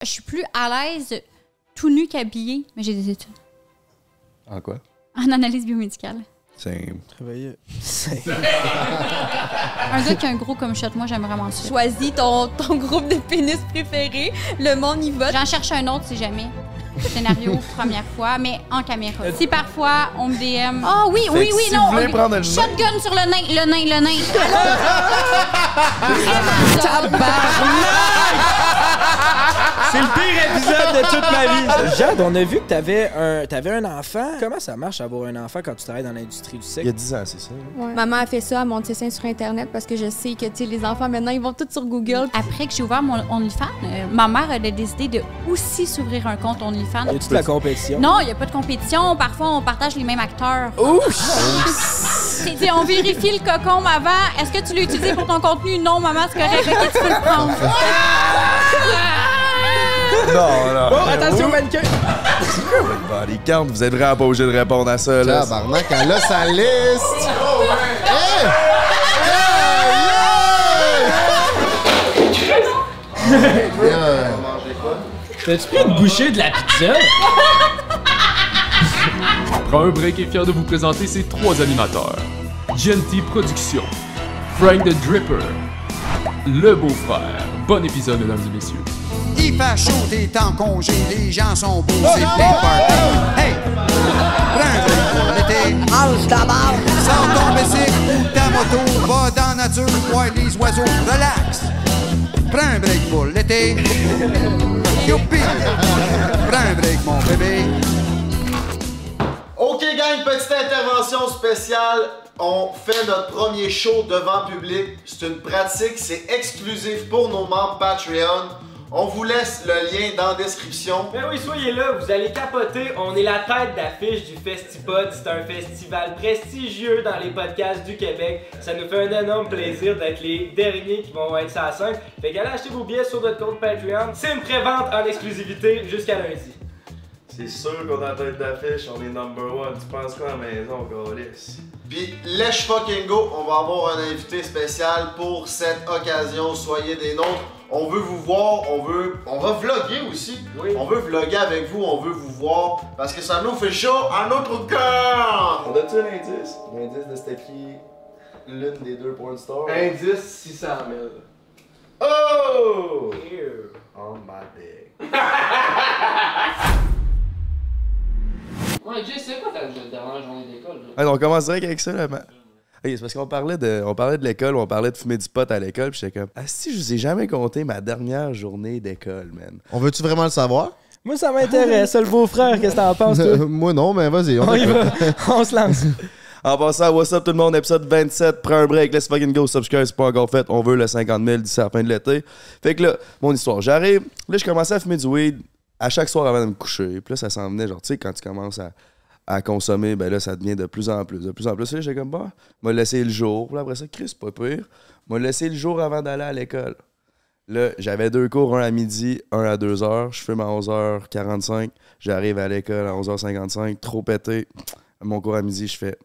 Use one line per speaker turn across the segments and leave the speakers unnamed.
je suis plus à l'aise tout nu qu'habillée, mais j'ai des études
En quoi?
en analyse biomédicale.
C'est...
Travailler.
Un gars qui a un gros comme shot, moi, j'aime vraiment ça.
Choisis ton, ton groupe de pénis préféré. Le monde y vote.
J'en cherche un autre si jamais. Scénario, première fois, mais en caméra. Si parfois, on me DM.
Ah oui,
Euh, Fait
oui,
que
oui,
si
non.
vous voulez prendre le nom,
Shotgun sur le nain, le nain, le nain.
C'est le pire épisode de toute ma vie. Jade, on a vu que t'avais un, t'avais un enfant. Comment ça marche avoir un enfant quand tu travailles dans l'industrie du
Il y a
sexe?
10 ans, c'est ça? là?
Maman a fait ça, elle monte ses seins sur Internet parce que je sais que tu sais, les enfants maintenant, ils vont tous sur Google.
Après que j'ai ouvert mon OnlyFans, euh, ma mère elle a décidé de aussi s'ouvrir un compte OnlyFans.
Y a-tu de la compétition?
Non, il n'y a pas de compétition. Parfois, on partage les mêmes acteurs.
Oh,
C'est- c'est- on vérifie le cocon avant. Est-ce que tu l'as utilisé pour ton contenu? Non, maman, c'est correct. Ok, tu peux le prendre.
Non, non.
Oh, attention, mannequin!
Body count, vous êtes vraiment pas obligé de répondre à ça, là.
Tabarnak, elle a sa liste! Hey! Hey, yeah! Yeah.
T'as-tu pris une bouchée de la pizza? Prends un break et fier de vous présenter ces trois animateurs. GNT Productions, Frank the Dripper, Le Beau-Frère. Bon épisode, mesdames et messieurs.
Il fait chaud, t'es en congé, les gens sont beaux, c'est le party. Hey! Prends un break pour l'été. Sors ton bicycle ou ta moto, va dans la nature, vois les oiseaux, relax. Prends un break pour l'été. Youpi! Prends un break, mon bébé.
OK, gang, petite intervention spéciale. On fait notre premier show devant public. C'est une pratique, c'est exclusif pour nos membres Patreon. On vous laisse le lien dans la description.
Ben oui, soyez là, vous allez capoter. On est la tête d'affiche du Festipod. C'est un festival prestigieux dans les podcasts du Québec. Ça nous fait un énorme plaisir d'être les derniers qui vont être ça à 5. Fait qu'allez acheter vos billets sur notre compte Patreon. C'est une pré-vente en exclusivité jusqu'à lundi.
C'est sûr qu'on a la tête d'affiche, on est number one. Tu penses quoi à la maison, Gaulis?
Puis, let's fucking go. On va avoir un invité spécial pour cette occasion. Soyez des nôtres. On veut vous voir, on veut. On va vlogger aussi.
Oui.
On veut vlogger avec vous, on veut vous voir. Parce que ça nous fait chaud à notre cœur!
On a-tu un indice? L'indice de c'était qui? L'une des deux porn stars? Indice 600 000. Oh!
Ew.
On my dick.
Ouais, Jay, c'est quoi ta dernière journée d'école? là?
Ouais, on commence direct avec ça, là. ma- Ok, c'est parce qu'on parlait de, on parlait de l'école, on parlait de fumer du pot à l'école, puis j'étais comme, ah si, je vous ai jamais compté ma dernière journée d'école, man.
On veut-tu vraiment le savoir?
Moi, ça m'intéresse. Le beau-frère, qu'est-ce que t'en penses, toi?
Euh,
Moi non, mais vas-y,
On y va. On se lance.
En passant, what's up tout le monde, épisode 27, prends un break, let's fucking go, subscribe, c'est pas encore fait, on veut le 50 000 d'ici la fin de l'été. Fait que là, mon histoire, j'arrive, là je commençais à fumer du weed à chaque soir avant de me coucher, puis là ça s'en venait, genre tu sais, quand tu commences à, à consommer, ben là ça devient de plus en plus, de plus en plus. Là j'étais comme, bah, m'a laissé le jour, Puis là après ça, Chris, c'est pas pire, m'a laissé le jour avant d'aller à l'école. Là, j'avais deux cours, un à midi, un à 2 heures. Je fume à 11h45. J'arrive à l'école à 11h55, trop pété. Mon cours à midi, je fais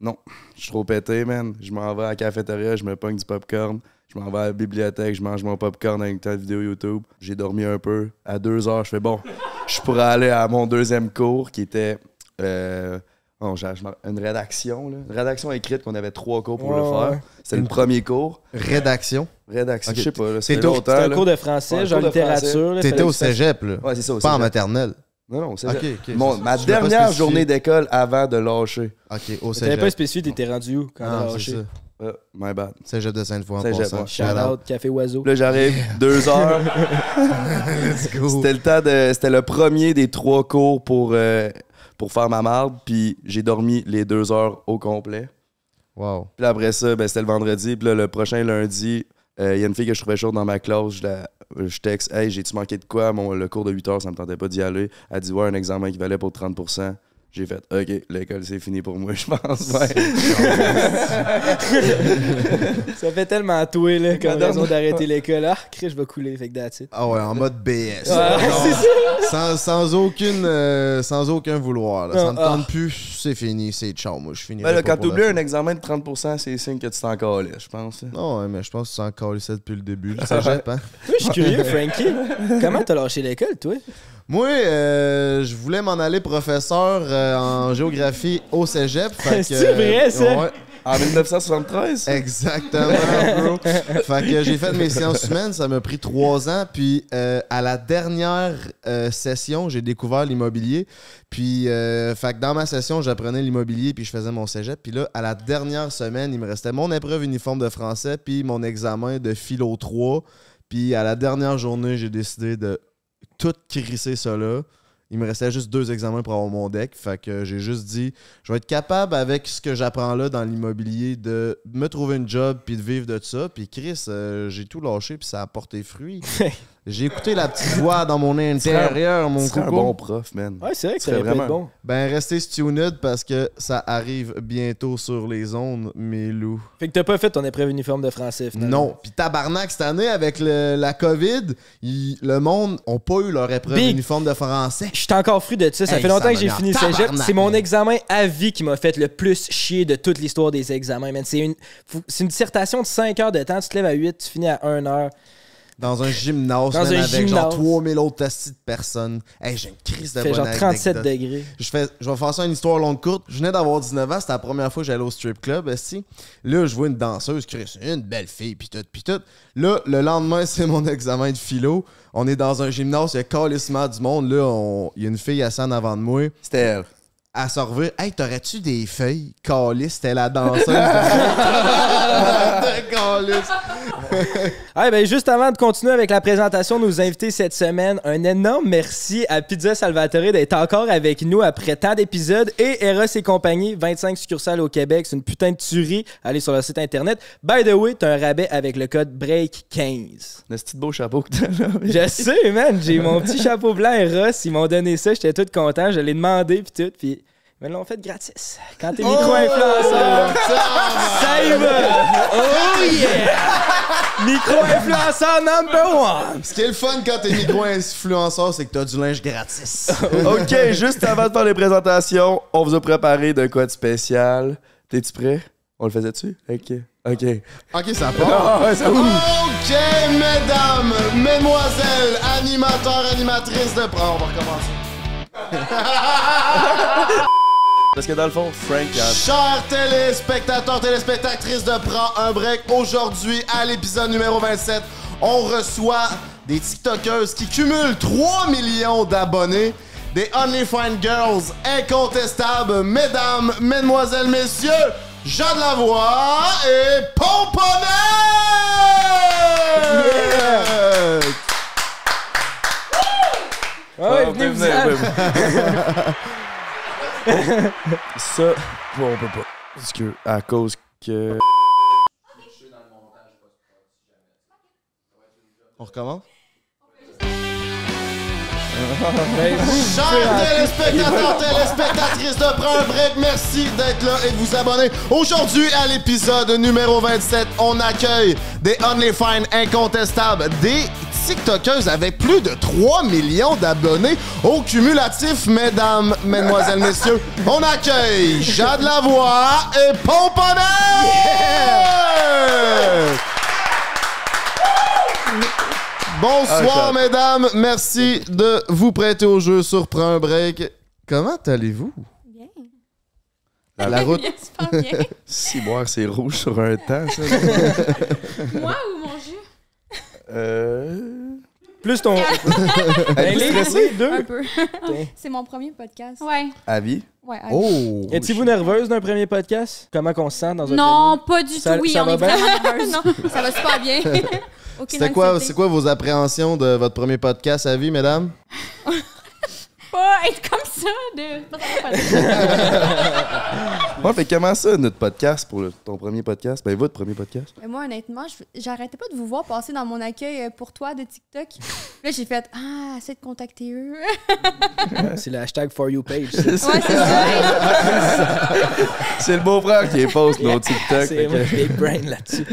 non, je suis trop pété, man. Je m'en vais à la cafétéria, je me pogne du popcorn. Je m'en vais à la bibliothèque, je mange mon popcorn avec une vidéo YouTube. J'ai dormi un peu. À deux heures, je fais bon, je pourrais aller à mon deuxième cours qui était euh, bon, j'ai- je m'en- une rédaction, là. une rédaction écrite qu'on avait trois cours pour le
Ouais,
faire.
ouais.
C'était le premier cours.
Rédaction.
Rédaction,
Ok,
je sais pas, là,
t'étais
c'était
au-
longtemps.
C'est un
là.
cours de français,
Ouais, un
genre
cours de
littérature. là,
T'étais
fallait
au
que tu fasses-
cégep, là.
Ouais, c'est ça. au
Pas en
cégep.
maternelle.
Non, non, c'est
Ok,
ça.
ok,
Mon-
c'est ça.
ma
Je l'ai pas
dernière
spécifié.
journée d'école avant de lâcher.
Ok, au
T'avais pas
cégep.
spécifié, t'étais rendu où quand
Ah,
t'as
c'est ça.
lâché?
Euh, my bad.
Cégep de Sainte-Foy en
Cégep,
passant.
ouais.
Shout out, Café Oiseau.
Là, j'arrive, deux heures.
Let's go.
C'était le temps de. C'était le premier des trois cours pour, euh, pour faire ma marde. Puis j'ai dormi les deux heures au complet.
Wow.
Puis après ça, ben, c'était le vendredi. Puis là, le prochain lundi, euh, il y a une fille que je trouvais chaude dans ma classe. Je, la- euh, je texte Hey, j'ai-tu manqué de quoi Mon, Le cours de 8 heures, ça me tentait pas d'y aller. Elle dit Ouais, un examen qui valait pour 30 j'ai fait OK, l'école c'est fini pour moi, je pense. Ben, Ouais.
Ça fait tellement toué, là, comme
madame-
raison d'arrêter l'école. Ah, Chris, je vais couler, fait que that's it.
Ah ouais, en mode BS.
Ouais, c'est ça.
sans, sans aucune, euh, sans aucun vouloir. là. Ça me
Ah,
tente plus, c'est fini, c'est ciao. Moi, je finis.
Ben là, quand t'oublies un examen de 30%, c'est signe que tu t'en calais, je pense.
Non, ouais, mais je pense que tu t'en calissais depuis le début. Ça jette, hein?
Moi, je suis curieux, Frankie. Comment t'as lâché l'école, toi?
Moi, euh, je voulais m'en aller professeur euh, en géographie au cégep. fait que-
C'est vrai, ça?
En 1973?
Exactement, bro. fait que j'ai fait mes sciences humaines, ça m'a pris trois ans. Puis euh, à la dernière euh, session, j'ai découvert l'immobilier. Puis, euh, fait que dans ma session, j'apprenais l'immobilier, puis je faisais mon cégep. Puis là, à la dernière semaine, il me restait mon épreuve uniforme de français, puis mon examen de philo 3. Puis à la dernière journée, j'ai décidé de tout crisser ça là. Il me restait juste deux examens pour avoir mon deck. Fait que j'ai juste dit, je vais être capable avec ce que j'apprends là dans l'immobilier de me trouver une job puis de vivre de ça. Puis Chris, euh, j'ai tout lâché puis ça a porté fruit. j'ai écouté la petite voix dans mon intérieur, mon
Tu serais un
coucou.
bon prof, man.
Ouais, c'est vrai que
Tu
ça
serais
aurait pu
vraiment-
être bon.
Ben restez tuned parce que ça arrive bientôt sur les ondes, mes loups.
Fait que t'as pas fait ton épreuve uniforme de français, finalement.
Non. Puis tabarnak, cette année, avec le- la COVID, il- le monde n'a pas eu leur épreuve
Big.
uniforme de français.
Je suis encore fru de ça. Ça
Hey,
fait longtemps
ça
que j'ai
m'énerve.
fini le cégep.
Tabarnak,
C'est mon
man.
examen à vie qui m'a fait le plus chier de toute l'histoire des examens, man. C'est une, faut- c'est une dissertation de 5 heures de temps. Tu te lèves à 8, tu finis à 1 heure.
Dans un gymnase,
Dans
man,
un
avec genre
gymnase.
3000 autres assis de personnes. Hey, j'ai une crise de
Fait
bonne
genre 37
anecdote.
degrés.
Je, fais, je vais faire ça une histoire longue courte. Je venais d'avoir 19 ans, c'était la première fois que j'allais au strip club. esti. Là, je vois une danseuse, Chris, une belle fille, pis tout, pis tout. Là, le lendemain, c'est mon examen de philo. On est dans un gymnase, il y a calissement du monde. Là, on- il y a une fille assise en avant de moi.
C'était elle.
Elle se revient. Hey, t'aurais-tu des feuilles? Calice, c'était la danseuse. Calice.
Ah, ben, juste avant de continuer avec la présentation de nos invités cette semaine, un énorme merci à Pizza Salvatore d'être encore avec nous après tant d'épisodes et Eros et compagnie, 25 succursales au Québec. C'est une putain de tuerie. Allez sur leur site internet. By the way, t'as un rabais avec le code BREAK15.
Le petit beau chapeau que t'as là.
Je sais, man. J'ai mon petit chapeau blanc Eros. Ils m'ont donné ça. J'étais tout content. Je l'ai demandé, puis tout. Puis ils me l'ont fait gratis. Quand t'es micro-influenceur, Oh! ça y va. Oh yeah! Micro-influenceur number one.
Ce qui est le fun quand t'es micro-influenceur, c'est que t'as du linge gratis.
OK, juste avant de faire les présentations, on vous a préparé de quoi de spécial. T'es-tu prêt? On le faisait-tu? OK. OK.
Ok, ça part.
Ah, ouais, ça-
ok, mesdames, mesdemoiselles, animateurs, animatrices de. Ah, on va recommencer.
Parce que dans le fond, Frank, il a-
Chers téléspectateurs, téléspectatrices de Prends un break, aujourd'hui, à l'épisode numéro 27, on reçoit des TikTokers qui cumulent 3 millions d'abonnés, des OnlyFans Girls incontestables, mesdames, mesdemoiselles, messieurs, Jean de Lavoie et Pomponnet!
Ah ouais,
Ah,
venez
ben,
vous
venez,
en.
ben, ben. Ça, bon, on peut pas. Parce que, à cause que.
On recommence?
Chers téléspectateurs, téléspectatrices de Prends un break, merci d'être là et de vous abonner.
Aujourd'hui, à l'épisode numéro 27, on accueille des OnlyFans incontestables, des TikTokeuses avec plus de 3 millions d'abonnés au cumulatif, mesdames, mesdemoiselles, messieurs. On accueille Jade Lavoie et Pomponnet!
Ah,
Bonsoir, mesdames. Merci de vous prêter au jeu sur Prends un break. Comment allez-vous?
Bien.
La, la route.
Bien, super bien.
Si boire, c'est rouge sur un temps, ça.
Moi ou mon jus?
euh.
Plus ton. Ben, les- les
Un
deux.
peu. C'est mon premier podcast.
Ouais.
Avis?
Ouais. allez.
Oh!
Étiez-vous nerveuse d'un premier podcast? Comment qu'on se sent dans un
Non, pas du tout.
Ça-
oui,
ça
on
va
est
bien?
vraiment nerveux.
Non, ça va super bien. Aucune
C'était quoi,
anxiété.
c'est quoi vos appréhensions de votre premier podcast à vie, mesdames?
Pas être comme ça. De... pas ça, pas ça.
Ouais, fait comment ça, notre podcast, pour le- ton premier podcast? Ben, votre premier podcast?
Mais moi, honnêtement, je- j'arrêtais pas de vous voir passer dans mon accueil euh, pour toi de TikTok. Là, j'ai fait Ah, essaie de contacter eux.
podcast? C'est le hashtag for you page. ça.
Ouais, c'est ça.
C'est le beau-frère qui poste nos TikTok. fait
C'est moi
que-
qui ai brain là-dessus.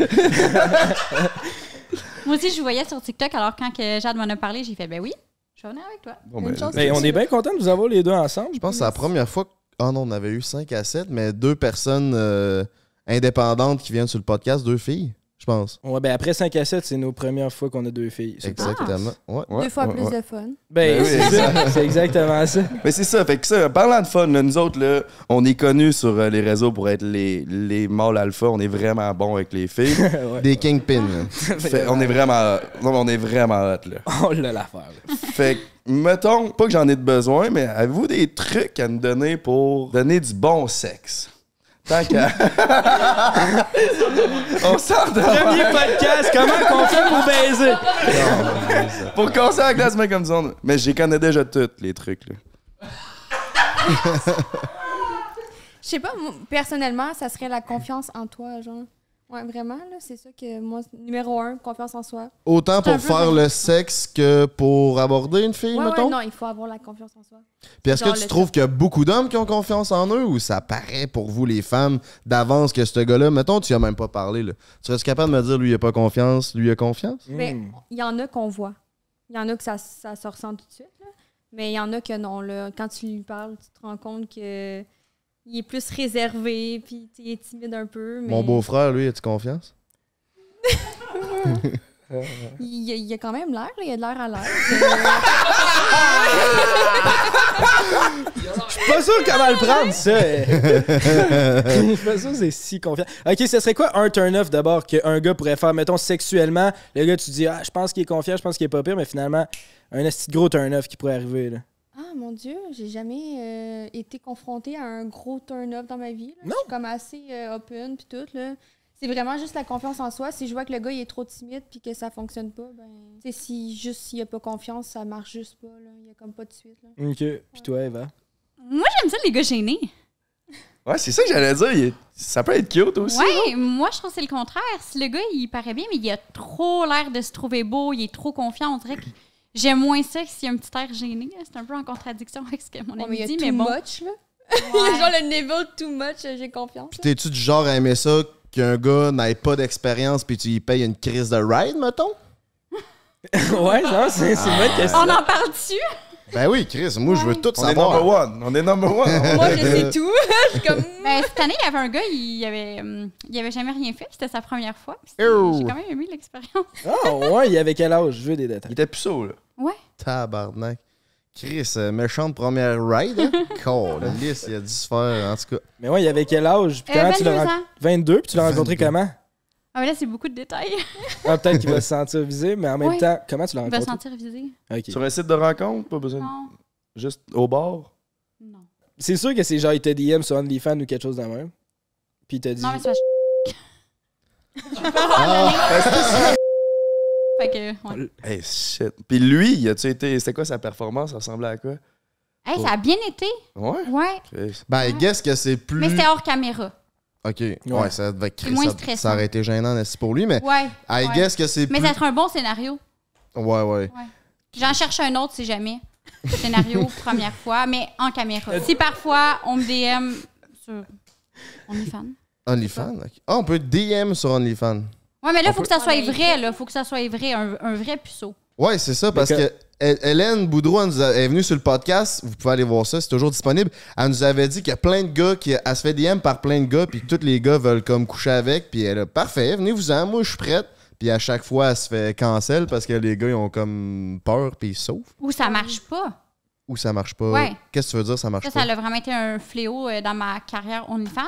Moi aussi, je vous voyais sur TikTok, alors quand que Jade m'en a parlé, j'ai fait ben oui, Je vais venir avec toi.
Bon, ben,
Mais on est bien content de vous avoir les deux ensemble.
Je pense que c'est la première fois. que- Ah non, on avait eu 5 à 7, mais deux personnes euh, indépendantes qui viennent sur le podcast, deux filles, je pense.
Ouais, ben après 5 à 7, c'est nos premières fois qu'on a deux filles. c'est pas-
Exactement. Ouais.
Deux fois plus de fun.
Ben, c'est ça. C'est exactement ça.
Mais c'est ça. Fait que ça, parlant de fun, là, nous autres, là, on est connus sur euh, les réseaux pour être les, les mâles alpha. On est vraiment bons avec les filles.
Des kingpins. là.
Ah.
Fait- on est vraiment. Non, mais on est vraiment hot, là.
On l'a l'affaire. Oh là.
Fait que, mettons, pas que j'en ai de besoin, mais avez-vous des trucs à me donner pour donner du bon sexe? Tant qu'à. on s'entend.
Premier podcast, comment qu'on fait pour baiser?
Pour qu'on s'en glace, mais comme ça. Mais j'y connais déjà toutes, les trucs, là.
Je sais pas, moi, personnellement, ça serait la confiance en toi, genre. Ouais, vraiment, là, c'est ça que moi, numéro un, confiance en soi.
Autant
C'est un
pour
peu
faire
vrai.
le sexe que pour aborder une fille,
Ouais, ouais,
mettons.
non, il faut avoir la confiance en soi.
Puis est-ce
Genre
que tu
le
trouves qu'il y a beaucoup d'hommes qui ont confiance en eux ou ça paraît pour vous, les femmes, d'avance que ce gars-là, mettons, tu y as même pas parlé, là. Tu serais capable de me dire, lui, il a pas confiance, lui, il a confiance?
Mais
Ben,
il y en a qu'on voit. Il y en a que ça, ça se ressent tout de suite. là. Mais il y en a que non. Là. Quand tu lui parles, tu te rends compte que il est plus réservé, puis tu sais, il est timide un peu. Mais
Mon beau-frère, lui, as-tu confiance?
Il, il a- il a quand même l'air, là, il a de l'air à l'air. Euh,
Je suis pas sûr comment le prendre, ça. Je suis pas sûr que c'est si confiant. Ok, ce serait quoi un turn-off d'abord qu'un gars pourrait faire, mettons, sexuellement? Le gars, tu dis, ah, je pense qu'il est confiant, je pense qu'il est pas pire, mais finalement, un petit gros turn-off qui pourrait arriver, là.
ah mon Dieu, j'ai jamais euh, été confrontée à un gros turn-up dans ma vie. là. Je suis comme assez euh, open, puis tout. Là. C'est vraiment juste la confiance en soi. Si je vois que le gars il est trop timide puis que ça fonctionne pas, ben, tu sais, si juste s'il a pas confiance, ça marche juste pas. Là. Il y a comme pas de suite. là.
Ok. Puis toi, Eva?
Moi, j'aime ça, les gars gênés.
Ouais, c'est ça que j'allais dire. il est- Ça peut être cute aussi.
Ouais, moi, je pense que c'est le contraire. Si le gars, il paraît bien, mais il a trop l'air de se trouver beau, il est trop confiant, on dirait que j'aime moins ça que s'il y a un petit air gêné. C'est un peu en contradiction avec ce que mon
Ouais,
ami
mais il y a
dit,
too
mais bon.
much, là. Il y a
Euh,
genre le niveau too much, euh, j'ai confiance.
Puis t'es-tu du genre à aimer ça qu'un gars n'ait pas d'expérience puis tu y payes une crise de ride, mettons?
ouais, non, c'est c'est une bonne question.
On en parle dessus?
Ben oui, Chris, moi, je veux tout
On est
savoir.
number one. On est number one.
Moi, je sais tout. je suis comme.
Ben, cette année, il y avait un gars, il avait, hum, il avait jamais rien fait, puis c'était sa première fois. puis c'était-
Ew.
J'ai quand même aimé l'expérience.
Ah, ouais, il avait quel âge? Je veux des
Il
détails.
était puceau, là.
Ouais.
Tabarnak. Chris, euh, méchante première ride, hein? Calisse, il a dû se faire, en tout cas.
Mais ouais, il avait quel âge? Puis
Euh,
comment tu l'as
22
ren-
ans.
22, puis tu l'as rencontré
22.
comment?
Ah, mais là, c'est beaucoup de détails.
Ah, peut-être qu'il va se sentir visé, mais en même
Ouais.
temps, comment tu l'as
Il va se
rencontré?
sentir visé.
Ok.
Sur un site de rencontre, pas besoin. de-
Non.
Juste au bord.
Non.
C'est sûr que c'est genre, il t'a DM sur OnlyFans ou quelque chose de même. Puis il t'a dit.
Non, mais c'est pas Oh,
Ah!
Fait que, ouais.
Hey, shit. Puis lui, il a-tu été. C'était quoi sa performance? Ça ressemblait à quoi?
Hey, ça a bien été.
Ouais.
Ouais.
Chris.
Ben, I guess que c'est plus.
Mais c'était hors caméra.
Ok, ouais, ça devait Chris,
moins
ça,
stressant.
ça aurait été gênant n'est-ce pas, pour lui, mais
Ouais.
I
ouais.
guess que c'est
Mais
plus.
ça serait un bon scénario.
Ouais, ouais.
J'en cherche un autre si jamais. Scénario, première fois, mais en caméra. Si parfois on me DM sur OnlyFans.
OnlyFans. ok. Ah, on peut DM sur OnlyFans.
Ouais, mais là, faut que ça
Ouais,
soit
mais-
vrai, là. Faut que ça soit vrai, un, un vrai puceau.
Ouais, c'est ça, parce
que-
que... Hé- Hélène Boudreau elle nous a- est venue sur le podcast. Vous pouvez aller voir ça, c'est toujours disponible. Elle nous avait dit qu'il y a plein de gars qui. Elle se fait DM par plein de gars, puis tous les gars veulent comme coucher avec. Puis elle a parfait, venez-vous-en, moi je suis prête. Puis à chaque fois, elle se fait cancel parce que les gars, ils ont comme peur, puis ils se sauvent.
Ou ça marche pas.
Ou ça marche pas.
Ouais.
Qu'est-ce que tu veux dire, ça marche
Ça,
pas?
ça a vraiment été un fléau euh, dans ma carrière OnlyFans.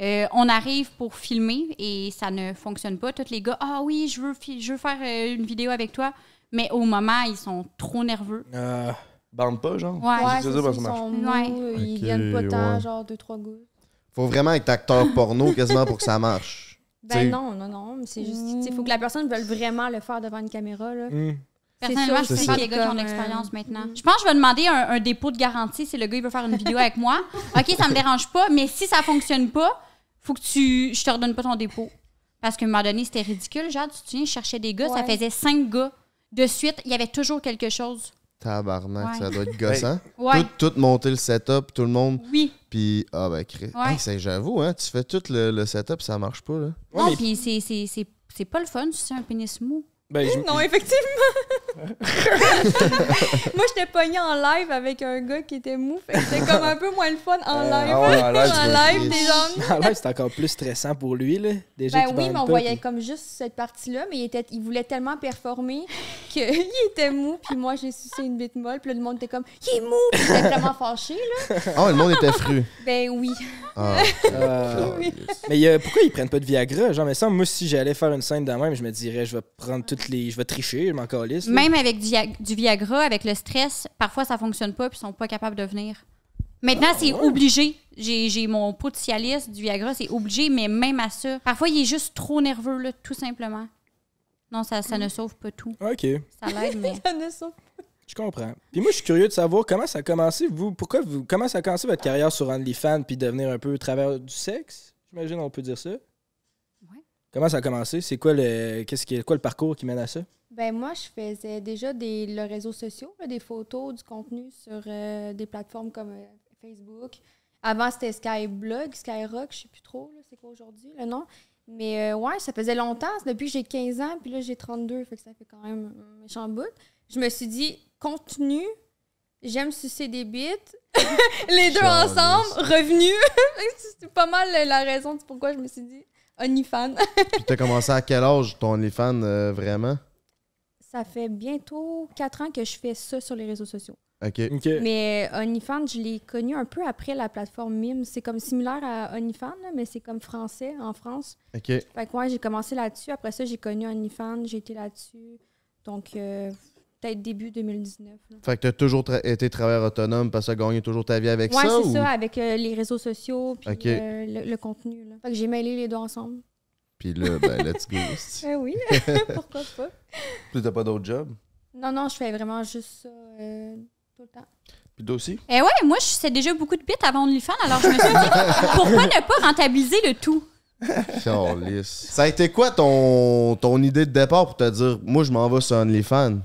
Euh, on arrive pour filmer et ça ne fonctionne pas. Tous les gars, ah oui, je veux, fi- je veux faire euh, une vidéo avec toi. Mais au moment, ils sont trop nerveux.
Euh,
Bande pas, genre.
Ouais.
Ouais,
c'est
c'est
ça,
ça,
parce
ils
que ça
sont
marche.
mous, euh,
Ok,
ils viennent pas tant,
ouais.
genre deux, trois gouttes.
Faut vraiment être acteur porno quasiment pour que ça marche.
Ben
T'sais.
non, non, non. mais C'est juste. Il faut que la personne veuille vraiment le faire devant une caméra, là.
hmm.
Personnellement, je
C'est
préfère
ça.
les gars qui ont de
Comme,
l'expérience
euh,
maintenant. Je pense que je vais demander un, un dépôt de garantie si le gars il veut faire une vidéo avec moi. OK, ça me dérange pas, mais si ça fonctionne pas, faut que tu je te redonne pas ton dépôt. Parce qu'à un moment donné, c'était ridicule. Genre, tu te souviens, je cherchais des gars, ça
Ouais.
faisait cinq gars. De suite, il y avait toujours quelque chose.
Tabarnak,
Ouais.
ça doit être gossant.
Ouais.
Tout, tout monter le setup, tout le monde.
Oui.
Puis, ah ben, Chris.
Ouais.
Hey, c'est- j'avoue, hein, tu fais tout le, le setup, ça marche pas, là.
Ouais,
non,
mais-
puis c'est- c'est- c'est c'est pas le fun, tu sais, un pénis mou.
Ben, je-
Non, effectivement. Moi, j'étais pognée en live avec un gars qui était mou. Fait que c'était comme un peu moins le fun en live.
ah ouais, en
en
live, tu vas
live,
être
des gens.
En live, c'est encore plus stressant pour lui, là. Déjà
Ben oui, mais on voyait comme juste cette partie-là, mais il, était, il voulait tellement performer qu'il était mou, puis moi j'ai sucé une bite molle, puis là, le monde était comme Il est mou! Puis j'étais tellement fâché, là.
Oh, le monde était fru.
Ben oui.
Ah.
Oui.
Mais euh, pourquoi ils prennent pas de Viagra? Genre, mais ça, moi, si j'allais faire une scène de même, je me dirais, je vais prendre toutes les. Je vais tricher, je m'en calisse. là.
Même avec du, Via- du Viagra, avec le stress, parfois ça fonctionne pas puis ils sont pas capables de venir. Maintenant, c'est obligé. J'ai j'ai mon pot de Cialis, du Viagra, c'est obligé, mais même à ça. Parfois, il est juste trop nerveux, là, tout simplement. Non, ça, ça ne sauve pas tout.
Ok,
Ça l'aide, mais.
Ça ne sauve
je comprends. Puis moi, je suis curieux de savoir comment ça a commencé, vous. Pourquoi vous. Comment ça a commencé votre carrière sur OnlyFans puis devenir un peu travers du sexe? J'imagine, on peut dire ça. Comment ça a commencé? C'est quoi le. Qu'est-ce qui est quoi le parcours qui mène à ça?
Ben moi, je faisais déjà des les réseaux sociaux, là, des photos, du contenu sur euh, des plateformes comme euh, Facebook. Avant, c'était Skyblog, Skyrock, je sais plus trop, là, c'est quoi aujourd'hui le nom. Mais euh, ouais, ça faisait longtemps, c'est depuis que j'ai 15 ans, puis là j'ai 32, fait que ça fait quand même un méchant bout. Je me suis dit, contenu, j'aime sucer des bites, les deux
Charisse.
ensemble, revenu. c'est pas mal euh, la raison du pourquoi je me suis dit, OnlyFans.
Puis t'as commencé à quel âge ton OnlyFans euh, vraiment?
ça fait bientôt 4 ans que je fais ça sur les réseaux sociaux.
Ok.
Mais euh, OnlyFans, je l'ai connu un peu après la plateforme Mime. C'est comme similaire à OnlyFans, là, mais c'est comme français en France.
Ok.
Fait que ouais, j'ai commencé là-dessus. Après ça, j'ai connu OnlyFans, j'ai été là-dessus. Donc, euh, peut-être début 2019. là.
Fait que t'as toujours tra- été travailleur autonome parce que t'as gagné toujours ta vie avec
ouais,
ça?
c'est
ou-
ça, avec euh, les réseaux sociaux puis
Ok.
euh, le, le contenu. Là. Fait que j'ai mêlé les deux ensemble.
Puis là, ben, let's go.
Eh oui, pourquoi pas?
Puis t'as pas d'autre job.
Non, non, je fais vraiment juste ça euh, tout le temps.
Puis toi aussi.
Eh ouais, moi, je sais déjà beaucoup de bits avant OnlyFans, alors je me suis dit, pourquoi ne pas rentabiliser le tout?
Calisse. Ça a été quoi ton, ton idée de départ pour te dire, moi, je m'en vais sur OnlyFans?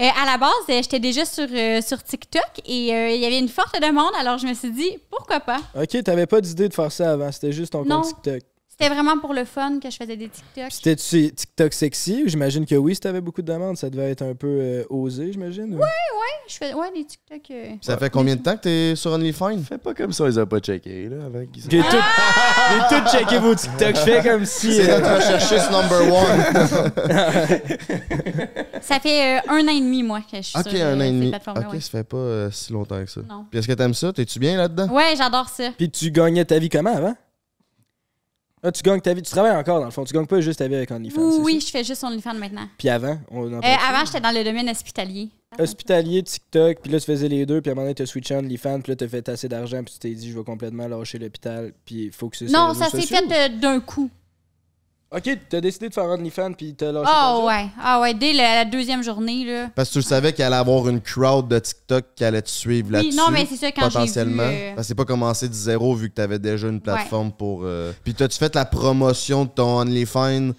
Euh, à la base, euh, j'étais déjà sur, euh, sur TikTok et euh, il y avait une forte demande, alors je me suis dit, pourquoi pas?
Ok, t'avais pas d'idée de faire ça avant, c'était juste ton
Non.
compte TikTok.
C'était vraiment pour le fun que je faisais des TikToks.
C'était-tu TikTok sexy? J'imagine que oui, si t'avais beaucoup de demandes, ça devait être un peu euh, osé, j'imagine. ou-
Ouais, ouais, je fais ouais, des TikTok. euh.
Ça fait combien de temps que t'es sur OnlyFans?
Fais pas comme ça, ils ont pas checké, là, avant qu'ils
J'ai tout, j'ai tout checké vos TikTok. Je fais comme si.
C'est
euh,
notre recherchiste number one.
Ça fait euh, un an et demi, moi, que je suis
ok,
sur euh,
un an et
ces
demi.
plateformes-là,
Ok, ça fait pas euh, si longtemps que ça.
Non.
Puis est-ce que t'aimes ça? T'es-tu bien là-dedans?
ouais. Ouais, j'adore ça.
Puis tu gagnais ta vie comment avant? Ah, tu gagnes ta vie. Tu travailles encore dans le fond. Tu gagnes pas juste ta vie avec OnlyFans.
Oui,
c'est
oui,
ça?
je fais juste OnlyFans maintenant.
Ah,
Puis avant, on en
Euh,
parlait.
avant, j'étais dans le domaine hospitalier.
Hospitalier, TikTok, puis là tu faisais les deux, puis à un moment donné t'as switché OnlyFans, puis là t'as fait assez d'argent, puis tu t'es dit je vais complètement lâcher l'hôpital, puis il faut que ce
Non, ça s'est fait euh, d'un coup.
Ok, t'as décidé de faire OnlyFans, puis t'as lâché
Ah
ton job.
ouais, ah ouais, dès la, la deuxième journée, là.
Parce que tu le savais qu'il allait avoir une crowd de TikTok qui allait te suivre
Oui,
là-dessus.
non, mais c'est ça, quand j'ai vu,
Potentiellement.
euh,
Parce que c'est pas commencé de zéro vu que t'avais déjà une plateforme pour. euh, Puis t'as-tu fait la promotion de ton OnlyFans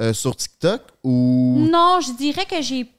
euh, sur TikTok ou.
Non, je dirais que j'ai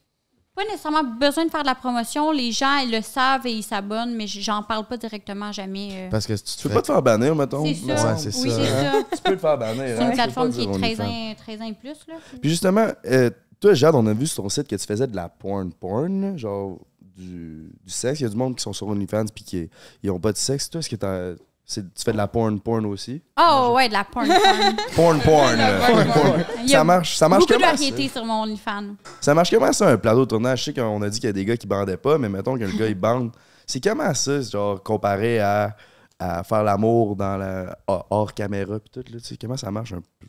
pas nécessairement besoin de faire de la promotion. Les gens, ils le savent et ils s'abonnent, mais j- j'en parle pas directement jamais. euh.
Parce que si tu,
Tu peux pas te faire bannir, mettons.
C'est
me
ça.
semble.
Bah, Ouais, c'est
Oui,
ça.
c'est ça.
Tu peux le faire bannir. hein,
C'est
tu peux
une
pas
plateforme qui
dire
est
on
13
fan.
ans, 13 ans et plus, là.
Puis justement, euh, toi, Jade, on a vu sur ton site que tu faisais de la porn porn, là, genre du, du sexe. Il y a du monde qui sont sur OnlyFans puis qui ils ont pas de sexe. Toi, est-ce que t'as- c'est- tu fais de la porn porn aussi?
Oh ouais, de la porn. porn.
Porn porn! là. Porn, porn.
Il y a
Ça marche, ça marche
Beaucoup de
comment? ça?
variétés sur mon OnlyFans.
Ça marche comment ça, un plateau de tournage? Je sais qu'on a dit qu'il y a des gars qui bandaient pas, mais mettons que le gars il bande. C'est comment ça, genre, comparé à, à faire l'amour dans la hors hors caméra puis tout, là, tu sais, comment ça marche un peu?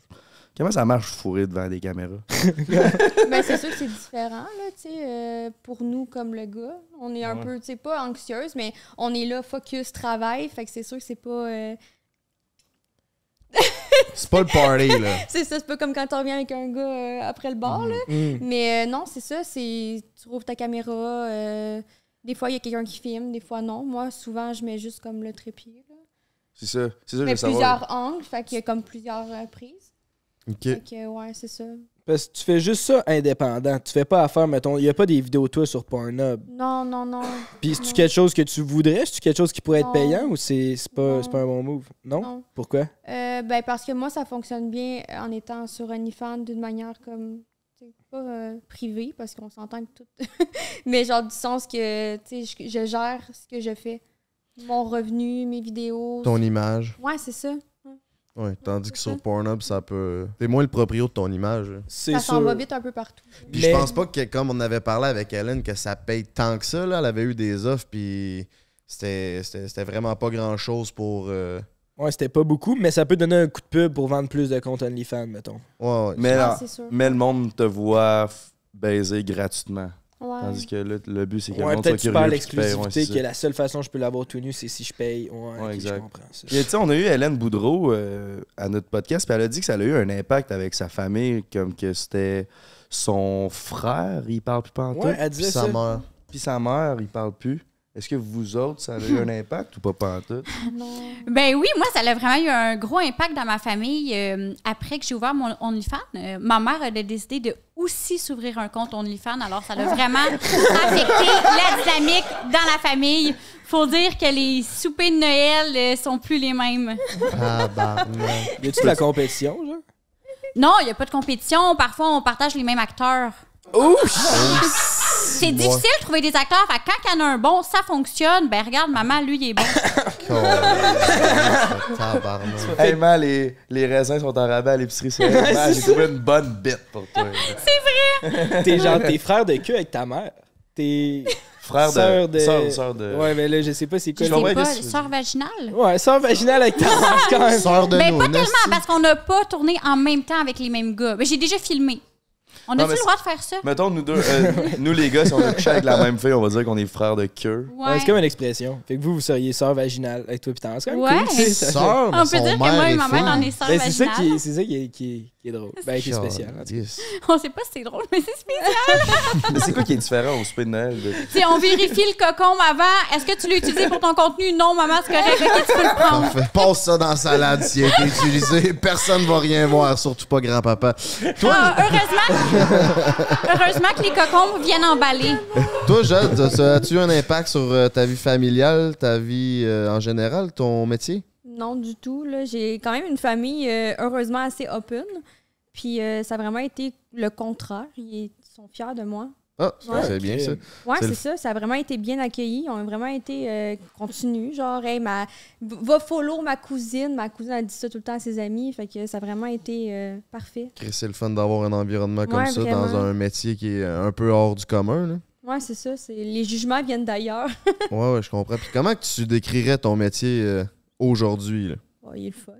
Comment ça marche fourré devant des caméras?
Ben, c'est sûr que c'est différent, là, tu sais, euh, pour nous comme le gars. On est un
Ouais.
peu, tu sais, pas anxieuse, mais on est là, focus, travail, fait que c'est sûr que c'est pas... euh,
C'est pas le party, là.
c'est ça, c'est pas comme quand on revient avec un gars euh, après le bar, là.
Hmm.
Mhm.
Mais euh, non, c'est ça, c'est... Tu rouvres ta caméra, euh, des fois, il y a quelqu'un qui filme, des fois, non. Moi, souvent, je mets juste comme le trépied, là.
C'est ça, c'est ça, que je
Mais
veux savoir.
plusieurs angles, fait qu'il y a comme plusieurs euh, prises.
Ok.
Fait que, ouais, c'est ça.
Parce que tu fais juste ça indépendant. Tu fais pas affaire, mettons, il y a pas des vidéos toi sur Pornhub.
Non, non, non.
Puis c'est-tu
Non.
quelque chose que tu voudrais? C'est-tu quelque chose qui pourrait être
Non.
payant ou c'est c'est pas, c'est pas un bon move? Non?
Non.
Pourquoi?
Euh, ben parce que moi, ça fonctionne bien en étant sur OnlyFans d'une manière comme tu tu sais, pas euh, privé, parce qu'on s'entend que tout. mais genre, du sens que, tu sais, je, je gère ce que je fais. Mon revenu, mes vidéos.
Ton image.
Ouais, c'est ça.
Ouais, tandis que sur Pornhub, ça peut. T'es moins le proprio de ton image. là.
Ça s'en va vite un peu partout.
Puis je pense pas que, comme on avait parlé avec Ellen, que ça paye tant que ça. Là. Elle avait eu des offres, puis c'était c'était- c'était vraiment pas grand-chose pour. euh,
Ouais, c'était pas beaucoup, mais ça peut donner un coup de pub pour vendre plus de comptes OnlyFans, mettons.
Ouais, ouais.
Mais,
Ouais,
là-
c'est sûr.
mais le monde te voit f- baiser gratuitement.
Ouais.
Tandis que là, le but, c'est que le
Ouais,
monde soit
peut-être tu parles
curieux. puis qu'il paye, ouais,
l'exclusivité,
c'est
que
ça.
la seule façon que je peux l'avoir tout nu, c'est si je paye. Ouais, ok,
exact.
je comprends ça.
Puis, tu sais, on a eu Hélène Boudreau euh, à notre podcast, puis elle a dit que ça a eu un impact avec sa famille, comme que c'était son frère, il parle plus pantoute,
Ouais, elle
Puis
disait
ça
ça.
meurt.
puis sa mère, il parle plus. Est-ce que vous autres, ça a eu un impact ou pas pantoute?
Ben oui, moi, ça a vraiment eu un gros impact dans ma famille. Euh, après que j'ai ouvert mon OnlyFans, euh, ma mère elle a décidé de aussi s'ouvrir un compte OnlyFans. Alors, ça l'a vraiment affecté la dynamique dans la famille. Faut dire que les soupers de Noël euh, sont plus les mêmes.
Tabarnak.
Y a-tu de la compétition, genre?
Non, il n'y a pas de compétition. Parfois, on partage les mêmes acteurs. C'est difficile de trouver des acteurs. Fait que quand il y en a un bon, ça fonctionne. Ben regarde, maman, lui, il est bon.
Tabarnak.
hey man, les, les raisins sont en rabais à l'épicerie, c'est Man, J'ai trouvé une bonne bête pour toi.
T'es genre, t'es frère de queue avec ta mère. T'es
Frère de.
sœur de...
Sœur, sœur de.
Ouais, mais là, je sais pas c'est quoi.
Je
C'est
le-
comprends
pas
qu'est-ce que tu
sœur vaginale.
Ouais, sœur vaginale avec ta mère, c'est quand même.
Sœur de
Ben,
nous,
pas tellement,
nasty.
parce qu'on n'a pas tourné en même temps avec les mêmes gars. Ben, j'ai déjà filmé. On
Non,
a-tu
mais
le droit de faire ça?
Mettons, nous deux, euh, nous les gars, si on a couché avec la même fille, on va dire qu'on est frères de queue.
Ouais.
Ouais, c'est comme une expression. Fait que vous, vous seriez sœur vaginale avec toi pis ta mère. C'est quand même
Ouais.
cool, tu sais, ça fait-
Sœur, mais
On peut
son
dire que
mère
moi et
est
ma mère, on
fille.
est sœurs
Ben, c'est ça
vaginales.
qui est, c'est ça qui est, qui est- qui est drôle. Ben, qui est spécial. en tout cas.
Yes.
On sait pas si c'est drôle, mais c'est spécial.
Mais c'est quoi qui est différent au souper de Noël? de-
Tu sais, on vérifie le cocon avant. Est-ce que tu l'as utilisé pour ton contenu? Non, maman, c'est correct. Ok, tu peux
Ah.
le prendre.
Parfait. Passe ça dans la salade s'il a été utilisé. Personne va rien voir, surtout pas grand-papa.
Ah, heureusement, heureusement que les cocombes viennent emballer.
Toi, Jade, ça- as-tu eu un impact sur euh, ta vie familiale, ta vie euh, en général, ton métier?
Non, du tout. là. J'ai quand même une famille, euh, heureusement, assez open. Puis euh, ça a vraiment été le contraire. Ils sont fiers de moi.
Ah,
Ouais.
c'est bien ça.
Ouais,
C'est
c'est ça.
le-
Ça a vraiment été bien accueilli. On a vraiment été euh, continu. Genre, hey, ma... va follow ma cousine. Ma cousine a dit ça tout le temps à ses amis. Fait que ça a vraiment été euh, parfait.
Chris, C'est le fun d'avoir un environnement comme
Ouais,
ça
vraiment.
dans un métier qui est un peu hors du commun. Là.
Ouais, c'est ça. c'est- Les jugements viennent d'ailleurs.
Ouais, ouais, je comprends. Puis comment que tu décrirais ton métier euh, aujourd'hui? là?
Bon, Oh, il est le fun.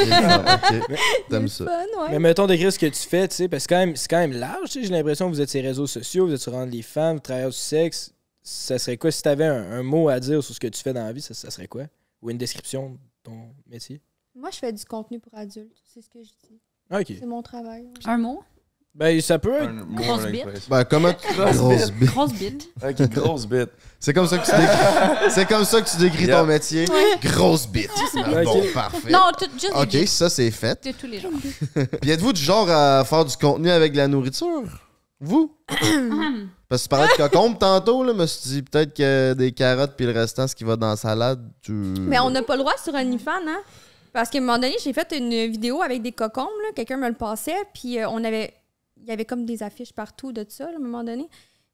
Ok,
Il est
T'aimes
le
ça.
fun, ouais.
Mais mettons décrire ce que tu fais, tu sais, parce que c'est quand même- c'est quand même large, tu sais, j'ai l'impression que vous êtes sur les réseaux sociaux, vous êtes sur rendre les femmes, travailleurs du sexe. Ça serait quoi si t'avais un, un mot à dire sur ce que tu fais dans la vie, ça, ça serait quoi? Ou une description de ton métier?
Moi, je fais du contenu pour adultes. C'est ce que je dis.
Ah, Ok.
C'est mon travail. ouais.
Un mot?
Ben ça peut être.
Un-
Grosse
moi,
bite.
l'impression.
Ben, comment tu- Grosse bite.
Grosse bite.
Ok, grosse bite.
C'est comme ça que tu décris, c'est comme ça que tu décris
Yeah.
ton métier. Grosse bite. Ah, Bon, parfait.
Non, tout, juste
Ok,
des bites
ça c'est fait.
de tous les gens.
Puis êtes-vous du genre à faire du contenu avec de la nourriture? Vous? Parce que tu parlais de cocombe tantôt, là, mais je me suis dit peut-être que des carottes puis le restant, ce qui va dans la salade, tu...
Mais on n'a pas le droit sur OnlyFans, hein? Parce qu'à un moment donné, j'ai fait une vidéo avec des cocombes, là. Quelqu'un me le passait, puis euh, on avait... Il y avait comme des affiches partout de ça, là, à un moment donné.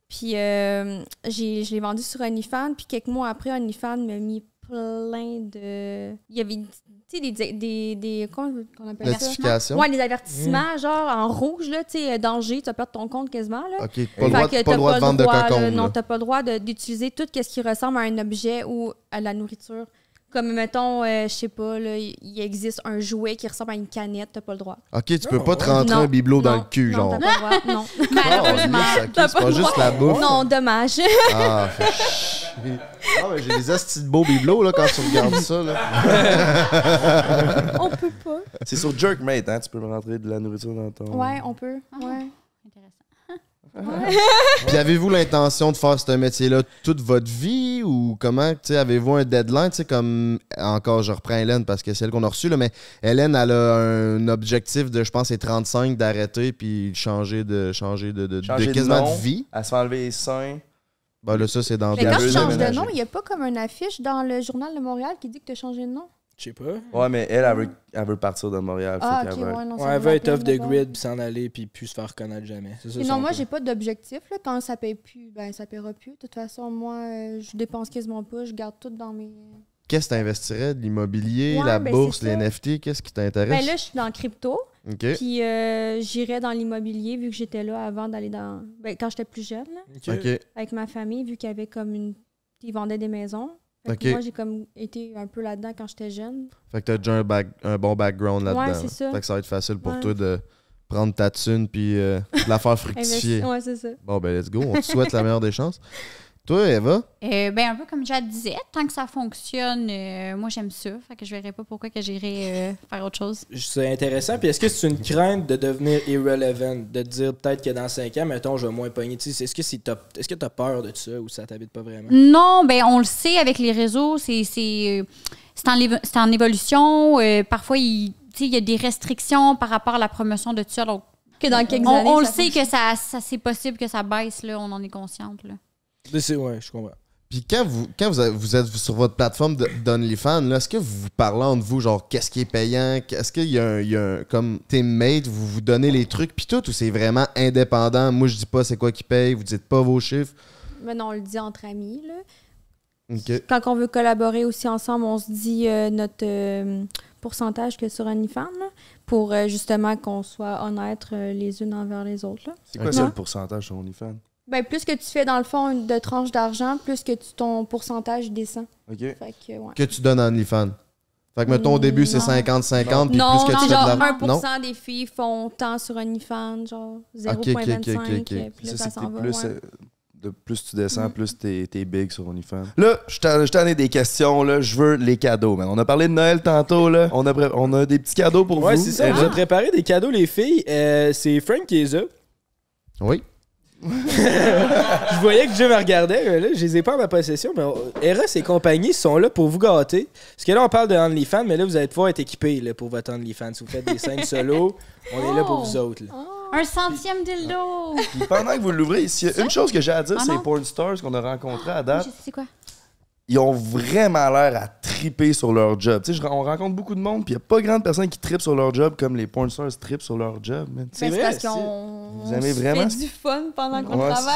Puis euh, j'ai- je l'ai vendu sur OnlyFans, puis quelques mois après, OnlyFans m'a mis plein de... Il y avait, tu sais, des... des, des, comment on appelle ça?
Notification.
Ouais, des avertissements, genre en rouge, là, tu sais, euh, danger, tu vas perdre ton compte quasiment, là.
Ok, pas le
Fait
droit,
que
pas
t'as
le droit de vendre
droit, là,
de cocombe.
Non,
là.
t'as pas le droit de- d'utiliser tout ce qui ressemble à un objet ou à la nourriture. Comme, mettons, euh, je sais pas, là, il il existe un jouet qui ressemble à une canette, t'as pas le droit.
Ok, tu peux
Non,
pas te rentrer un
Non,
bibelot dans
Non,
le cul,
non,
genre.
t'as pas le droit, non.
Malheureusement.
Oh, yes, ok,
T'as
c'est
pas
pas
le
juste
droit.
la bouffe.
Non, dommage.
Ah, fait chier. Ah, mais j'ai des astis de beaux bibelots, là, quand tu regardes ça, là.
on peut pas.
C'est sur Jerkmate, hein? Tu peux me rentrer de la nourriture dans ton.
Oh.
Ouais, on peut. Ouais.
Intéressant.
Puis avez-vous l'intention de faire ce métier-là toute votre vie ou comment, tu sais, avez-vous un deadline, tu sais, comme, encore, je reprends Hélène parce que c'est elle qu'on a reçue, là, mais Hélène, elle a un objectif de, je pense, c'est 35 d'arrêter puis de changer de, changer de, de,
Changer
de
de
quasiment
nom.
de vie.
Elle se fait enlever les seins.
Ben là, ça, c'est dans
Mais
deux
quand
veut
tu changes de
déménager.
nom, il n'y a pas comme une affiche dans le journal de Montréal qui dit que t'as changé de nom.
Je sais pas.
Ouais, mais elle, elle veut, elle veut partir de Montréal.
Ah,
fait
ok,
qu'elle va-
ouais, non, ça
Ouais, elle
vaut
veut
la
être off the
peine de voir.
grid, puis s'en aller, puis plus se faire reconnaître jamais. C'est ça,
Et
son
non, moi,
plan.
j'ai pas d'objectif. là. Quand ça paye plus, ben ça paiera plus. De toute façon, moi, euh, je dépense quasiment pas. Je garde tout dans mes.
Qu'est-ce que t'investirais? De l'immobilier,
Ouais,
la
ben,
bourse,
c'est
les
ça.
NFT? Qu'est-ce qui
Ben
t'intéresse?
là, je suis dans le crypto.
OK.
Puis euh, j'irais dans l'immobilier, vu que j'étais là avant d'aller dans. Ben, quand j'étais plus jeune, là,
OK.
avec ma famille, vu qu'il y avait comme une. Ils vendaient des maisons. Fait que
Ok.
Moi, j'ai comme été un peu là-dedans quand j'étais jeune.
Fait que t'as déjà un, back- un bon background
Ouais,
là-dedans.
c'est ça.
Fait que ça va être facile pour
Ouais.
toi de prendre ta thune puis euh, de la faire fructifier.
Investi- ouais, c'est ça.
Bon, ben let's go. On te souhaite la meilleure des chances. Toi, Eva?
Euh, ben, un peu comme Jade disait, tant que ça fonctionne, euh, moi, j'aime ça. Fait que je verrais pas pourquoi que j'irais euh, faire autre chose.
C'est intéressant. Puis est-ce que c'est une crainte de devenir irrelevant, de te dire peut-être que dans 5 ans, mettons, je vais moins pogner. Tu sais, Est-ce que c'est top- est-ce que t'as peur de ça ou ça t'habite pas vraiment?
Non, ben on le sait avec les réseaux, c'est c'est euh, c'est en, évo- c'est en évolution. euh, parfois, il, tu sais, il y a des restrictions par rapport à la promotion de tout ça. Donc,
Que dans quelques
on,
années,
on le
ça
sait que ça, ça- c'est possible que ça baisse, là, on en est consciente. là.
Mm.
Tu sais, Ouais, je comprends.
Puis quand vous, quand vous, avez- vous êtes sur votre plateforme de- d'OnlyFans, là, est-ce que vous vous parlez entre vous, genre, qu'est-ce qui est payant? Est-ce qu'il y a, un, il y a un- comme teammate, vous vous donnez les trucs, puis tout, ou c'est vraiment indépendant? Moi, je dis pas c'est quoi qui paye, vous dites pas vos chiffres.
Mais non, on le dit entre amis, là.
OK.
Quand on veut collaborer aussi ensemble, on se dit euh, notre euh, pourcentage que sur OnlyFans, là, pour euh, justement qu'on soit honnêtes euh, les unes envers les autres. là.
C'est quoi
Ouais.
ça le pourcentage sur OnlyFans?
Ben, plus que tu fais, dans le fond, une- de tranches d'argent, plus que tu- ton pourcentage descend.
OK.
Fait que, ouais.
Que tu donnes à OnlyFans? Fait que, mettons, au début, c'est
Non.
50-50, puis
non,
plus que
non,
tu fais de
genre
l'argent-
1% des filles font tant sur OnlyFans, genre 0.25,
Ok, ok, ok, ok, ok.
euh, puis là,
Ça,
ça,
c'est que
s'en
t'es
va.
plus,
ouais. Ben, Mm.
euh, de plus tu descends, plus t'es t'es big sur OnlyFans. Là, je t'en- je t'en ai des questions, là. Je veux les cadeaux, man. On a parlé de Noël tantôt, là. On a, pré- on a des petits cadeaux pour
Ouais,
vous.
c'est ça.
Eva.
Vous avez préparé des cadeaux, les filles. Euh, c'est Frank qui les a.
Oui.
Je voyais que Dieu me regardait, mais là, je les ai pas en ma possession. Mais on- Eros et compagnie sont là pour vous gâter. Parce que là, on parle de OnlyFans, mais là, vous allez pouvoir être équipés là, pour votre OnlyFans. Si vous faites des scènes solo, on est là pour
Oh.
vous autres. là.
Un centième dildo!
Puis pendant que vous l'ouvrez, s'il y a une chose que j'ai à dire,
Ah
c'est les
non.
porn stars qu'on a rencontrés à
Ah.
date.
Je sais quoi?
ils ont vraiment l'air à triper sur leur job. Tu sais, je- on rencontre beaucoup de monde, puis il n'y a pas grande personne qui tripe sur leur job comme les porn stars tripent sur leur job. man.
Ben,
vrai,
parce
c'est-
qu'on
Vous
on
aimez
se
vraiment?
fait du fun pendant qu'on
Ouais,
travaille.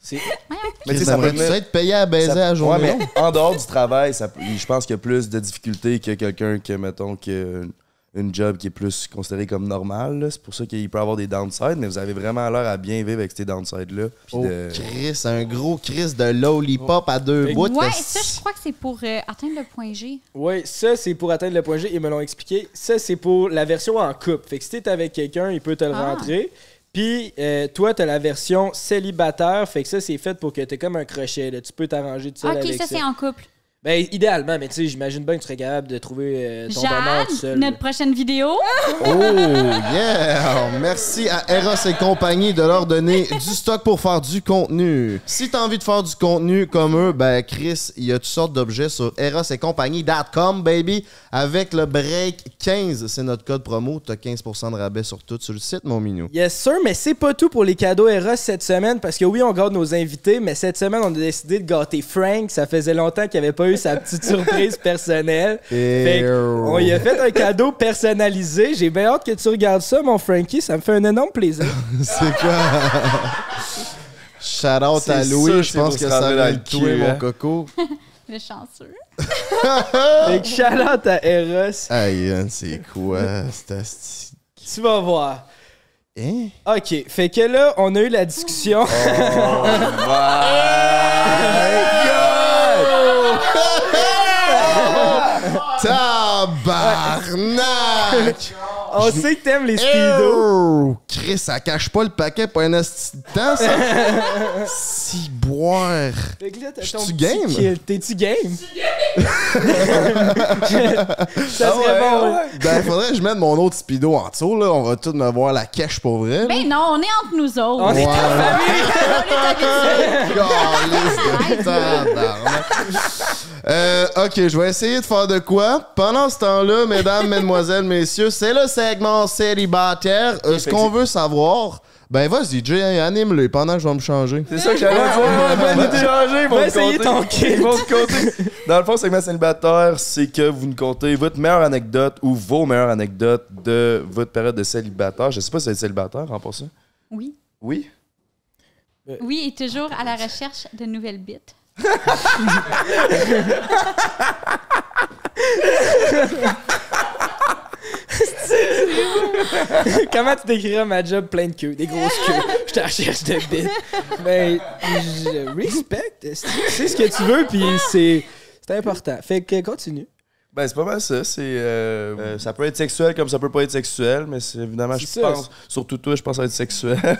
C'est-
Mais tu sais,
Chris,
ça peut
aimerais-tu
venir-
être payé à baiser
ça-
à la journée
Ouais, mais
longue?
en dehors du travail, ça peut- je pense qu'il y a plus de difficultés que quelqu'un qui, mettons, qui a une- une job qui est plus considérée comme normale. là. C'est pour ça qu'il peut avoir des downsides, mais vous avez vraiment l'air à bien vivre avec ces downsides-là. Puis
Oh,
de-
Chris, un gros Chris de lollipop à deux
Fait-
bouts.
Ouais,
parce-
ça, je crois que c'est pour euh, atteindre le point G.
Oui, ça, c'est pour atteindre le point G. Ils me l'ont expliqué. Ça, c'est pour la version en couple. Fait que si t'es avec quelqu'un, il peut te le
Ah.
rentrer. Puis, euh, toi, t'as la version célibataire. Fait que ça, c'est fait pour que t'aies comme un crochet. là. Tu peux t'arranger tout seul
Ah, ok,
avec
ça,
ça.
c'est en couple.
Ben, idéalement, mais tu sais, j'imagine bien que tu serais capable de trouver euh, ton bonheur
Jade,
tout seul.
notre prochaine vidéo.
Oh, yeah! Merci à Eros et compagnie de leur donner du stock pour faire du contenu. Si t'as envie de faire du contenu comme eux, ben Chris, il y a toutes sortes d'objets sur erosetcompagnie.com, baby. Avec le break 15, c'est notre code promo. T'as 15% de rabais sur tout sur le site, mon minou.
Yes sir, mais c'est pas tout pour les cadeaux Eros cette semaine parce que oui, on garde nos invités, mais cette semaine, on a décidé de gâter Frank. Ça faisait longtemps qu'il avait pas eu sa petite surprise personnelle. Fait que on lui a fait un cadeau personnalisé. J'ai bien hâte que tu regardes ça, mon Frankie. Ça me fait un énorme plaisir.
C'est quoi? Shout out
C'est
à
sûr,
Louis, je
c'est
pense
pour
que
se
ça
rentrer
va
dans
le
le
tuer,
cul,
mon
hein.
coco.
Le chanceux.
Fait que shout out à Eros.
Aïe, hein, c'est quoi? C'est asti-
Tu vas voir.
Hein?
Ok, fait que là, on a eu la discussion.
Tabarnak!
on sait que t'aimes les speedos.
Oh! Chris, ça cache pas le paquet pour un asti de temps, ça! si boire!
Fait que là, t'as
Je
ton
suis
petit
game.
kill. T'es-tu game? Ça serait bon.
Ben, faudrait que je mette mon autre speedo en dessous, là. On va tous me voir la cache pour vrai. là.
Ben non, on est entre nous autres.
On est en
Ouais.
famille.
Calisse de tabarnak. Euh, ok, je vais essayer de faire de quoi. Pendant ce temps-là, mesdames, mesdemoiselles, messieurs, c'est le segment célibataire. Euh, ce qu'on veut savoir, Ben vas-y, Jay, hein, anime-le pendant que je vais me changer.
C'est ça que j'allais dire.
Ouais,
bonne
ouais,
idée.
ouais.
Changer, ils vont
Va
me
essayer
compter.
ton kit.
Ils vont me compter. Dans le fond, segment célibataire, c'est que vous nous contez votre meilleure anecdote ou vos meilleures anecdotes de votre période de célibataire. Je sais pas si vous êtes célibataire en passant.
Oui.
Oui?
Oui, et toujours à la recherche de nouvelles bites.
Comment tu décrirais ma job plein de queues, des grosses queues? Je te recherche de bits. Mais je respecte. C'est c'est ce que tu veux, puis c'est c'est important. Fait que continue.
Ben, c'est pas mal ça. C'est, euh, euh, ça peut être sexuel comme ça peut pas être sexuel, mais c'est, évidemment, je
C'est ça.
pense, surtout toi, je pense à être sexuel.
Mais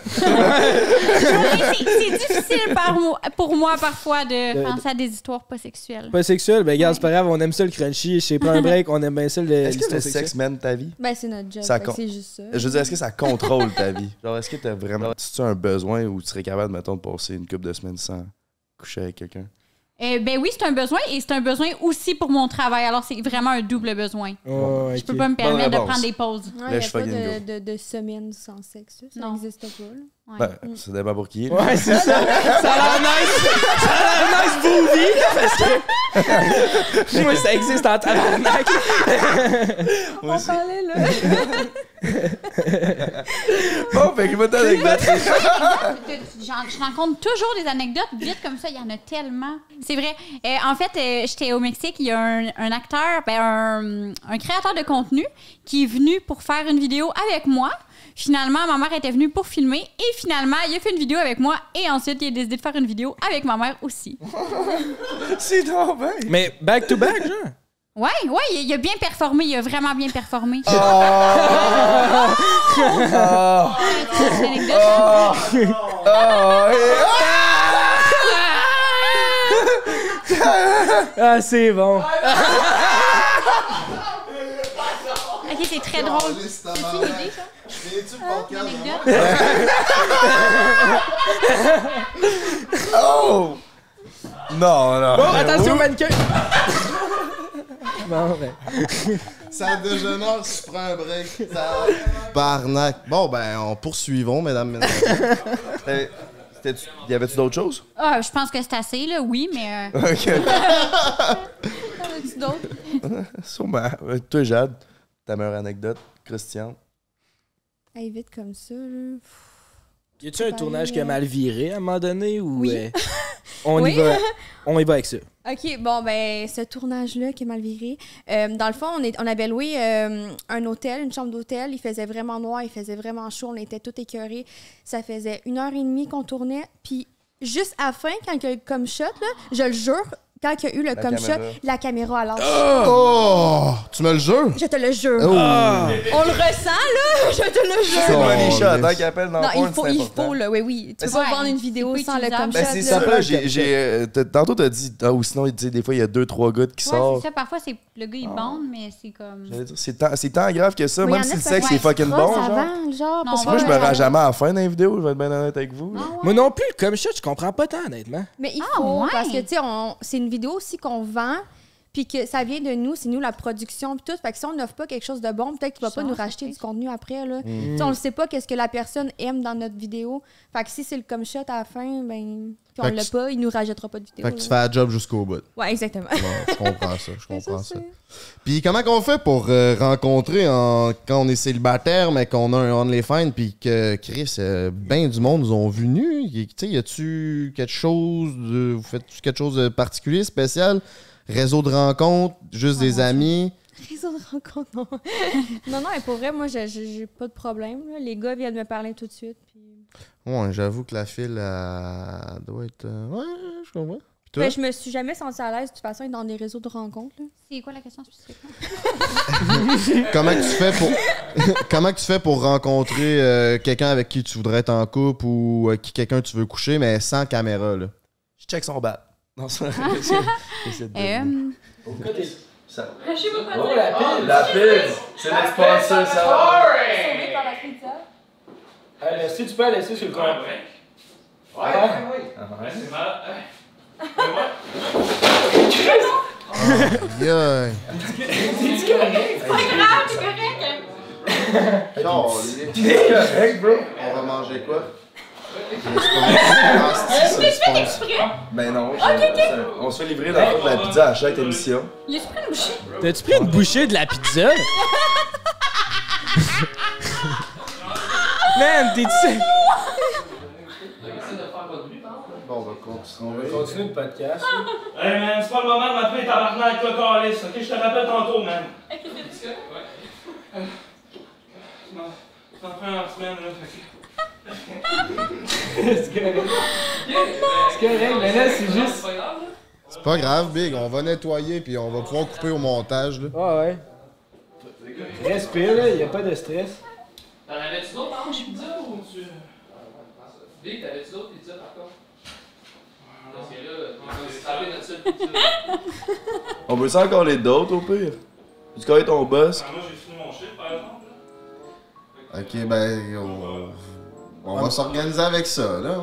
c'est c'est difficile par mo- pour moi parfois de
De-
penser à des histoires pas sexuelles.
Pas sexuel, ben regarde, c'est pas grave, on aime ça le crunchy. Chez Prends un break, on aime bien ça le.
Est-ce que
l'histoire
le
sexuelle.
sexe mène ta vie?
Ben, c'est notre job.
Ça
fait que
compte.
C'est juste ça.
Je veux dire, est-ce que ça contrôle ta vie? Genre, est-ce que t'as vraiment. tu as un besoin ou tu serais capable, mettons, de passer une couple de semaines sans coucher avec quelqu'un?
Euh, ben oui, c'est un besoin et c'est un besoin aussi pour mon travail. Alors c'est vraiment un double besoin.
Oh,
Je peux
ok.
pas me permettre de
réponse.
prendre des pauses.
Il n'y a
Let's
pas de,
fucking
de, de semaine sans sexe. Ça
Non.
n'existe pas. là.
Ouais.
Ben,
Mm.
ça dépend pour qui. là.
Ouais, c'est ça. Ça a l'air nice. Ça a l'air nice, Boobie. Parce que. Moi, ça existe en tabarnak.
On parlait là.
Bon, fait que votre anecdote.
Ah, J'en- Je rencontre toujours des anecdotes vite comme ça. Il y en a tellement. C'est vrai. Euh, en fait, euh, j'étais au Mexique. Il y a un, un acteur, ben, un, un créateur de contenu qui est venu pour faire une vidéo avec moi. Finalement, ma mère était venue pour filmer et finalement, il a fait une vidéo avec moi et ensuite, il a décidé de faire une vidéo avec ma mère aussi.
C'est trop bien.
Mais back to back, genre.
Ouais, ouais, il, il a bien performé. Il a vraiment bien performé. Ah! C'est une anecdote.
Ah, c'est bon.
Ok, c'est très drôle.
Liste à
C'est
ma
qui
mère.
l'idée, ça? Ah,
Je finis-tu le podcast?
Anecdote?
Oh! Non, non.
Oh, attention, mannequin. Bon, ben.
Ça dégénère si tu prends un break. Ça...
Barnac. Bon, ben, on poursuivons, mesdames, mesdames.
C'était- c'était-tu- Y avait-tu d'autres choses?
Ah, je pense que c'est assez, là, oui, mais. euh,
Ok.
T'en as-tu d'autres?
Sûrement. Euh, Toi, Jade, ta meilleure anecdote, Christian.
Hey, vite comme ça. Là.
Y a-tu un tournage qui a mal viré à un moment donné ou.
Oui.
euh, on,
Oui.
y va, on y va avec ça.
OK, bon, ben, ce tournage-là qui est mal viré. euh, dans le fond, on, est, on avait loué euh, un hôtel, une chambre d'hôtel. Il faisait vraiment noir, il faisait vraiment chaud. On était tout écœurés. Ça faisait une heure et demie qu'on tournait. Puis, juste à la fin, quand il y a eu le comme shot, là, je le jure, quand il y a eu le comme shot,
caméra.
la caméra a lâché.
Ah!
Oh! Tu me le jures?
Je te le jure.
Oh!
On le ressent, là. Je te le
C'est
jure.
Oh,
money shot,
yes.
hein, qui appelle dans
Non,
le
il
porn,
faut,
c'est
il
important.
faut, là. Oui, oui. Tu peux
Ben,
pas
c'est-
vendre une vidéo
c'est
sans le
utilisable.
comme
Ben,
shot,
c'est
là.
ça,
peut
là,
être
j'ai,
comme
j'ai, euh, t'as- tantôt t'as dit, ah, ou sinon, tu sais, des fois, il y a deux, trois gars qui
Ouais,
sortent.
c'est ça. Parfois, c'est le gars, il bande, mais c'est comme.
J'allais dire, C'est tant, c'est tant grave que ça,
Mais
même
y en
si
a,
le
ça
sexe
fait
est fucking
Crosse
bon, genre.
avant, genre,
Non,
pour
on
ça,
Moi, je me
euh,
rends jamais à la fin d'une vidéo, je vais être bien honnête avec vous. là.
Ah, ouais.
Moi non plus, comme shot, je comprends pas tant, honnêtement.
Mais il
Ah,
faut,
ouais.
parce que, tu sais, on- c'est une vidéo aussi qu'on vend, puis que ça vient de nous, c'est nous la production, puis tout. Fait que si on n'offre pas quelque chose de bon, peut-être qu'il va pas
Ça,
nous
ça
racheter
fait.
du contenu après,
Mm.
là. Tu sais, on ne sait pas qu'est-ce que la personne aime dans notre vidéo. Fait que si c'est le comme shot à la fin, ben, puis on
Fait que
l'a
tu-
pas, il nous rajoutera pas de vidéo.
Fait que tu
là.
fais la job jusqu'au bout.
Ouais, exactement.
Bon, je comprends ça, je comprends ça.
c'est-
Puis comment qu'on fait pour euh, rencontrer en- quand on est célibataire, mais qu'on a un OnlyFans, puis que Chris, euh, ben du monde nous ont vu nus? Y- Tu sais, y a-tu quelque chose de. Vous faites quelque chose de particulier, spécial? Réseau de rencontres, juste
Ah,
des amis?
Réseau de rencontre, non. non, non, mais pour vrai, moi, je- je- j'ai pas de problème. là. Les gars viennent me parler tout de suite. puis-
Ouais, j'avoue que la file elle doit être. euh, Ouais, je comprends. Puis toi?
Ben, je me suis jamais sentie à l'aise, de toute façon, dans des réseaux de rencontres. là.
C'est quoi la question spécifiquement?
Comment que tu fais pour comment que tu fais pour rencontrer euh, quelqu'un avec qui tu voudrais être en couple ou euh, qui quelqu'un tu veux coucher mais sans caméra là.
Je check son bat. Non, ça. j'essaie de-
Euh,
Je sais pas
Oh, la pile!
La pile, c'est l'expansion, ça.
Euh, si tu peux la laisser sur le compte.
Yeah.
Non, on est correct, bro. On va
mangé quoi?
Est-ce que tu fais exprès?
Ben non,
Ok, Ben, euh, ok.
on se fait livrer la fin de la pizza à chaque émission.
Il est pris une bouchée.
T'as-tu pris une bouchée de la pizza? Man, t'es-tu.
Bon, on va continuer.
On continue le podcast.
Hey man, c'est pas le moment de m'appeler tabarnak, le calice, ok? Je te rappelle tantôt, man. Euh, Non, ça en prend une semaine, là,
C'est correct. C'est correct, mais là, c'est juste.
C'est pas grave, Big. On va nettoyer puis on va pouvoir couper au montage. Là.
Ah ouais. Respire, là, y a pas de stress.
T'en avais-tu d'autres par contre, pizza ou tu. Vic, t'avais-tu d'autres pizza par contre? Parce que là, on va se taper notre seule pizza.
On peut ça encore les d'autres au pire? Tu connais ton boss?
Moi, j'ai fini mon chiffre, par exemple.
Ok, ben. On, on va s'organiser avec ça, là.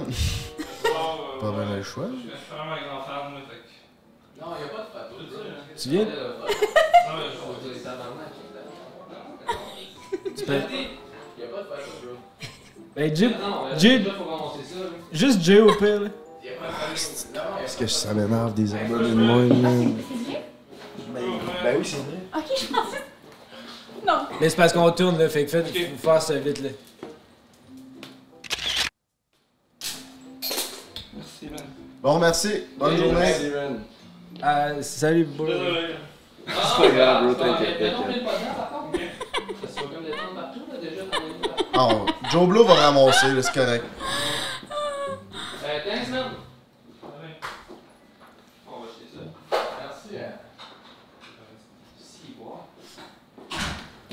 pas mal le choix.
Je suis vraiment un grand fan, moi, fait que. Non, y'a pas de photo,
Tu viens?
Non, mais je vais dire tabarnak.
Tu peux-
Y'a pas de photo, bro.
Ben, Jib.
Non, non,
Jib.
là, faut commencer ça, là.
Juste Jay au pire, là.
Est-ce que ça m'énerve des abonnés de moi, man?
Ben oui, c'est vrai.
Ok, je pensais. Non.
Mais c'est parce qu'on tourne, là, fait que faites, faut faire ça vite, là.
Merci, man.
Bon, merci. Bonne journée.
man.
Ah, salut, bro.
Désolé.
C'est pas grave, bro, t'inquiète,
Mais non, mais
t'inquiète.
pas dedans, par contre. Ça se voit comme des temps partout, là, déjà, t'en as mis.
Ah, on- Joe Blow va ramasser, là, c'est correct.
Euh, thanks, man. On va jeter ça. Merci. hein. Si, boire.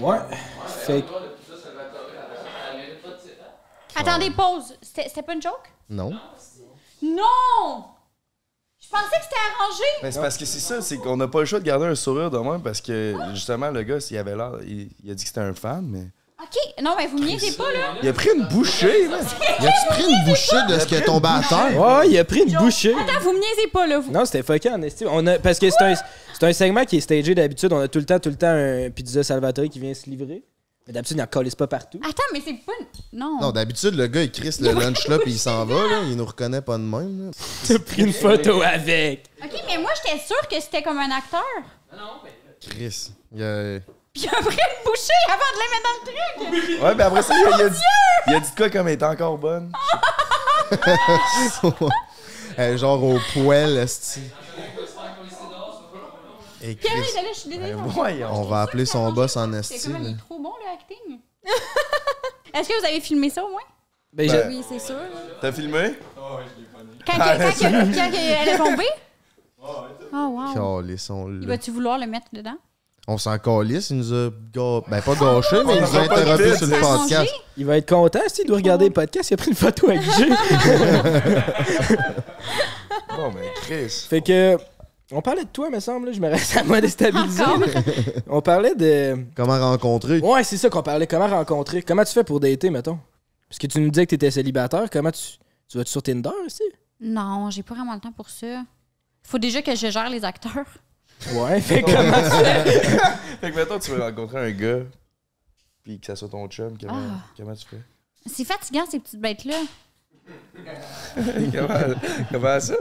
Ouais.
Ouais,
Fait
ben, on va, le pizza Salvatore, elle- elle mérite pas de s'éteindre.
Attendez, pause. C'était c'était pas une joke?
Non.
Non! Je pensais que c'était arrangé.
Ben, c'est parce que c'est ça, c'est qu'on n'a pas le choix de garder un sourire de même parce que justement, le gars, il avait l'air, il, il a dit que c'était un fan, mais.
OK. Non, mais vous me niaisez pas, là.
Il a pris une bouchée, man!
Y a-tu pris une bouchée de ce qui est tombé à terre?
Ouais, ouais, il a pris une bouchée.
Attends, vous me niaisez pas, là. Vous...
Non, c'était fucking, esti. on a Parce que c'est un, c'est un segment qui est stagé d'habitude. On a tout le temps, tout le temps un pizza Salvatore qui vient se livrer. Mais d'habitude, il n'en collisse pas partout.
Attends, mais c'est pas une... Non.
Non, d'habitude, le gars, il crisse le lunch là, puis il s'en va, là. Il nous reconnaît pas de même, là.
T'as pris une photo avec.
OK, mais moi, j'étais sûre que c'était comme un acteur.
Chris. Il a- euh,
Puis il a pris une bouchée avant de la mettre dans le truc.
Ouais, ben après ça, il a, il a dit, il a dit de quoi comme elle était encore bonne?
Eh, genre au poêle, esti. Et
Kevin,
Chris.
là, là, je suis désolée.
Ben
ça-
voyons.
On va appeler son boss en
C'est
esti.
comme il
là.
est trop bon, le acting. Est-ce que vous avez filmé ça, au moins?
Ben,
Ben,
Oui, c'est sûr.
T'as filmé?
Quand,
Ah,
quand, quand, quand- quand elle est tombée? Oh, wow.
Calisse, on
Il
l'a.
va-tu vouloir le mettre dedans?
On s'en calisse, il nous a. ga- Ben, pas gâché, mais il nous a
On a pas de
interrompu
pizza.
sur
Ça
le
a
podcast.
changé?
Il va être content s'il doit regarder le podcast. Il a pris une photo avec Jay.
Bon, ben Chris.
fait que. On parlait de toi, me semble. là. Je me reste à moi déstabilisé. on parlait de.
Comment rencontrer?
Ouais, c'est ça qu'on parlait. Comment rencontrer Comment tu fais pour dater, mettons Parce que tu nous disais que t'étais célibataire. Comment tu. Tu vas-tu sur Tinder aussi
Non, j'ai pas vraiment le temps pour ça. Faut déjà que je gère les acteurs.
Ouais, fait comment
Fait que maintenant, tu veux rencontrer un gars, puis que ça soit ton chum, comment,
Ah.
comment tu fais?
C'est fatigant, ces petites bêtes-là.
comment, comment ça?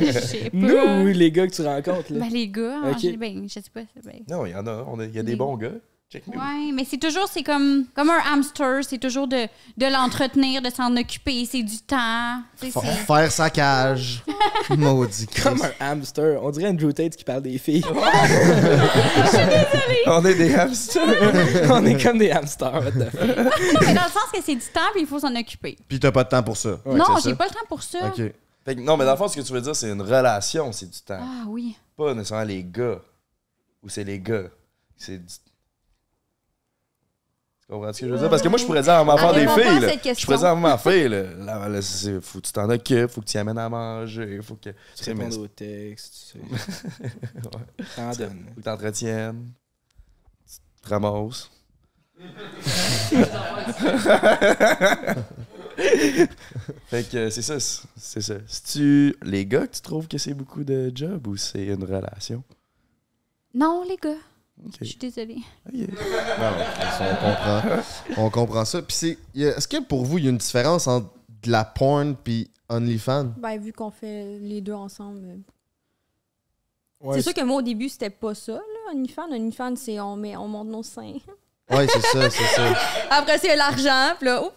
Je sais pas.
Nous ou les gars que tu rencontres, là
Ben, les gars, en
Ok.
gé- ben, je sais pas. c'est- ben-
Non, il y en a, on a- il y a des bons gars. Check nous.
Ouais, mais c'est toujours, c'est comme, comme un hamster, c'est toujours de, de l'entretenir, de s'en occuper, c'est du temps. tu sais,
Fa-
c'est-
Faire sa cage. Maudit Chris.
Comme un hamster. On dirait Andrew Tate qui parle des filles.
On est des hamsters.
on est comme des hamsters. what the fuck.
Mais dans le sens que c'est du temps, puis il faut s'en occuper.
Puis t'as pas de temps pour ça.
non,
c'est
j'ai
ça?
pas le temps pour ça.
Ok.
Fait que, non, mais dans le fond, ce que tu veux dire, c'est une relation, c'est du temps.
Ah oui.
Pas nécessairement les gars. Ou c'est les gars. C'est du... Tu comprends ce que je veux dire? Parce que moi, je pourrais dire à ma
Ah,
part des
réponds pas
filles,
à
là.
cette
je
question.
pourrais dire à ma fille, là, là, là, c'est- faut que tu t'en occupes, faut que tu y amènes à manger, faut que
Tu réponds aux textes. Tu sais. T'en donnes.
faut que t'entretiennes, tu te ramasses. fait que euh, c'est ça, c'est- c'est ça. tu les gars que tu trouves que c'est beaucoup de job ou c'est une relation?
Non, les gars. Je suis désolée.
Non, non, on comprend. On comprend ça. Puis c'est- y a- est-ce que pour vous, il y a une différence entre de la porn puis OnlyFans?
Ben, vu qu'on fait les deux ensemble. euh,
Ouais,
c'est sûr que moi, au début, c'était pas ça, là. OnlyFans, OnlyFans, c'est on, met, on monte nos seins.
Ouais, c'est ça, c'est ça.
Après, c'est l'argent, puis là, oups,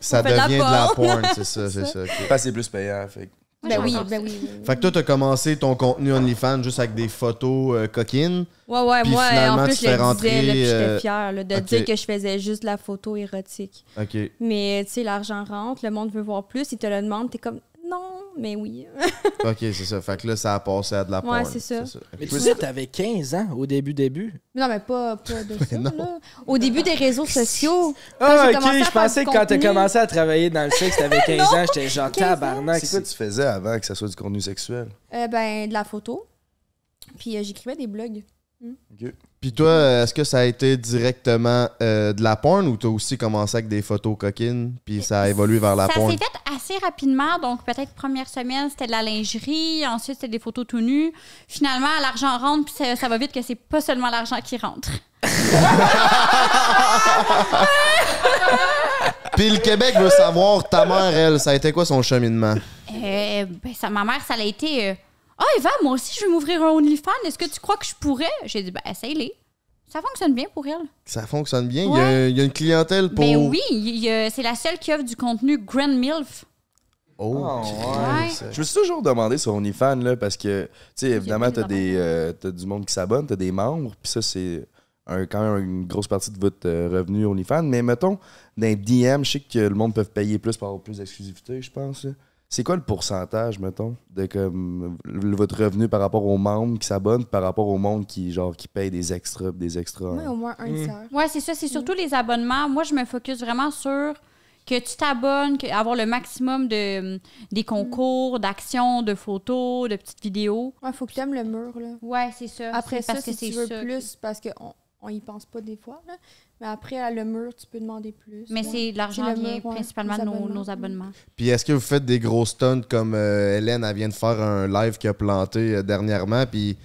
Ça
on fait de
devient de la porn,
porn.
c'est ça, c'est ça. ok.
Parce que c'est plus payant. Fait que-
ben oui, ben oui.
Fait que toi, t'as commencé ton contenu OnlyFans juste avec des photos euh, coquines.
Ouais, ouais,
Puis
moi,
finalement,
en plus,
tu
je
te
le disais,
fais
là, puis
rentrer, euh,
j'étais fière là, de
ok.
dire que je faisais juste de la photo érotique.
OK.
Mais, tu sais, l'argent rentre, le monde veut voir plus, ils te le demandent, t'es comme, non, mais oui.
OK, c'est ça. Fait que là, ça a passé à de la
Ouais,
porn.
c'est ça.
Mais tu disais que t'avais 15 ans au début, début.
Non, mais pas, pas de ça,
non.
là. Au début des réseaux sociaux. quand
Ah, ok,
j'ai commencé
je
à faire
pensais
du
que quand t'as
contenu-
commencé à travailler dans le sexe, t'avais 15 ans, j'étais genre
15 ans.
tabarnak.
C'est quoi que tu faisais avant que ça soit du contenu sexuel?
Euh, ben, de la photo. Puis euh, j'écrivais des blogs.
Puis toi, euh, est-ce que ça a été directement euh, de la porn ou t'as aussi commencé avec des photos coquines puis ça a évolué vers la
ça
porn?
s'est fait assez rapidement. Donc, peut-être première semaine, c'était de la lingerie. Ensuite, c'était des photos tout nues. Finalement, l'argent rentre, puis ça, ça va vite que c'est pas seulement l'argent qui rentre.
Puis le Québec veut savoir, ta mère, elle, ça a été quoi son cheminement?
Euh, ben, ça, ma mère, ça l'a été. euh, Ah, Eva, moi aussi, je vais m'ouvrir un OnlyFans. Est-ce que tu crois que je pourrais? J'ai dit, ben, essaye-les. Ça fonctionne bien pour elle.
Ça fonctionne bien? Il y a- il y, a une clientèle pour...
Ben oui, il y a- c'est la seule qui offre du contenu Grand MILF.
Oh,
ouais.
Christ. Je me suis toujours demandé sur OnlyFans, là, parce que, tu sais, évidemment, t'as des, euh, t'as du monde qui s'abonne, t'as des membres, puis ça, c'est un- quand même une grosse partie de votre euh, revenu OnlyFans. Mais mettons, dans les DM, je sais que le monde peut payer plus pour avoir plus d'exclusivité, je pense. là. C'est quoi le pourcentage, mettons, de comme le- votre revenu par rapport aux membres qui s'abonnent, par rapport au monde qui, genre, qui paye des extras, des extras?
Ouais, au moins un
Mm.
tiers.
Ouais, c'est ça. C'est surtout les abonnements. Moi, je me focus vraiment sur que tu t'abonnes, que- avoir le maximum de, des concours, d'actions, de photos, de petites vidéos.
Ouais, faut que t'aimes le mur, là.
Ouais, c'est ça.
Après
C'est
ça,
parce que
si tu
c'est
veux
ça.
plus, parce qu'on on y pense pas des fois, là. Mais après, à le mur, tu peux demander plus.
Mais
là.
c'est l'argent
le mur,
vient
ouais,
principalement de
les
nos, nos abonnements. Mm.
Puis est-ce que vous faites des gros stunts comme euh, Hélène, elle vient de faire un live qui a planté euh, dernièrement, puis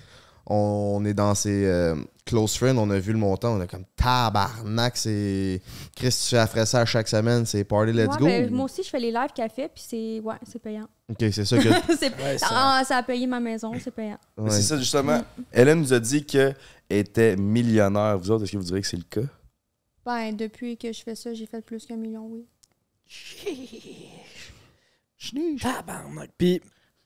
on, on est dans ses euh, close friends, on a vu le montant, on est comme tabarnak, c'est... Chris, tu ferais ça à chaque semaine, c'est party, let's
Ouais,
go.
ben, moi aussi, je fais les lives qu'elle fait, puis c'est ouais, c'est payant.
Ok, c'est ça que...
C'est-
Ouais, ça-
Ah, ça a payé ma maison, c'est payant.
Mais C'est ça, justement. Hélène nous a dit qu'elle était millionnaire. Vous autres, est-ce que vous direz que c'est le cas?
Ben, depuis que je fais ça, j'ai fait plus qu'un million, oui.
Tabarnak. Puis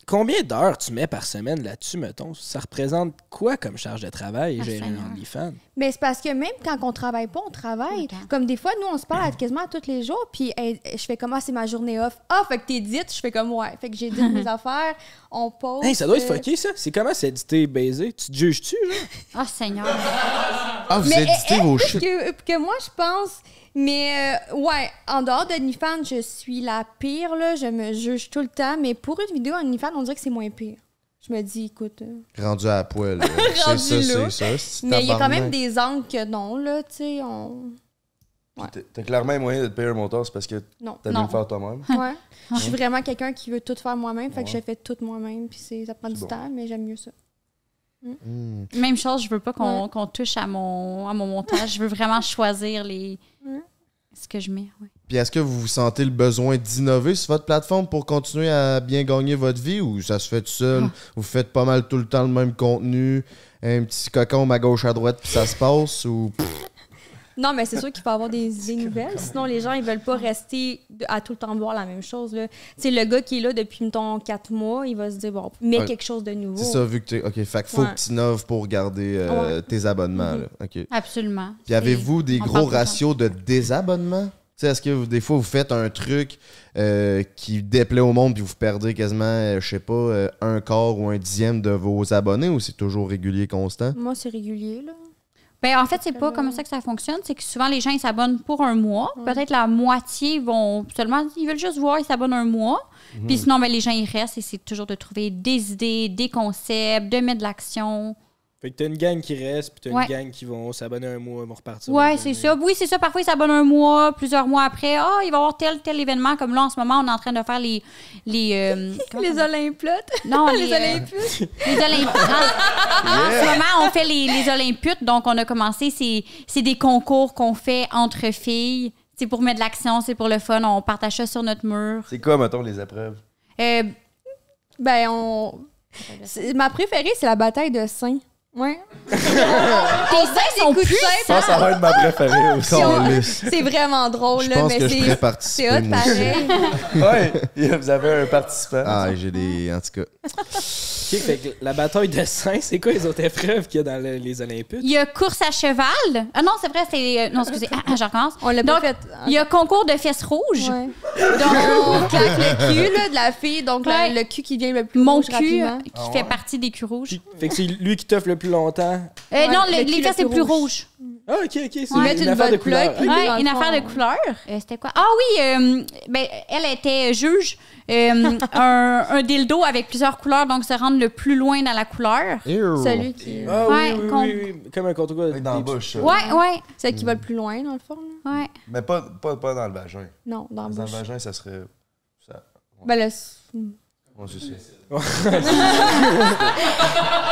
combien d'heures tu mets par semaine là-dessus, mettons? Ça représente quoi comme charge de travail,
Ah,
gérer
Seigneur.
un OnlyFans?
Mais c'est parce que même quand on travaille pas, on travaille. Comme des fois, nous, on se parle à- quasiment à tous les jours, puis hey, je fais comment c'est ma journée off. Ah, fait que t'es dite, je fais comme ouais. Fait que j'ai dit mes affaires, on pose.
Hey, ça doit être
euh,
fucké, ça. C'est comment s'éditer baiser? Tu te juges-tu, genre?
Ah, Seigneur.
Ah,
Mais, eh, eh, Que, que moi, je pense. Mais euh, ouais, en dehors de d'OnlyFans, je suis la pire, là. Je me juge tout le temps. Mais pour une vidéo OnlyFans, on dirait que c'est moins pire. Je me dis, écoute. euh,
Rendu à poil. c'est
rendu
ça,
là.
c'est ça. c'est
mais il y a quand
tabarnak.
même des angles que non, là, tu sais. On...
T'as- T'as clairement un moyen de te payer un montant, c'est parce que
Non.
t'as bien
Non.
le faire toi-même.
Ouais. Je suis
Ouais.
vraiment quelqu'un qui veut tout faire moi-même. Fait que
Ouais.
je fais tout moi-même. Puis c'est- ça prend du
bon.
temps, mais j'aime mieux ça.
Même chose, je veux pas qu'on qu'on touche à mon, à mon montage. Je veux vraiment choisir les ce que je mets. ouais.
Puis est-ce que vous sentez le besoin d'innover sur votre plateforme pour continuer à bien gagner votre vie ou ça se fait tout seul? Vous faites pas mal tout le temps le même contenu, un petit cocon à gauche à droite puis ça se passe ou pff,
Non, mais c'est sûr qu'il faut avoir des idées nouvelles. Sinon, les gens, ils veulent pas rester de- à tout le temps voir la même chose. là. Tu sais, le gars qui est là depuis, mettons, quatre mois, il va se dire, bon, mets
Ouais.
quelque chose de nouveau.
c'est ça vu que t'es OK, fait que faut
Oh. Ouais.
que tu innoves pour garder euh, tes abonnements là. OK.
Absolument.
Puis avez-vous des
On
gros
parle tout le
ratios de désabonnement? Tu sais, Est-ce que vous- des fois vous faites un truc euh, qui déplaît au monde puis vous perdez quasiment, euh, je sais pas, euh, un quart ou un dixième de vos abonnés ou c'est toujours régulier, constant?
Moi, c'est régulier, là.
Ben, en fait, c'est pas comme ça que ça fonctionne. C'est que souvent, les gens, ils s'abonnent pour un mois. Peut-être la moitié vont seulement, ils veulent juste voir, ils s'abonnent un mois.
Mhm.
Puis sinon, ben, les gens, ils restent et c'est toujours de trouver des idées, des concepts, de mettre de l'action.
Fait que t'as une gang qui reste, puis t'as
Ouais.
une gang qui vont s'abonner un mois, vont repartir.
Ouais, c'est ça. Oui, c'est ça. Parfois, ils s'abonnent un mois, plusieurs mois après. Ah, il va y avoir tel, tel événement. Comme là, en ce moment, on est en train de faire les. Les, euh, comment
Les
ça-
Olympotes.
Non, les,
les
euh,
Olympiques.
les Olympiques. En ce moment, on fait les, les Olymputes. Donc, on a commencé. C'est, c'est des concours qu'on fait entre filles. C'est pour mettre de l'action, c'est pour le fun. On partage ça sur notre mur.
C'est quoi, mettons, les épreuves?
Euh,
Ben, on. c'est- Ma préférée, c'est la bataille de seins. Ouais.
Tes seins sont puissants.
Je pense que ça va être ma préférée aussi.
Calisse.
C'est vraiment drôle,
Je
là,
pense
mais
que je pourrais
c'est.
participer,
C'est hot,
moi aussi.
pareil.
ouais, vous avez un participant.
Ah, j'ai des. En tout cas.
Ok, fait que la bataille de seins, c'est quoi les autres épreuves qu'il y a dans le- les Olympiques?
Il y a course à cheval. Ah non, c'est vrai, c'est. euh, Non, excusez, ah, ah, je recommence.
On l'a pas
Donc,
fait. hein.
il y a concours de fesses rouges.
Ouais.
Donc,
On claque le cul là, de la fille, donc la-
Ouais.
le cul qui vient le plus
mon
rouge
cul
rapidement.
euh, qui fait partie des culs rouges.
Fait que c'est lui qui t'offre le plus longtemps.
Euh,
Ouais,
non,
le
le-
cul
les
le
fesses, c'est
plus
plus
rouge.
rouge.
Ah, ok, ok. C'est
Ouais.
une
Une
affaire de
bonne
couleur.
plaque,
Ok.
puis- dans
Ouais,
le
une
fond.
affaire de couleur. Euh, C'était quoi? Ah oui, euh, ben, elle était juge. Euh, un, un dildo avec plusieurs couleurs, donc se rendre le plus loin dans la couleur.
Celui qui,
Ah oui,
Ouais,
oui, oui,
con-
oui, oui. Comme un contre quoi
Dans la bouche. ça.
Ouais, ouais,
celui qui va le plus loin, dans le fond. là.
ouais.
Mais pas, pas, pas dans le vagin.
Non, dans la
Dans le
bouche.
vagin, ça serait. Ça...
Ben là, c'est-
Bon, c'est ça.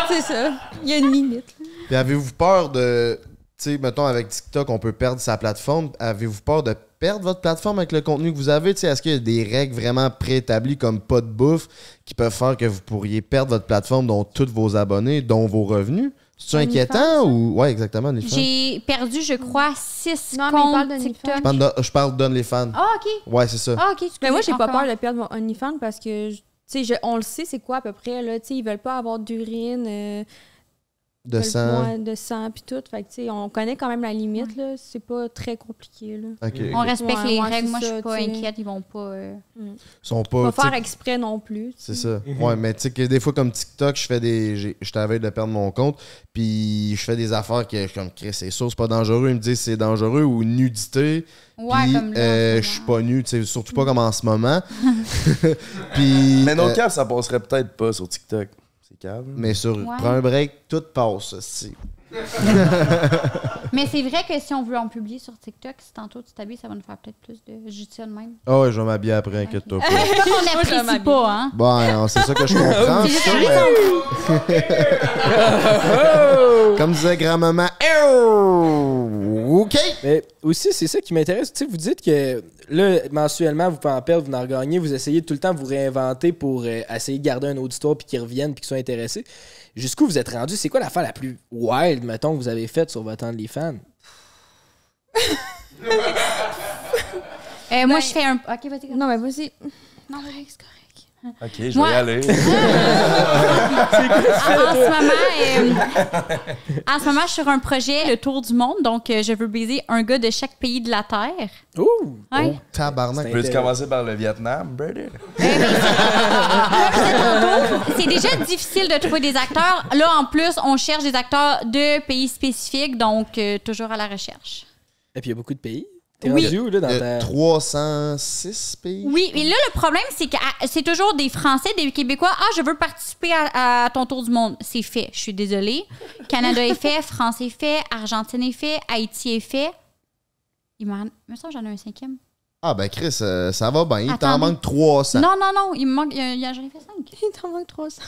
c'est ça. Il y a une minute. là.
Puis avez-vous peur de. Tu sais, mettons, avec TikTok, on peut perdre sa plateforme. Avez-vous peur de perdre votre plateforme avec le contenu que vous avez? Tu sais, est-ce qu'il y a des règles vraiment préétablies comme pas de bouffe qui peuvent faire que vous pourriez perdre votre plateforme, dont tous vos abonnés, dont vos revenus? C'est-tu
OnlyFans,
inquiétant ou. Ouais, exactement, OnlyFans.
J'ai perdu, je crois, six
Non, mais il parle
comptes
de
Je
TikTok.
parle de- euh, Je parle d'OnlyFans.
Ah, OK.
Ouais, c'est ça.
Ah, OK.
Mais Ben, moi, j'ai pas peur de perdre mon OnlyFans parce que, je- tu sais, je- on le sait, c'est quoi à peu près, là. Tu sais, ils veulent pas avoir d'urine, euh,
de
ils veulent
sang.
pas de sang, puis tout. Fait que, tu sais, on connaît quand même la limite, là. C'est pas très compliqué, là.
Ok.
On respecte
Ouais,
les
ouais,
règles.
c'est
Moi, je suis
ça,
pas
tu sais.
inquiète. Ils vont pas. euh,
Ils sont
Pas
pas. tu sais,
faire exprès non plus. tu
C'est
sais.
ça.
Mhm.
Ouais, mais tu sais que des fois, comme TikTok, je fais des. j'ai- Je t'avais de perdre mon compte, puis je fais des affaires que je suis comme Chris, c'est sûr, c'est pas dangereux. Ils me disent c'est dangereux ou nudité.
Ouais,
puis,
comme là. en
euh,
ce
je suis
moment. Mhm.
pas nu, tu sais, surtout pas comme en ce moment. puis.
Mais non,
euh,
cap, ça passerait peut-être pas sur TikTok. C'est câble.
mais sur
Ouais.
prends un break, tout passe. Si.
Mais c'est vrai que si on veut en publier sur TikTok, si tantôt tu t'habilles, ça va nous faire peut-être plus de. Je dis ça de même.
Ah ouais, je vais m'habiller après, inquiète-toi pas.
C'est pas qu'on n'apprécie
m'habille.
pas, hein.
Bon, non, c'est ça que je comprends.
C'est
Ah, ça,
juste
mais- Comme disait grand-maman, eh, Ew! OK!
Mais aussi, c'est ça qui m'intéresse. Tu sais, vous dites que là, mensuellement, vous pouvez en perdre, vous en regagnez, vous essayez tout le temps de vous réinventer pour euh, essayer de garder un auditoire puis qu'ils reviennent puis qu'ils soient intéressés. Jusqu'où vous êtes rendu? C'est quoi l'affaire la plus wild, mettons, que vous avez faite sur votre OnlyFans?
Euh,
Ben,
moi, je fais un. Ok, vas-y.
Non, mais vas-y.
Non, vas-y, c'est correct.
Ok, je
Moi-
vais y aller.
En, Ah, en ce moment, euh, en ce moment, je suis sur un projet, le tour du monde. Donc, euh, je veux baiser un gars de chaque pays de la Terre.
Ouh!
Ouais.
Tabarnak.
Peux-tu commencer par le Vietnam, brother?
C'est déjà difficile de trouver des acteurs. Là, en plus, on cherche des acteurs de pays spécifiques, donc euh, toujours à la recherche.
Et puis il y a beaucoup de pays. T'es
Oui.
rendu où, là, dans
de
ta.
306 pays.
Oui, mais là, le problème, c'est que ah, c'est toujours des Français, des Québécois. Ah, je veux participer à, à ton tour du monde. C'est fait. Je suis désolée. Canada est fait, France est fait, Argentine est fait, Haïti est fait. Il m'en. Me semble que j'en ai un cinquième.
Ah ben Chris, euh, ça va bien. Il t'en
Attendez.
manque 300.
Non, non, non. Il me manque. il y a- il y a- J'en ai fait cinq.
Il t'en manque 300.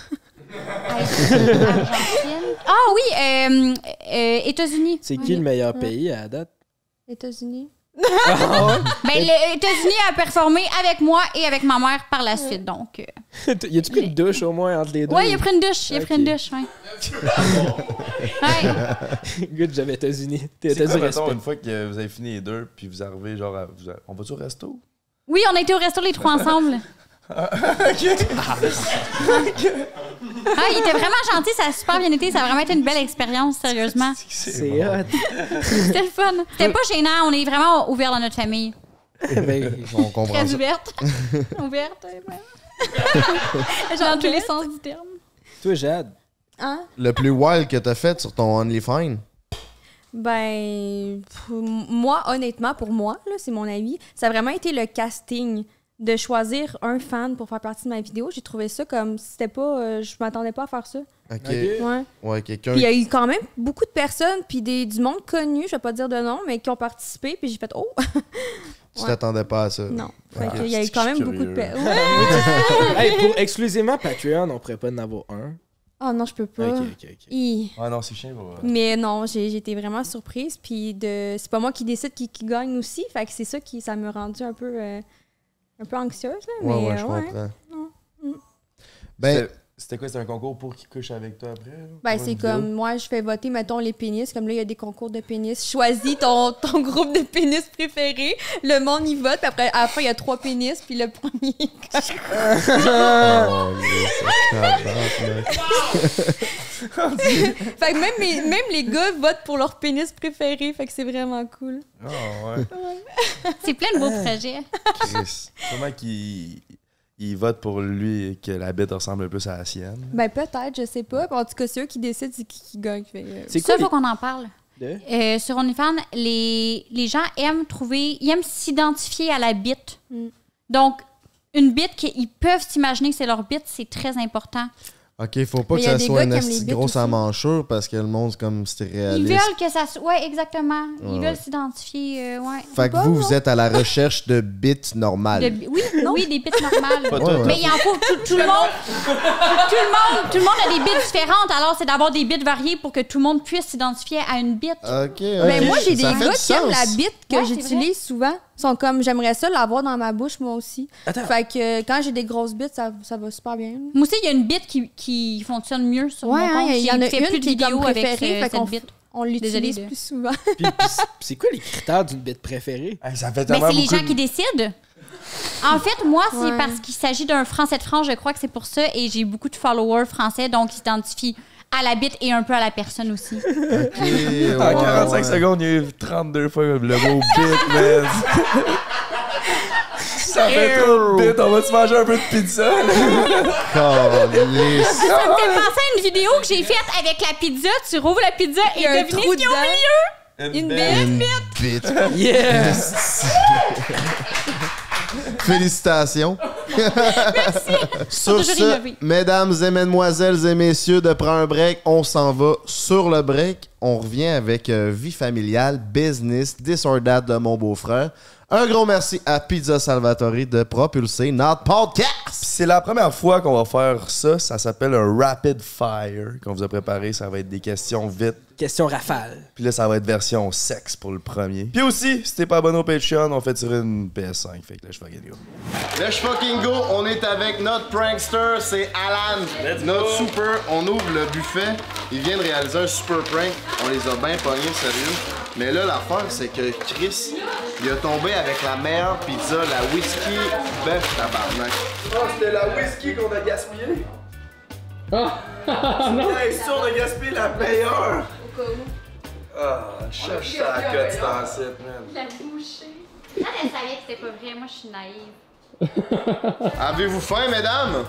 Haïti, Argentine. Ah oui, euh, euh, États-Unis.
C'est
Ouais.
qui le meilleur pays à la date?
États-Unis.
Ben, les États-Unis a performé avec moi et avec ma mère par la suite, donc. euh,
y a-tu pris une douche au moins entre les deux?
Ouais, il a pris une douche. Il a pris une
Ok.
douche, ouais. Ouais.
Good, j'avais États-Unis. T'as
C'est quoi,
t'as du
mettons,
respect.
une fois que vous avez fini les deux, puis vous arrivez, genre, à- vous a- on va-tu au resto?
Oui, on a été au resto les trois ensemble. Ah, il était vraiment gentil, ça a super bien été, ça a vraiment été une belle expérience, sérieusement.
C'est
bon.
hot.
C'était le fun. C'était pas gênant, on est vraiment ouvert dans notre famille.
Ben,
On comprend
Très
ça.
ouverte. ouverte, euh, vraiment. Genre dans tous les sens du terme.
toi, Jade.
Hein?
Le plus wild que t'as fait sur ton OnlyFans.
Ben, pff, moi, honnêtement, pour moi, là, c'est mon avis, ça a vraiment été le casting. de choisir un fan pour faire partie de ma vidéo. J'ai trouvé ça comme c'était pas. euh, je m'attendais pas à faire ça.
Ok.
Ouais.
Ouais, quelqu'un.
Puis il y a eu quand même beaucoup de personnes, puis des, du monde connu, je vais pas dire de nom, mais qui ont participé, puis j'ai fait Oh!
Euh, Tu t'attendais pas à ça.
Non. Fait
Ok.
qu'il y a eu quand même beaucoup de
Curieux.
pe- Ouais!
Hey, pour exclusivement Patreon, on pourrait pas en avoir un.
oh non, je peux pas.
Ok, ok, ok.
Hi.
Ah non, c'est chiant. va.
Mais non, j'ai j'ai été vraiment surprise. Puis de, c'est pas moi qui décide qui, qui gagne aussi. Fait que c'est ça qui, ça m'a rendu un peu, euh, un peu anxieuse. Là,
Ouais,
mais,
ouais, je
euh,
comprends.
non. Mm.
Ben-
C'était- C'était quoi? C'était un concours pour qui couche avec toi après? là,
Ben,
pour
c'est
une vidéo?
comme moi, je fais voter, mettons, les pénis. Comme là, il y a des concours de pénis. Choisis ton, ton groupe de pénis préféré. Le monde y vote. Puis après, à la fin, il y a trois pénis. Puis le premier.
Oh, Dieu, c'est tabarnak.
fait que même, mes- même les gars votent pour leur pénis préféré. Fait que c'est vraiment cool.
Ah ouais.
C'est plein de beaux projets.
Chris. Comment qu'il il vote pour lui et que la bête ressemble le plus à la sienne?
Ben, peut-être, je sais pas. En tout cas, c'est eux qui décident c'est qui, qui gagne. Fait que, euh,
C'est
ça,
quoi
il faut
les-
qu'on en parle. Euh, sur OnlyFans, les, les gens aiment trouver, ils aiment s'identifier à la bite. Donc, une bite qu'ils peuvent s'imaginer que c'est leur bite, c'est très important.
Ok, faut pas
Mais
que
y a
ça
des
soit
gars
une
qui aiment
esti
les
de
bêtes
grosse à manchure parce que le monde, c'est comme c'était
Ils
réaliste.
veulent que ça soit. Ouais, exactement. Ils
Ouais, ouais.
veulent s'identifier. euh, ouais.
Fait que vous, vous êtes à la recherche de bits normales.
De- oui, oui, des bites normales.
Pas toi,
Mais
toi.
il en faut tout, tout le monde. Tout le monde, tout le monde a des bites différentes. Alors, c'est d'avoir des bites variées pour que tout le monde puisse s'identifier à une bite.
Ok,
Mais
ok,
Ben, moi, j'ai des
ça fait
gars
du
qui aiment
sens.
la bite que
Ouais, c'est vrai.
j'utilise souvent. Ils sont comme, j'aimerais ça l'avoir dans ma bouche, moi aussi.
Ah.
Attends.
Fait que euh, quand j'ai des grosses bites, ça, ça va super bien.
Moi aussi, il y a une bite qui, qui fonctionne mieux sur
Ouais,
mon
hein,
compte.
il y en a
J'ai
une
fait plus de
qui est comme
vidéos avec
préférée,
euh,
fait qu'on
cette
f-
bite.
on
Désolée
l'utilise
de-
plus souvent.
C'est quoi les critères d'une bite préférée?
ça fait
Ben, c'est les gens qui décident. En fait, moi, c'est
Ouais.
parce qu'il s'agit d'un français de France, je crois que c'est pour ça, et j'ai beaucoup de followers français, donc ils s'identifient à la bite et un peu à la personne aussi.
Et
En
ouais,
45
ouais.
Ah, secondes, il y a eu 32 fois le mot bit, man. ça fait trop de bit. On va se manger un peu de pizza.
Calisse.
Ça me fait penser à une vidéo que j'ai faite avec la pizza. Tu rouvres la pizza et
Il y a un
devinez
trou
ce qu'il y a au
dedans.
milieu.
Une
Une bite.
Yeah.
Félicitations. Sur
toujours
ce,
innovés.
mesdames et mesdemoiselles et messieurs, de prendre un break, on s'en va sur le break. On revient avec euh, vie familiale, business, this or that de mon beau-frère. Un gros merci à Pizza Salvatore de propulser notre podcast.
C'est la première fois qu'on va faire ça. Ça s'appelle un rapid fire qu'on vous a préparé. Ça va être des questions vite.
Question rafale.
Puis là, ça va être version sexe pour le premier. Puis aussi, si t'es pas abonné au Patreon, on fait tirer une PS5. Fait que là, je vais gagner.
Let's fucking go, on est avec notre prankster, c'est Alan. notre super, on ouvre le buffet. Il vient de réaliser un super prank. On les a bien pognés, sérieux. Mais là, l'affaire, c'est que Chris, il a tombé avec la meilleure pizza, la whisky, bœuf tabarnak.
Oh, c'était la whisky qu'on a gaspillée. Ah!
non.
est sûr de gaspiller la meilleure. Ah, cherche ça la cote, c'est en site, man.
La bouchée. elle savait Ah, que c'était pas vrai. Moi, je suis naïve.
Avez-vous faim, mesdames?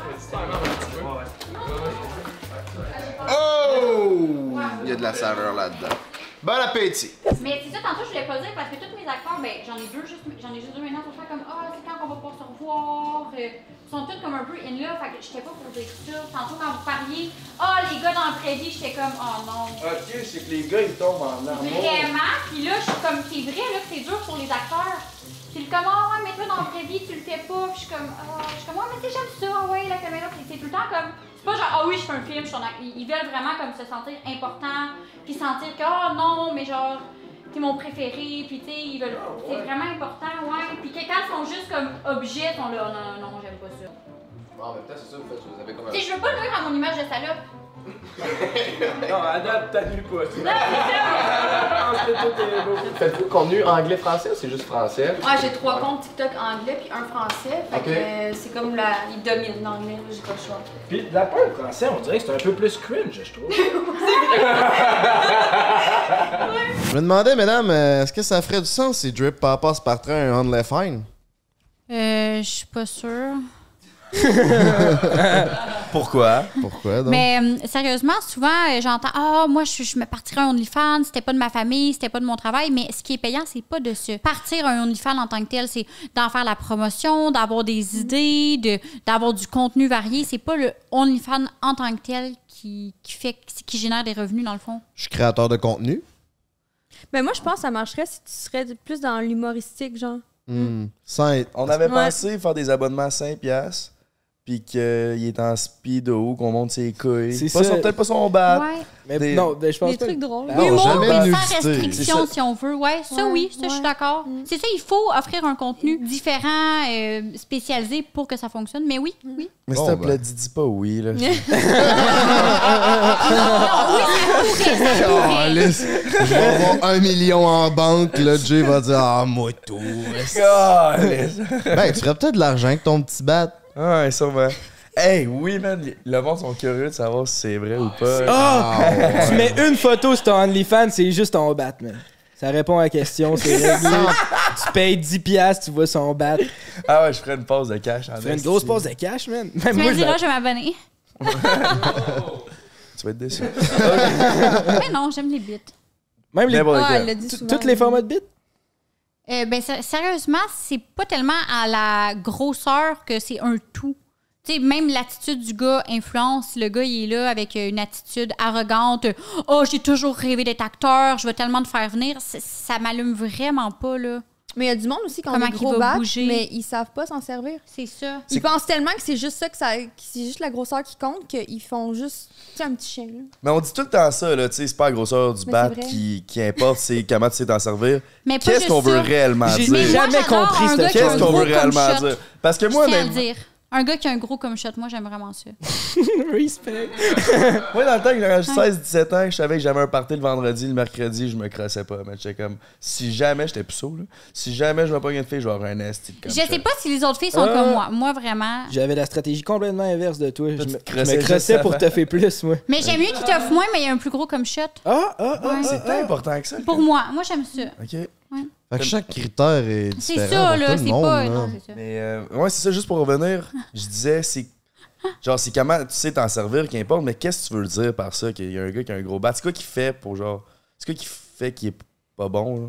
Oh! Il y a de la saveur là-dedans. Bon appétit!
Mais c'est ça, tantôt, je voulais pas le dire parce que tous mes accords, ben, j'en ai deux juste, j'en ai juste deux maintenant, sont faire comme Ah, c'est quand qu'on va pouvoir se revoir. euh, Ils sont tous comme un peu in love, fait que j'étais pas pour dire ça. Tantôt, quand vous parliez, Ah, les gars dans le vrai vie, j'étais comme Oh non.
Ok, c'est que les gars, ils tombent en amour.
Vraiment, puis là, je suis comme C'est vrai, là, que c'est dur pour les acteurs. Puis le comme Ah, ouais, mais toi dans le vrai vie, tu le fais pas. Puis je suis comme Ah, je suis comme Ah, mais tu sais, j'aime ça, ouais, la caméra. Puis c'est tout le temps comme C'est pas genre Ah oui, je fais un film, je suis en act- Ils ils veulent vraiment comme se sentir important, puis sentir que Ah non, mais genre t'es mon préféré, puis tu sais, ils veulent. C'est vraiment important, ouais. Puis que- quand ils sont juste comme objets, on là, non, non, j'aime pas ça.
En même temps, c'est ça, vous faites, vous avez comme
Tu sais, je veux pas nuire à mon image de salope.
Non, adapte ta nuit pas.
Faites-vous contenu anglais-français ou c'est juste français?
Ah, j'ai trois comptes TikTok anglais puis un français. Fait
Ok.
que euh, c'est comme la. Il domine l'anglais, là, j'ai pas le choix.
Puis de la part du français, on dirait que c'est un peu plus cringe, je trouve.
Je me demandais, mesdames, euh, est-ce que ça ferait du sens si Drip Papa se partait un On the Fine?
je suis pas sûre.
Pourquoi?
Pourquoi donc?
Mais euh, sérieusement, souvent, euh, j'entends Ah, moi, je, je me partirais un OnlyFans, c'était pas de ma famille, c'était pas de mon travail. Mais ce qui est payant, c'est pas de se partir un OnlyFans en tant que tel, c'est d'en faire la promotion, d'avoir des
Mm.
idées, de, d'avoir du contenu varié. C'est pas le OnlyFans en tant que tel qui, qui, fait, qui génère des revenus, dans le fond.
Je suis créateur de contenu.
Mais Ben, moi, je pense que ça marcherait si tu serais plus dans l'humoristique, genre.
Hmm. Sans être-
On avait
Ouais.
pensé faire des abonnements à 5$, puis qu'il est en speedo, qu'on monte ses couilles.
C'est
Pas
ça.
son- Peut-être pas son bat.
Ouais.
Mais
Des-
non, ben, je pense
Des
pas.
trucs drôles.
Non,
Humour,
Ah, jamais
mais
de
sans
nudité.
restriction,
C'est ça.
si on veut. Ouais, ça,
Ouais,
oui, ça, je suis
ouais. Mm.
d'accord. C'est ça, il faut offrir un contenu différent, euh, spécialisé pour que ça fonctionne. Mais oui,
Mm.
oui.
Mais
Bon,
s'il te
ben.
plaît, dis, dis pas oui, là.
Oh, lisse. je vais avoir un million en banque, là, Jay va dire Ah, moi tout.
Calisse.
Ben, tu ferais peut-être de l'argent avec ton petit bat.
Ah Ouais, sûrement. Hey, oui, man, les- le monde sont curieux de savoir si c'est vrai ou pas.
Ah! Tu mets une photo sur ton OnlyFans, c'est juste ton Batman. Ça répond à la question, c'est réglé. tu payes 10 piastres, tu vois son bat. Tu
Ah ben, ouais, je ferais une pause de cash. en
fais une
esti.
grosse pause de cash, man. Même
Tu me
moi, je
diras,
vais-
je vais m'abonner.
Tu vas être déçu. Ben,
mais non, j'aime les bits.
Même les...
N'importe
Ah,
quoi.
elle l'a dit
tout-
souvent.
Toutes les formats de bits?
Euh, ben, sé- sérieusement, c'est pas tellement à la grosseur que c'est un tout. Tu sais, même l'attitude du gars influence. Le gars, il est là avec euh, une attitude arrogante. Oh, j'ai toujours rêvé d'être acteur, je veux tellement te faire venir. C- Ça m'allume vraiment pas, là.
Mais il y a du monde aussi qui ont
Comment
des
qu'il
gros
va
bacs,
bouger.
mais ils savent pas s'en servir.
C'est ça.
Ils pensent tellement que c'est juste ça que ça. que c'est juste la grosseur qui compte qu'ils font juste. Tu sais, un petit chien, là.
Mais on dit tout le temps ça, là, tu sais, c'est pas la grosseur du
Mais
bat
c'est vrai.
qui, qui importe, c'est comment tu sais t'en servir.
Mais pas
Qu'est-ce
juste
qu'on veut
ça.
réellement
J'ai
Mais
dire?
moi,
jamais
j'adore
compris
un
ce
gars qui a
Qu'est-ce
un
qu'on
gros
veut
comme
réellement
shot.
dire? Parce que
Je
moi,
tiens à le
honnêtement-
dire. Un gars qui a un gros comme shot, moi, j'aime vraiment ça.
Respect.
Moi, dans le temps que j'avais 16-17 ans, je savais que j'avais un party le vendredi, le mercredi, je me crassais pas. Mais j'étais comme, si jamais j'étais puceau, là, si jamais je me pogne une fille, je vais avoir un esti de comme
Je sais pas si les autres filles sont
Euh,
Ah.
comme moi. Moi, vraiment.
J'avais la stratégie complètement inverse de toi. Je
tu
me,
te
je
crossais
me
juste
crossais
ça.
pour te faire plus, moi.
Mais j'aime mieux qu'il t'offre moins, mais il y a un plus gros comme shot.
Ah, ah, ah.
Ouais.
C'est pas important que ça.
Pour moi. Moi, j'aime ça.
OK.
Fait que chaque critère est différent.
C'est ça,
pour tout
là.
le
C'est
monde,
pas.
là.
Non, c'est ça.
Mais euh, ouais, c'est ça, juste pour revenir, je disais, c'est. Genre, c'est comment tu sais t'en servir qui importe, mais qu'est-ce que tu veux dire par ça? Qu'il y a un gars qui a un gros bat. C'est quoi qui fait pour genre. C'est quoi qui fait qu'il est pas bon, là?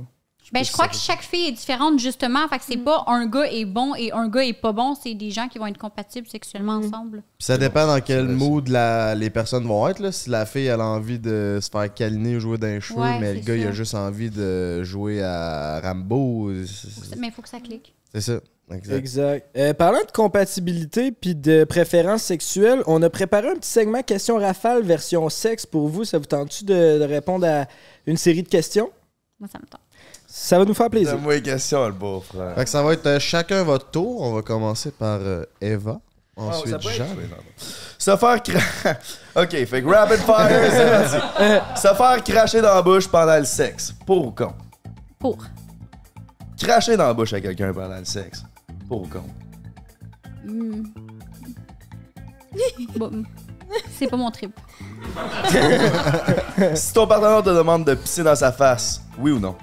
Ben, je crois que chaque fille est différente, justement. Fait que c'est pas un gars est bon et un gars est pas bon. C'est des gens qui vont être compatibles sexuellement ensemble.
Puis ça dépend dans quel
vrai, ça.
mood la- les personnes vont être. Là. Si la fille elle a envie de se faire câliner ou jouer d'un cheveu,
Ouais,
mais le
c'est
gars il a
ça.
juste envie de jouer à Rambo. c'est-
Mais il faut que ça clique.
C'est ça. Exact.
Exact. Euh, parlant de compatibilité puis de préférence sexuelle, on a préparé un petit segment question rafale version sexe pour vous. Ça vous tente-tu de, de répondre à une série de questions?
Moi, ça me tente.
Ça va nous faire plaisir.
Donne-moi une question, le beau frère.
Fait que ça va être euh, chacun votre tour. On va commencer par euh, Eva.
Ah,
Ensuite, Jean.
Se faire cra... OK, fait que rapid fire, c'est parti. Se faire cracher dans la bouche pendant le sexe. Pour ou contre?
Pour.
Cracher dans la bouche à quelqu'un pendant le sexe. Pour ou contre?
Hmm. Bon. C'est pas mon trip.
Si ton partenaire te demande de pisser dans sa face, oui ou non?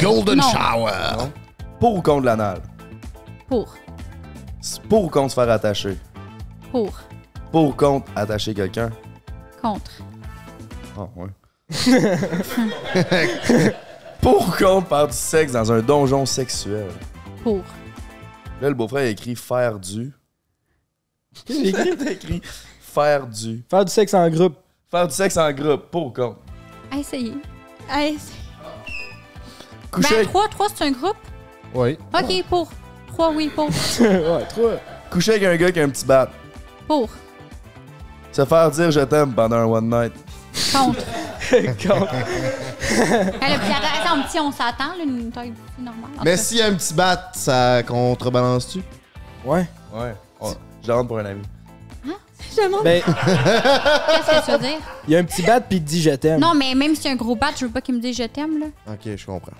Golden
Non.
Shower.
Pour ou contre l'anal?
Pour.
Pour ou contre se faire attacher?
Pour.
Pour ou contre attacher quelqu'un?
Contre.
Ah, ouais. Pour ou contre faire du sexe dans un donjon sexuel?
Pour.
Là, le beau-frère a écrit faire du.
Qu'est-ce que j'ai écrit?
T'as écrit faire du.
Faire du sexe en groupe.
Faire du sexe en groupe, pour ou contre?
À essayer. À essayer.
Coucher,
Ben,
avec,
3, 3, c'est un groupe?
Oui.
OK, pour. 3, oui, pour.
ouais, trois.
coucher avec un gars qui a un petit bat.
Pour.
Se faire dire je t'aime pendant un one night.
Contre.
Con.
Elle a puis attends, petit, on s'attend, là, une taille petite, normale. En
Mais
tout
s'il y a un petit bat, ça contrebalance-tu?
Ouais.
Ouais. On- Je la rentre pour un ami.
Ben,
cas, Qu'est-ce que tu veux dire?
il y a un petit bat puis il te dit je t'aime.
Non, mais même si y a un gros bat, je veux pas qu'il me dise je t'aime, là.
Ok, je comprends.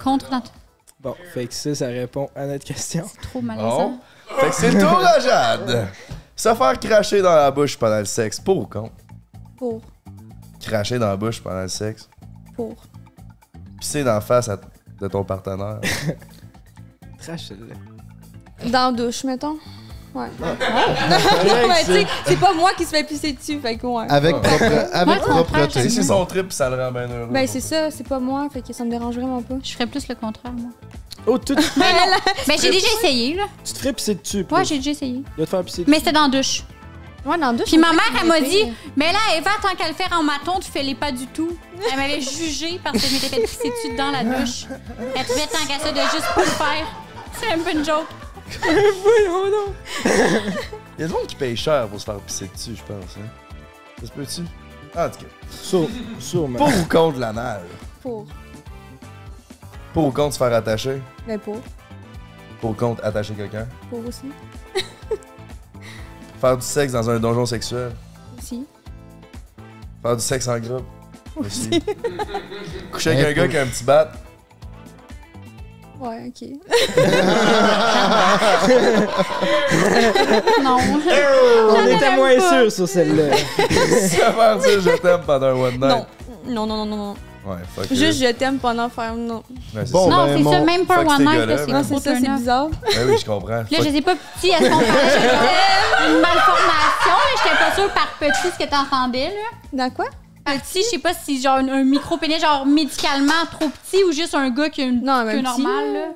Contre, dans- c'est
Bon, fait que ça, ça répond à notre question.
trop
Bon.
malaisant.
Fait que c'est le tour à Jade. Se faire cracher dans la bouche pendant le sexe, pour ou contre?
Pour.
Cracher dans la bouche pendant le sexe.
Pour.
Pisser dans la face à- de ton partenaire.
Trash, celle-là.
Dans la douche, mettons. Ouais.
Ah.
Ouais, tu sais, c'est pas moi qui se fais pisser dessus, fait que ouais.
Ah.
Avec propre- avec
Ouais,
propreté.
j'aime
Si c'est
ça.
son trip, ça le rend bien heureux.
Ben c'est ça, c'est pas moi, fait que ça me dérange vraiment pas. Je ferais plus le contraire, moi.
Oh, tout.
Mais non. Mais Ben, j'ai
tu ferais
déjà
pisser?
essayé, là.
Tu te ferais pisser dessus.
Ouais, j'ai déjà essayé.
De te faire pisser
Mais c'était dans la douche.
Ouais, dans la douche.
Puis ma
c'est
mère,
vrai
elle m'a
qu'il y a
dit, mais là, Eva, tant qu'elle le fait en maton, tu fais les pas du tout. Elle m'avait jugée parce que je m'étais fait pisser dessus dans la douche. Elle trouvait tant qu'à ça de juste pas le faire. C'est un peu une joke.
Voyons donc.
Il y a des gens qui payent cher pour se faire pisser dessus, je pense. hein. Ça se peut-tu? En tout cas.
Sûre- sûrement.
Pour ou contre la nage?
Pour.
Pour ou contre se faire attacher?
Ben pour.
Pour ou contre attacher quelqu'un?
Pour aussi.
Faire du sexe dans un donjon sexuel?
Aussi.
Faire du sexe en groupe? Aussi. Coucher
Ben,
avec un gars
pour.
qui a un petit bat?
Ouais, ok.
non.
On était moins
pas.
sûr sur celle-là.
Ça va dire je t'aime pendant un one night?
Non. Non, non, non, non, non.
Ouais, fuck
Juste,
it.
je t'aime pendant faire. Non.
Ouais, c'est
Bon,
ça.
Non, ben, c'est mon- ça,
même pas
Fuck
un one
ces
night,
gars-là,
là, c'est
man.
Non, c'est
Trop
ça, c'est
turn-up.
bizarre.
Ben oui, je comprends.
Là, je
Fuck-
sais pas petit à ce qu'on parlait. Une malformation, là. J'étais pas sûre par petit ce que t'entendais, là.
Dans quoi?
Par petit, je sais pas si genre un, un micro-pénis, genre médicalement trop petit ou juste un gars qui a une
Non,
petite
mais
queue
petit,
normale, là.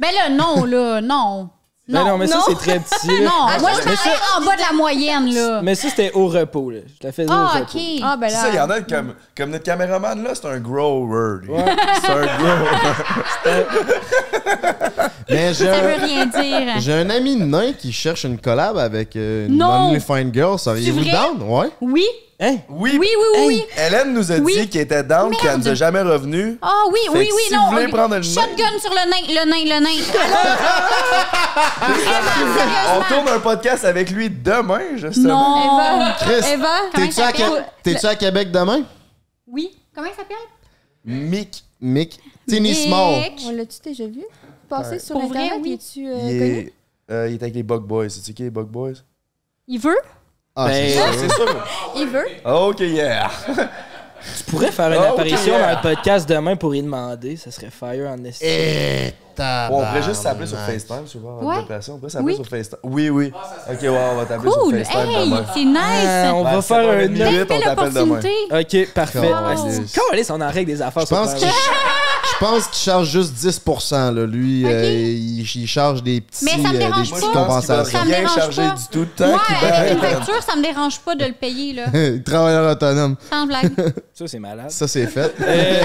Ben là, non, là, non.
Non, Ben non, mais ça,
non.
c'est très petit. là.
Non, Ah, moi, je
mais,
parlais
ça,
en bas de la moyenne, là.
mais ça, c'était au repos. Là. Je te faisais
Ah,
au
OK.
repos.
Ah, ben
C'est ça, il y en
là.
a comme, comme notre caméraman là, c'est un grower. lui.
Ouais.
C'est un grower.
Mais j'ai
Ça
un-
veut rien dire.
j'ai un ami nain qui cherche une collab avec euh, une
Non.
Only Fine Girl. Seriez-vous
vrai?
down? Ouais.
Oui,
Hein?
Oui,
oui, oui, oui.
Hélène nous a
Oui.
dit qu'elle était down,
Merde.
qu'elle nous a jamais revenu.
Ah oui,
Fait
oui,
que
oui,
si
non.
vous voulez
on-
prendre le
Shotgun sur le nain, le nain, le nain.
On tourne un podcast avec lui demain, justement.
non.
Eva.
Chris,
Eva.
Comment
t'es-tu à,
il s'appelle?
Qué- t'es-tu à Québec demain?
Oui. Comment il s'appelle?
Mick.
Mick. Tiny Small.
Nick.
On l'a-tu déjà vu? Passer sur
Pour vrai,
Internet,
oui.
es-tu
Il
euh, connu?
est, euh, il est avec les Bug Boys. C'est-tu qui les Bug Boys?
Il veut?
Ah, c'est
Ben,
ça.
C'est sûr.
Il veut?
Ah, Ok, yeah.
Tu pourrais faire une
Ah, ok.
apparition dans un podcast demain pour y demander. Ça serait fire en esti.
Eh,
Et Ah
Ouais, on pourrait
bah,
juste s'appeler sur FaceTime, tu vois, en
Ouais.
déplacement. On pourrait s'appeler
Oui.
sur FaceTime. Oui, oui. Ok, ouais, on va t'appeler
Cool.
sur FaceTime
Hey,
demain.
c'est
Ah,
nice.
Ben,
on va
c'est
faire
pas
un...
une minute, on
Belle
t'appelle demain.
opportunité.
Ok, parfait.
Wow.
Quand on est, on en règle des affaires.
Je pense
sur
qu'il je pense qu'il charge juste 10%. Là. Lui,
Ok.
euh, il, il charge des petits,
Mais ça me
euh, des
dérange
petites
pas.
compensations.
Ça me
Bien
dérange
chargé
pas.
du tout le temps.
Moi,
qu'il
avec une
va-
facture, Ben, ça me dérange pas de le payer, là.
Travailleur autonome.
Sans blague.
Ça, c'est malade.
Ça, c'est fait.
Euh,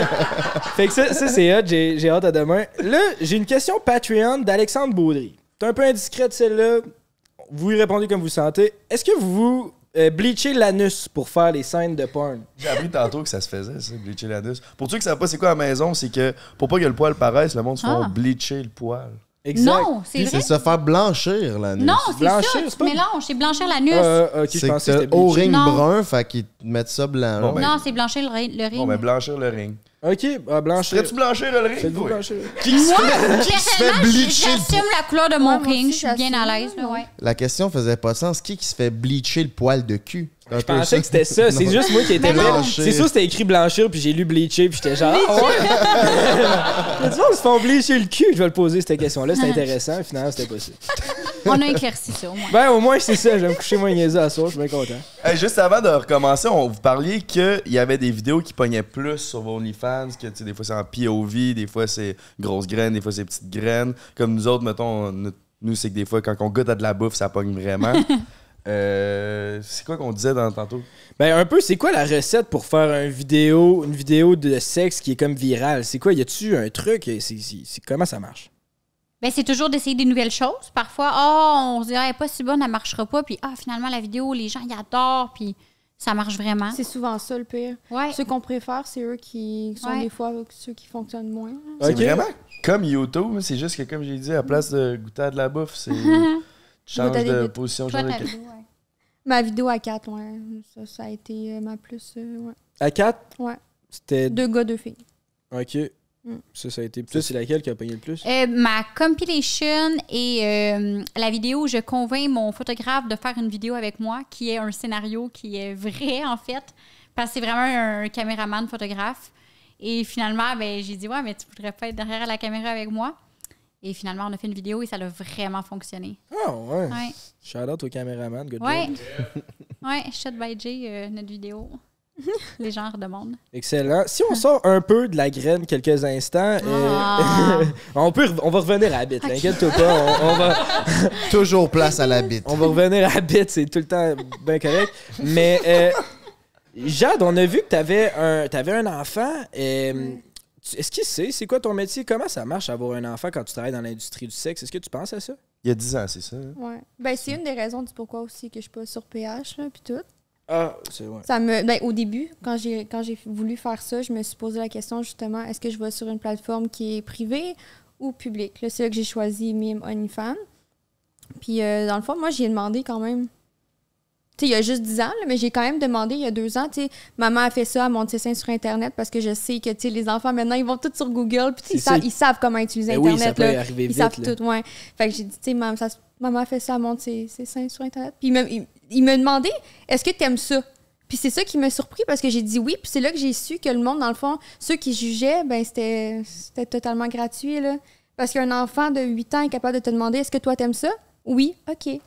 fait que ça, ça, c'est hot, j'ai j'ai hâte à demain. Là, j'ai une question Patreon d'Alexandre Baudry. C'est un peu indiscrète celle-là. Vous y répondez comme vous sentez. Est-ce que vous euh, bleachez l'anus pour faire les scènes de porn?
J'ai appris tantôt que ça se faisait, ça, bleacher l'anus. Pour ceux qui savent pas c'est quoi à la maison, c'est que pour pas que le poil paraisse, le monde se font
Ah.
bleacher le poil.
Non, c'est
C'est
vrai.
se faire blanchir, là.
Non, c'est ça.
Blanchir, c'est
Tu
pas-
mélanges. C'est blanchir l'anus.
Euh, ok, je
C'est
pensais que
que
c'était
t'as
bleaché.
O-ring
Non.
brun, fait qu'ils te mettent ça blanc.
Bon,
là.
ben,
Non, c'est blanchir le ri- le
Bon, ben,
ring.
blanchir le ring.
Ok, ah, blanchir.
Serais-tu blanchir le ring?
Faites-vous
Oui.
blanchir?
Qui se fait- qui se fait
Personnellement,
bleacher le
j'assume la couleur de
Ouais,
mon
moi
ring.
aussi,
Je suis bien à
j'assume.
l'aise, là, ouais.
La question faisait pas de sens. Qui qui se fait bleacher le poil de cul? C'est un
Je
peu
pensais que c'était ça, c'est
Non.
juste moi qui étais
Mais non.
là. C'est sûr c'était écrit blanchir, puis j'ai lu bleacher, puis j'étais genre. Ah ouais! Tu vois, ils se font bleacher le cul. Je vais le poser cette question-là, c'est intéressant. Finalement, c'était pas ça.
On a éclairci ça, au moins.
Ben, au moins, c'est ça. Je vais me coucher moins niaiseux à soir, je suis bien content.
Hey, juste avant de recommencer, on vous parliez qu'il y avait des vidéos qui pognaient plus sur vos OnlyFans, que tu sais, des fois c'est en POV, des fois c'est grosses graines, des fois c'est petites graines. Comme nous autres, mettons, on- nous c'est que des fois quand on goûte à de la bouffe, ça pogne vraiment. Euh, c'est quoi qu'on disait dans, tantôt?
Ben un peu, c'est quoi la recette pour faire une vidéo, une vidéo de sexe qui est comme virale? C'est quoi? Y a-tu un truc? C'est- c'est- c'est- comment ça marche?
Ben, c'est toujours d'essayer des nouvelles choses. Parfois, ah, on se dit, ah, elle est pas si bonne, elle marchera pas. Puis, ah, finalement, la vidéo, les gens, ils adorent. Puis, ça marche vraiment.
C'est souvent ça le pire.
Ouais.
Ceux qu'on préfère, c'est eux qui sont
Ouais.
des fois ceux qui fonctionnent moins.
Ok.
C'est vraiment comme YouTube, c'est juste que comme j'ai dit, à place de goûter à de la bouffe, c'est. Tu changes
Goûter à des
de
bêtes.
position,
Toi,
change
t'as
de.
le goût, ouais.
Ma vidéo à 4, ouais. Ça, ça a été euh, ma plus. euh, ouais.
À 4?
Ouais.
C'était.
Deux gars, deux filles.
Ok.
Mm.
Ça, ça a été. Toi, c'est laquelle qui a payé le plus?
Euh, ma compilation et euh, la vidéo où je convainc mon photographe de faire une vidéo avec moi, qui est un scénario qui est vrai, en fait, parce que c'est vraiment un caméraman photographe. Et finalement, ben, j'ai dit, ouais, mais tu voudrais pas être derrière la caméra avec moi. Et finalement, on a fait une vidéo et ça a vraiment fonctionné.
Ah ouais.
Ouais.
Shout out au caméraman, good
Ouais.
job.
Ouais, Shot by J, euh, notre vidéo. Les gens redemandent.
Excellent. Si on sort un peu de la graine quelques instants, euh,
Ah.
on, peut, on va revenir à la bite, t'inquiète-toi pas. On, on va...
Toujours place à la bite.
On va revenir à la bite, c'est tout le temps bien correct. Mais euh, Jade, on a vu que t'avais un, t'avais un enfant. euh, tu- Est-ce qu'il sait c'est quoi ton métier? Comment ça marche avoir un enfant quand tu travailles dans l'industrie du sexe? Est-ce que tu penses à ça?
Il y a 10 ans, c'est ça. hein?
Ouais. Ben, c'est une des raisons du pourquoi aussi que je suis pas sur PH, là, puis tout.
Ah, c'est vrai.
Ça me, ben, au début, quand j'ai, quand j'ai voulu faire ça, je me suis posé la question justement, est-ce que je vais sur une plateforme qui est privée ou publique? Là, c'est là que j'ai choisi Mime OnlyFans. Puis, euh, dans le fond, moi, j'ai demandé quand même. Tu sais, il y a juste 10 ans, là, mais j'ai quand même demandé il y a deux ans, tu sais, maman a fait ça, à mon dessin sur Internet parce que je sais que, tu sais, les enfants maintenant, ils vont tous sur Google, puis tu sais,
C'est
ils,
ça.
savent- ils savent comment utiliser
Ben oui,
Internet.
ça peut
là.
arriver
ils
vite,
savent
là.
tout, ouais. Fait que j'ai dit, tu sais, maman, ça se- maman a fait ça, elle montre ses, ses seins sur Internet. Puis il me, il- il me demandait, est-ce que tu aimes ça? Puis c'est ça qui m'a surpris parce que j'ai dit oui, puis c'est là que j'ai su que le monde, dans le fond, ceux qui jugeaient, ben c'était c'était totalement gratuit, là. Parce qu'un enfant de 8 ans est capable de te demander, est-ce que toi, t'aimes ça? Oui, OK.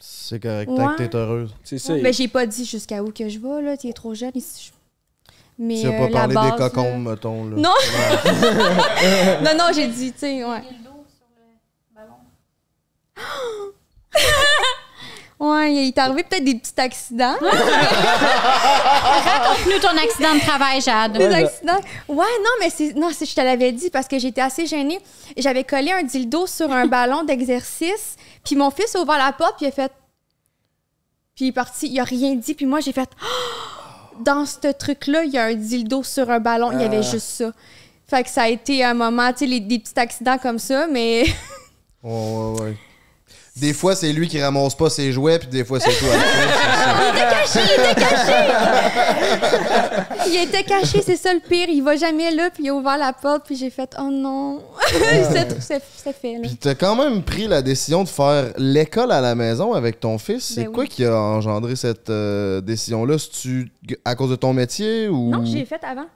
C'est correct, tant que
Ouais.
t'es heureuse.
Mm, C'est
Mais ben, j'ai pas dit jusqu'à où que je vais, là. Tu es trop jeune. ici, je- Mais,
Tu as
euh,
pas
la
parlé
base,
des
là-
cocombes, mettons. Là.
Non!
Ouais.
non, non, j'ai dit, tu sais, ouais. Ouais, il est arrivé peut-être des petits accidents.
Raconte-nous ton accident de travail, Jade.
Des accidents. Ouais, non, mais c'est. Non, c'est- je te l'avais dit parce que j'étais assez gênée. J'avais collé un dildo sur un ballon d'exercice, puis mon fils a ouvert la porte, puis il a fait. Puis il est parti, il a rien dit, puis moi j'ai fait. Ah! Dans ce truc-là, il y a un dildo sur un ballon, il y
Ah.
avait juste ça. Fait que ça a été un moment, tu sais, les- des petits accidents comme ça, mais.
Ouais, ouais, ouais. Des fois, c'est lui qui ramasse pas ses jouets, puis des fois, c'est toi.
Il était caché, il était caché! il était caché, c'est ça le pire. Il va jamais là, puis il a ouvert la porte, puis j'ai fait oh non. c'est c'est- c'est fait, là.
Puis t'as quand même pris la décision de faire l'école à la maison avec ton fils. C'est
Ben
quoi
oui.
qui a engendré cette euh, décision-là? C'est-tu à cause de ton métier ou...
Non, j'ai fait avant.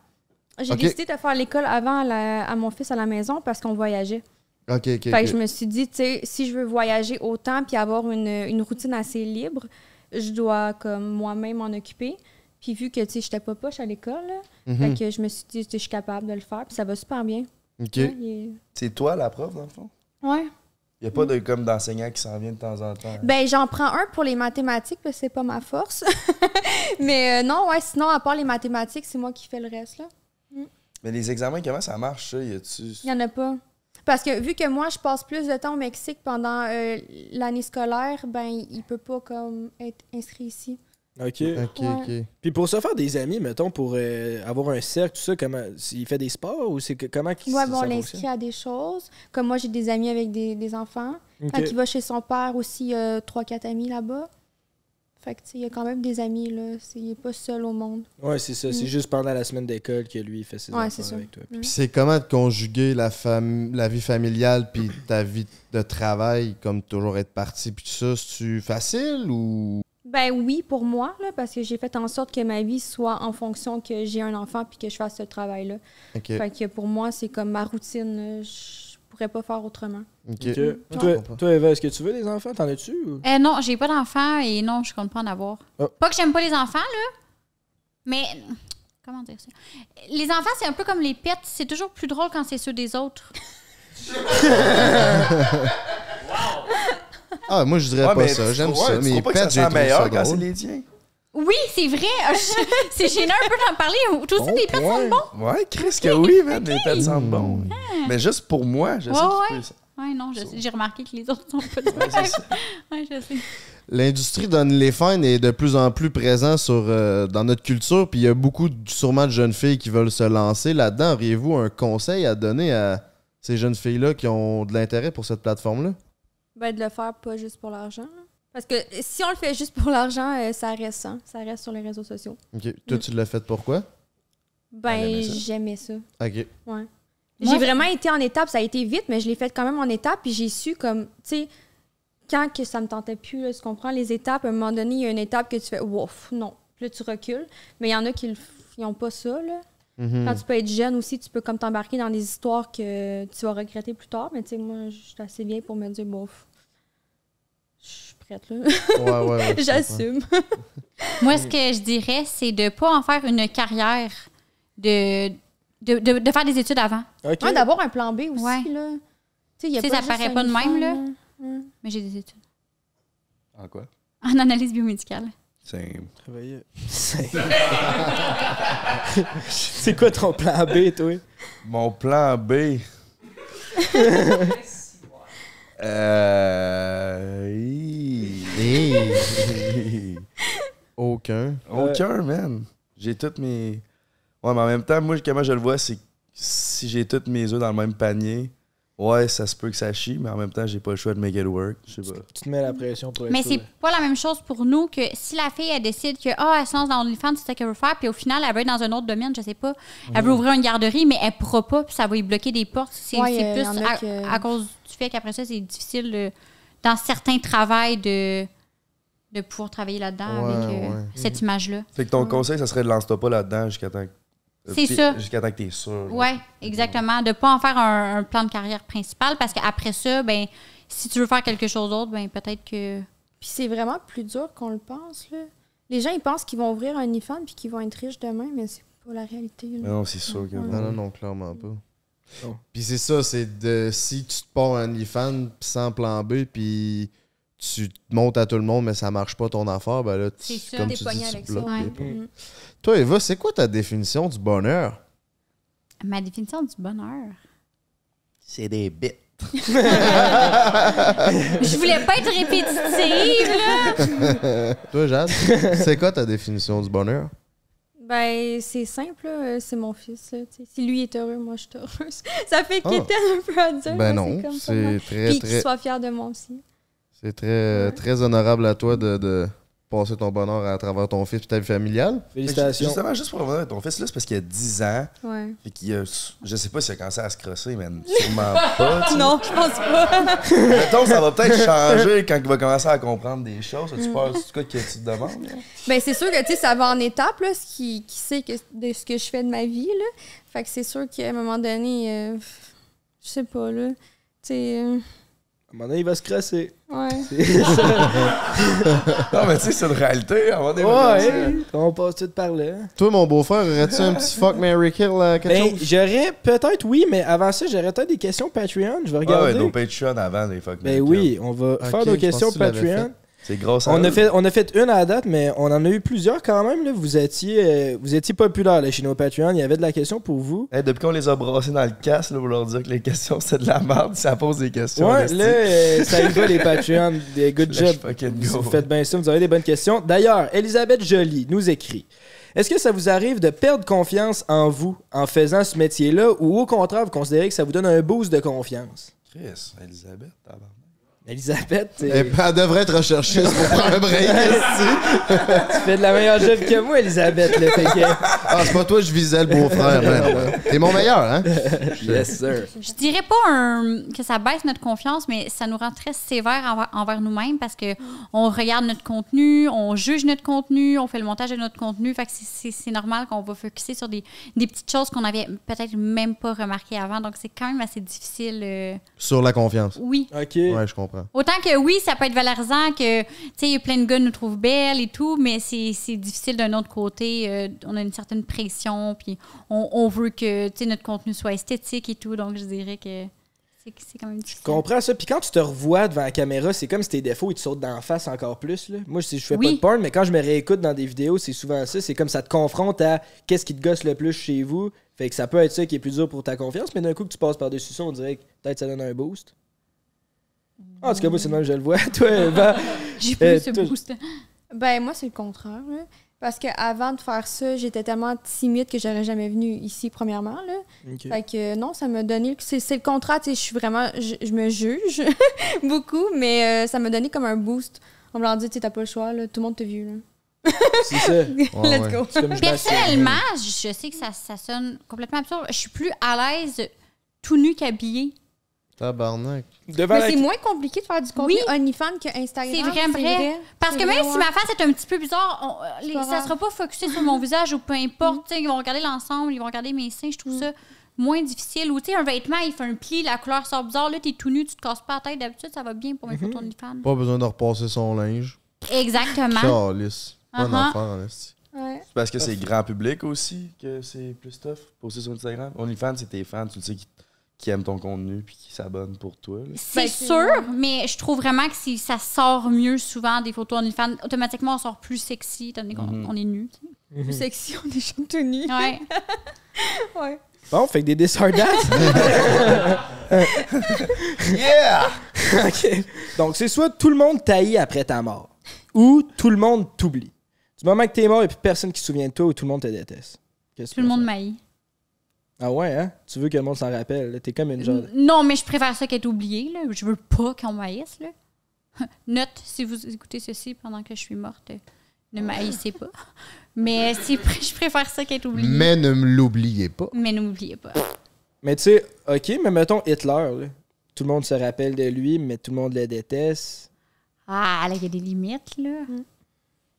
J'ai
Ok.
décidé de faire l'école avant à la- à mon fils à la maison parce qu'on voyageait.
Ok, ok.
Fait
ok.
que je me suis dit, tu sais, si je veux voyager autant puis avoir une, une routine assez libre, je dois comme moi-même m'en occuper. Puis vu que, tu sais, j'étais pas poche à l'école, là,
Mhm.
fait que je me suis dit, tu sais, je suis capable de le faire, puis ça va super bien.
Ok.
Ouais, il
C'est toi la prof, dans le fond?
est- ouais.
Il n'y a pas de, comme d'enseignant qui s'en vient de temps en temps.
Ben, j'en prends un pour les mathématiques, parce que c'est pas ma force. Mais euh, non, ouais, sinon, à part les mathématiques, c'est moi qui fais le reste, là.
Mais les examens, comment ça marche, ça? Y a-tu...
Il y en a pas. Parce que vu que moi, je passe plus de temps au Mexique pendant euh, l'année scolaire, ben, il peut pas, comme, être inscrit ici.
OK.
OK,
Ouais.
OK.
Puis pour se faire des amis, mettons, pour euh, avoir un cercle, tout ça, comment, il fait des sports ou c'est que- comment qu'il
Ouais,
ça
bon, on
fonctionne?
l'inscrit à des choses. Comme moi, j'ai des amis avec des, des enfants.
Ok.
Quand il va chez son père aussi, euh, trois, quatre amis là-bas. Fait que, tu sais, il y a quand même des amis, là. C'est- il est pas seul au monde.
Ouais, c'est ça. C'est
Mm.
juste pendant la semaine d'école que lui, il fait ses
Ouais, c'est
affaires
ça.
avec toi.
Mm.
Puis c'est comment de conjuguer la, fam- la vie familiale puis ta vie de travail, comme toujours être parti, puis tout ça, c'est-tu facile ou...
Ben oui, pour moi, là, parce que j'ai fait en sorte que ma vie soit en fonction que j'ai un enfant puis que je fasse ce travail-là.
Ok.
Fait que pour moi, c'est comme ma routine. là. Je pourrais pas faire autrement.
Ok.
Ok.
Je
Toi,
comprends.
toi, Eva, est-ce que tu veux des enfants? T'en as-tu? ou-
Euh, non, j'ai pas d'enfants et non, je compte pas en avoir.
Ah.
Pas que j'aime pas les enfants, là, mais comment dire ça? Les enfants, c'est un peu comme les pets, c'est toujours plus drôle quand c'est ceux des autres.
Ah, moi, je dirais
Ouais,
pas
mais
ça.
tu
J'aime
trouves- ouais,
ça.
tu
Mais
trouves pas que ça
pets, j'ai
sent
trouvé ça
meilleur quand
drôle.
c'est les tiens?
Oui, c'est vrai. euh, je- c'est gênant un peu d'en parler. Toi aussi, tes pets sont bons.
Ouais, Chris, que oui, man, les pets sentent bon. Mais juste pour moi, je
Hein? Ouais,
sais
ouais.
qu'il peut-
Ouais, non, je sais, j'ai remarqué que les autres sont pas de même. Ouais, je sais.
L'industrie d'OnlyFans est de plus en plus présente sur, euh, dans notre culture, puis il y a beaucoup, de- sûrement, de jeunes filles qui veulent se lancer là-dedans. Auriez-vous un conseil à donner à ces jeunes filles-là qui ont de l'intérêt pour cette plateforme-là?
Ben de le faire pas juste pour l'argent. là. Parce que si on le fait juste pour l'argent, euh, ça reste hein, ça reste sur les réseaux sociaux.
Ok. Toi, tu l'as fait pourquoi?
Ben
aimait ça.
j'aimais ça.
Ok.
Ouais.
Moi,
J'ai vraiment été en étape, ça a été vite, mais je l'ai fait quand même en étape, puis j'ai su comme, tu sais, quand que ça me tentait plus, là, tu comprends, les étapes, à un moment donné, il y a une étape que tu fais, ouf, non, puis là tu recules, mais il y en a qui le f- ils ont pas ça, là.
Mhm.
Quand tu peux être jeune aussi, tu peux comme t'embarquer dans des histoires que tu vas regretter plus tard. Mais tu sais, moi, je suis assez vieille pour me dire, bof, je suis prête là.
Ouais, ouais, ouais, je comprends.
J'assume.
Moi, ce que je dirais, c'est de ne pas en faire une carrière, de, de, de- de faire des études avant.
OK.
Ouais, Ah, D'avoir un plan B aussi.
Ouais.
Là. Tu
Tu
sais, y a
sais,
pas
ça
juste
paraît
un
pas de même,
uniforme,
là. Mm.
là.
Mais j'ai des études.
En quoi?
En analyse biomédicale.
C'est...
Travailler. C'est C'est quoi ton plan B, toi?
Mon plan B. euh. hi.
Aucun.
Aucun, man. J'ai toutes mes. Ouais, mais en même temps, moi, comment je le vois, c'est que si j'ai toutes mes œufs dans le même panier, ouais, ça se peut que ça chie, mais en même temps, j'ai pas le choix de make it work. Je sais pas.
Tu te mets la pression pour être
Mais
sûr.
c'est pas la même chose pour nous que si la fille, elle décide que, ah, elle se lance dans OnlyFans, c'est ça qu'elle veut faire, puis au final, elle veut être dans un autre domaine, je sais pas. Elle veut
Mhm.
ouvrir une garderie, mais elle pourra pas, puis ça va lui bloquer des portes. C'est
Ouais,
c'est
euh,
plus
y en a
à,
que-
à cause du fait qu'après ça, c'est difficile euh, dans certains travails de, de pouvoir travailler là-dedans
Ouais, Mhm.
avec euh,
ouais.
cette image-là.
Fait que ton conseil, ça serait de lance-toi pas là-dedans jusqu'à temps que.
Ah. C'est
Puis-
ça.
Jusqu'à temps que t'es sûr. là.
Oui, exactement. De ne pas en faire un, un plan de carrière principal parce qu'après ça, ben, si tu veux faire quelque chose d'autre, ben, peut-être que.
Puis c'est vraiment plus dur qu'on le pense. Là. Les gens, ils pensent qu'ils vont ouvrir un IFAN puis qu'ils vont être riches demain, mais c'est pas la réalité. là.
Ah, Non, c'est sûr que.
Ouais.
Non, non, non, clairement pas.
Non.
Puis c'est ça, c'est de si tu te pars un OnlyFans pis sans plan B, puis tu te montes à tout le monde, mais ça marche pas ton affaire, ben là, tu,
C'est ça,
comme
t'es
tu dis,
pogné
tu
avec ça.
bloques
Ouais.
les portes.
Mm.
Mhm.
Toi, Eva, c'est quoi ta définition du bonheur?
Ma définition du bonheur.
C'est des bêtes.
Je voulais pas être répétitive, là.
Toi, Jade, c'est quoi ta définition du bonheur?
Ben, c'est simple, là, euh, c'est mon fils. là, tu sais. si lui est heureux, moi je suis heureuse. ça fait
Ah.
qu'il était un peu à dire.
Ben
là, c'est
non,
comme ça,
c'est
moi.
très,
Puis
très-
qu'il soit fier de moi aussi.
C'est très, très honorable à toi de, de passer ton bonheur à travers ton fils et ta vie familiale.
Félicitations.
Justement, juste pour revenir à ton fils, là, c'est parce qu'il a 10 ans.
Ouais.
Fait qu'il a- Je sais pas s'il a commencé à se crosser, man. Sûrement pas, tu sais.
non, je pense pas.
Mettons, ça va peut-être changer quand il va commencer à comprendre des choses. As-tu peur? C'est quoi que tu te demandes? là?
ben, c'est sûr que tu sais, ça va en étapes, là, ce qui, qui sait que, de ce que je fais de ma vie. Là. Fait que c'est sûr qu'à un moment donné, euh, je sais pas, là. Tu sais. euh,
À un moment donné, il va se crasser.
Ouais.
C'est ça.
Non, mais tu sais, c'est une réalité. à un moment donné,
Ouais, on passe tout par là.
Toi, mon beau-frère, aurais-tu un petit fuck Mary Kill à quelque
Ben,
chose?
j'aurais peut-être, oui, mais avant ça, j'aurais peut-être des questions Patreon. Je vais
Ah ouais,
regarder.
nos Patreon avant des fuck
Ben oui, on va
Ok,
faire
je
nos
pense
questions
que tu l'avais
Patreon.
C'est grosse
On
à
a,
eux.
fait, on a fait une à la date, mais on en a eu plusieurs quand même. Là. Vous étiez, euh, vous étiez populaire là, chez nos Patreon. Il y avait de la question pour vous.
Hey, depuis qu'on les a brassés dans le casse là, pour leur dire que les questions c'est de la merde, ça pose des questions.
Ouais,
esti.
là, euh, ça y va, les Patreons. Des good
Lâche
job.
fucking
Si
go.
vous faites bien ça, vous avez des bonnes questions. D'ailleurs, Elisabeth Jolie nous écrit Est-ce que ça vous arrive de perdre confiance en vous en faisant ce métier-là ou au contraire, vous considérez que ça vous donne un boost de confiance
Chris, Elisabeth, tabarnak.
Elisabeth, t'es-
Eh ben, Elle devrait être recherchée pour prendre un break. esti.
tu fais de la meilleure job que moi, Elisabeth. Là, fait que-
Ah, c'est pas toi, je visais le beau-frère, man. T'es mon meilleur, hein?
yes, sir.
Je dirais pas un- que ça baisse notre confiance, mais ça nous rend très sévères envers, envers nous-mêmes parce que on regarde notre contenu, on juge notre contenu, on fait le montage de notre contenu. Fait que c'est- c'est c'est normal qu'on va focuser sur des, des petites choses qu'on avait peut-être même pas remarquées avant. Donc, c'est quand même assez difficile. euh,
Sur la confiance.
oui.
Ok.
Ouais, je comprends.
Autant que oui, ça peut être valorisant que, tu sais, il y a plein de gars qui nous trouvent belles et tout, mais c'est c'est difficile d'un autre côté. Euh, on a une certaine pression, puis on, on veut que, tu sais, notre contenu soit esthétique et tout, donc je dirais que c'est c'est quand même difficile.
Je comprends ça. Puis quand tu te revois devant la caméra, c'est comme si tes défauts, ils te sautent dans la face encore plus. Là. Moi, je, je fais pas
Oui.
de porn, mais quand je me réécoute dans des vidéos, c'est souvent ça. C'est comme ça te confronte à qu'est-ce qui te gosse le plus chez vous. Fait que ça peut être ça qui est plus dur pour ta confiance, mais d'un coup que tu passes par-dessus ça, on dirait que peut-être ça donne un boost. En tout cas, moi, c'est le même, je le vois. Toi, Eva,
J'ai
euh,
plus ce
toi-
boost.
Ben, moi, c'est le contraire. là. Parce que avant de faire ça, j'étais tellement timide que j'aurais jamais venu ici, premièrement. Là.
Ok.
Fait que euh, non, ça m'a donné. C'est c'est le contraire, tu sais, je suis vraiment. Je, je me juge beaucoup, mais euh, ça m'a donné comme un boost. On me l'a dit, tu sais, t'as pas le choix, là, tout le monde t'a vu. Là.
c'est ça.
Ouais,
Let's
ouais.
go.
C'est comme je
Personnellement, je je sais que ça, ça sonne complètement absurde. Je suis plus à l'aise tout nu qu'habillée
Tabarnak.
Devant
Mais c'est moins compliqué de faire du contenu
Oui.
OnlyFans que Instagram.
C'est vrai, vrai. Parce que
C'est
même
vrai,
si ma
ouais.
face est un petit peu bizarre, on- euh, les-
pas
ça
grave. Mm.
sera pas focusé sur mon visage ou peu importe. tu sais, Ils vont regarder l'ensemble, ils vont regarder mes seins. Je trouve ça moins difficile. Ou tu sais, un vêtement, il fait un pli, la couleur sort bizarre. Là, t'es tout nu, tu te casses pas la tête. D'habitude, ça va bien
Mm-hmm.
pour mes photos OnlyFans.
Pas besoin de repasser son linge.
Exactement.
Calisse. Pas
Uh-huh.
d'enfer, en esti.
C'est parce que c'est grand public aussi que c'est plus tough. Poster sur Instagram. OnlyFans, c'est tes fans, tu le sais, qui, qui aiment ton contenu puis qui s'abonnent pour toi. là.
Ben,
C'est sûr, mais je trouve vraiment que c'est- ça sort mieux souvent des photos OnlyFans. Automatiquement, on sort plus sexy, étant donné qu'on
Mhm.
on est nu.
Mhm.
Plus
sexy, on est juste tout nu. Ouais.
ouais.
Bon, fait que des dessardats.
yeah!
OK. Donc, c'est soit tout le monde taillit après ta mort ou tout le monde t'oublie. Du moment que t'es mort, il n'y a plus personne qui se souvient de toi ou tout le monde te déteste. Qu'est-ce que
Tout le monde m'aille.
Ah ouais, hein? Tu veux que le monde s'en rappelle. là? T'es comme une genre...
Non, mais je préfère ça qu'être oublié. Là. Je veux pas qu'on m'haïsse. Là. Note, si vous écoutez ceci pendant que je suis morte, euh, ne m'haïssez pas. Mais c'est pr- je préfère ça qu'être oublié.
Mais ne me l'oubliez pas.
Mais n'oubliez pas.
Mais tu sais, OK, mais mettons Hitler, là. Tout le monde se rappelle de lui, mais tout le monde le déteste.
Ah, là, il y a des limites. là.
Mm.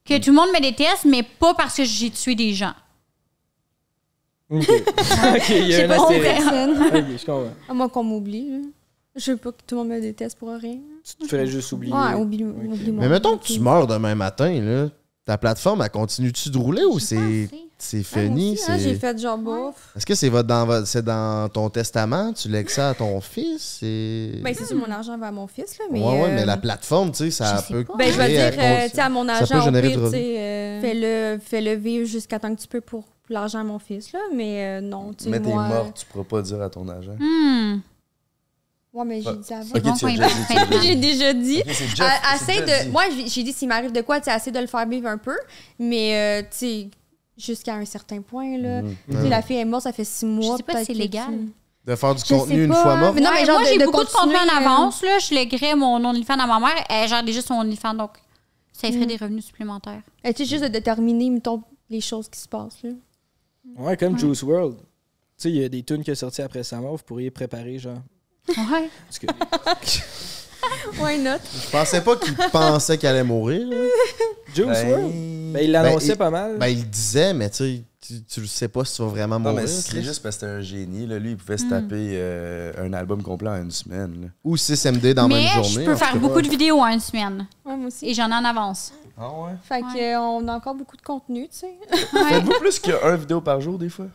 Que tout le monde me déteste, mais pas parce que j'ai tué des gens.
OK. OK, il y
J'ai
a un
pas compris.
astérisque. OK, je comprends.
À moins Ah, qu'on m'oublie. là. Je veux pas que tout le monde me déteste pour rien.
Tu te ferais juste oublier.
Ouais, oublie, oublie-moi.
Mais mettons que tu meurs demain matin, là. Ta plateforme, elle continue-tu de rouler ou c'est c'est fini?
Ah, j'ai
c'est-
fait genre bof.
Est-ce que c'est votre- dans, votre- c'est dans ton testament? Tu lègues ça à ton fils? C'est...
Ben, c'est sûr, mon argent va à mon fils, là, mais...
ouais, ouais,
euh,
mais la plateforme, tu sais, ça peut.
Ben, je veux
créer,
dire,
elle
euh, tu sais, à mon
ça
agent,
peut générer du
au pire, tu
revenu.
sais, euh, fais-le fais-le vivre jusqu'à temps que tu peux pour l'argent à mon fils, là, mais euh, non, tu sais,
Mais t'es
moi...
mort, tu pourras pas dire à ton agent.
Hmm.
euh,
ben,
Ouais, mais j'ai
Ouais.
dit
Ok,
avant.
tu as déjà dit, tu as déjà dit.
j'ai déjà dit.
Ok, c'est déjà-
Euh,
c'est
essaie
déjà
de...
dit.
Moi, j'ai j'ai dit, s'il m'arrive de quoi, tu sais, essaie de le faire vivre un peu, mais, euh, tu sais, jusqu'à un certain point, là.
Mm.
Mhm.
Tu sais,
Mhm.
euh, La fille est morte, ça fait six mois,
sais pas si
peut-être
c'est
que
légal.
tu-
De faire du
Je sais
contenu une
pas,
fois mort.
mais non,
Ouais,
genre
moi,
de-
j'ai
de
beaucoup de contenu
continuer,
en
euh,
avance. Là. Je léguerais mon OnlyFans à ma mère. Elle gère déjà son OnlyFans, donc ça lui ferait
Mm.
des revenus supplémentaires.
Euh, Tu sais, juste de déterminer, mettons, les choses qui se passent, là.
Ouais, comme Juice World. Tu sais, il y a des tunes qui sont sorties après sa mort, vous pourriez préparer, genre.
Ouais.
Parce que-
Why not?
Je pensais pas qu'il pensait qu'elle allait mourir. là.
Juice
Ben,
World? Ben, il l'annonçait
ben, il-
pas mal.
Ben, il le disait, mais tu sais, tu- tu le sais pas si tu vas vraiment
Non,
mourir.
mais c'est
Chris.
juste parce que c'était un génie. Là. Lui, il pouvait se
Mm.
taper euh, un album complet en une semaine. là.
Ou 6 MD dans la
mais
même journée.
je peux
en tout
faire
cas.
beaucoup de vidéos en une semaine.
Ouais, moi aussi.
Et j'en ai en avance.
Ah ouais?
Fait que, euh, on a encore beaucoup de contenu, tu sais.
Ah.
Faites-vous plus qu'un vidéo par jour, des fois?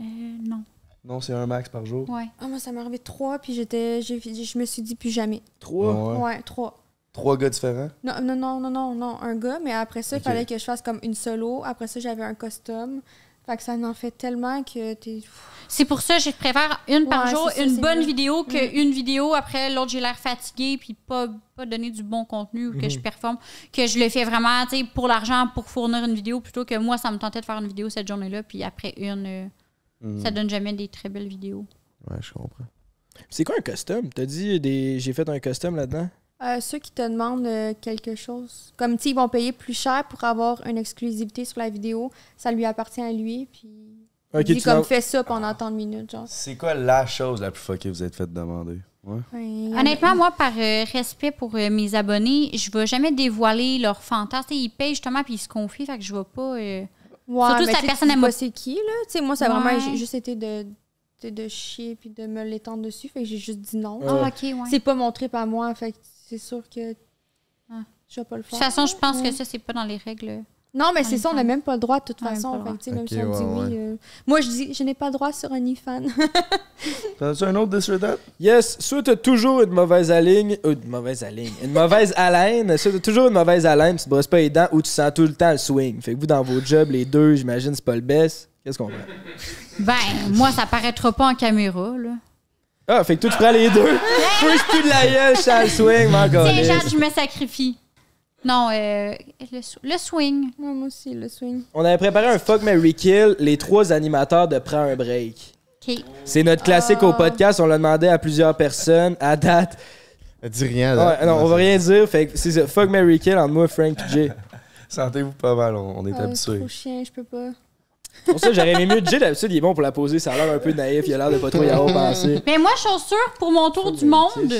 Euh, non.
Non, c'est un max par jour.
Ouais.
Ah, moi, ça m'est arrivé trois, puis j'étais, j'ai- je me suis dit plus jamais.
Trois.
Ouais.
Ouais, trois.
Trois gars différents?
Non, non, non, non, non, non, un gars, mais après ça, il
Ok.
fallait que je fasse comme une solo. Après ça, j'avais un costume. Fait que ça en fait tellement que t'es.
C'est pour ça que je préfère une par
Ouais,
jour,
c'est ça,
une
c'est
bonne
mieux.
vidéo que
Mm.
une vidéo après l'autre j'ai l'air fatiguée puis pas pas donner du bon contenu ou que
Mm-hmm.
Mhm.
je performe que je le fais vraiment tu sais pour l'argent pour fournir une vidéo plutôt que moi ça me tentait de faire une vidéo cette journée-là puis après une euh,
Mm.
Mm.
ça donne jamais des très belles vidéos.
Ouais, je comprends.
C'est quoi un costume? T'as dit des... j'ai fait un costume là-dedans?
Euh, ceux qui te demandent euh, quelque chose. Comme, tu sais, ils vont payer plus cher pour avoir une exclusivité sur la vidéo. Ça lui appartient à lui, puis.
Ok,
il dit
tu
comme,
l'as-
fais ça pendant tant de minutes, genre.
C'est quoi la chose la plus fuckée que vous êtes faite demander? Ouais.
Honnêtement, moi, par euh, respect pour euh, mes abonnés, je ne vais jamais dévoiler leurs fantasmes. T'sais, Ils payent justement puis ils se confient, fait que je vais pas. euh,
Ouais,
Surtout si la
mais tu sais, tu
personne,
dis
elle
pas
m'a-
c'est qui, là. Tu sais, moi, ça a vraiment.
Ouais.
J'ai juste été de, de, de chier puis de me l'étendre dessus. Fait que j'ai juste dit non.
Ouais.
Ah, ok, ouais.
C'est pas mon trip à moi. Fait que c'est sûr que.
Ah.
Je vais pas le
De toute
faire.
façon, je pense
Ouais.
que ça, c'est pas dans les règles.
Non, mais
on
c'est
est
ça, on n'a
fan.
même pas le droit, de toute
On a même
façon.
pas le
Fait que, tu sais, même
Ok,
si on dit
ouais,
oui. euh, Moi, je dis, je n'ai pas le droit sur OnlyFans.
T'en as-tu un autre de ce date?
Yes, soit t'as toujours une mauvaise haleine, euh, une mauvaise haleine, une mauvaise haleine, soit t'as toujours une mauvaise haleine, tu te brosses pas les dents ou tu sens tout le temps le swing. Fait que vous, dans vos jobs, les deux, j'imagine, c'est pas le best. Qu'est-ce qu'on fait?
Ben, moi, ça paraîtra pas en caméra, là.
Ah, fait que toi, tu prends les deux. Push plus de la gueule, je sens le swing,
Tiens,
mon gars.
Jade, je me sacrifie. Non, euh, le, sw- le swing.
Ouais, moi aussi, le swing.
On avait préparé un fuck Mary Kill, les trois animateurs de Prends un break.
OK.
C'est notre classique au podcast, on l'a demandé à plusieurs personnes, à date.
Dis rien. là.
Ouais, non, on va rien dire, fait que c'est ça. Fuck Mary Kill entre moi, Frank et Jay.
Sentez-vous pas mal, on, on est
Ah, c'est
habitué.
trop chien, je peux pas.
Pour ça, j'aurais aimé mieux Jay d'habitude, il est bon pour la poser, ça a l'air un peu naïf, il a l'air de pas trop y avoir pensé.
Mais Ben, moi, chose sûre, pour mon tour du monde,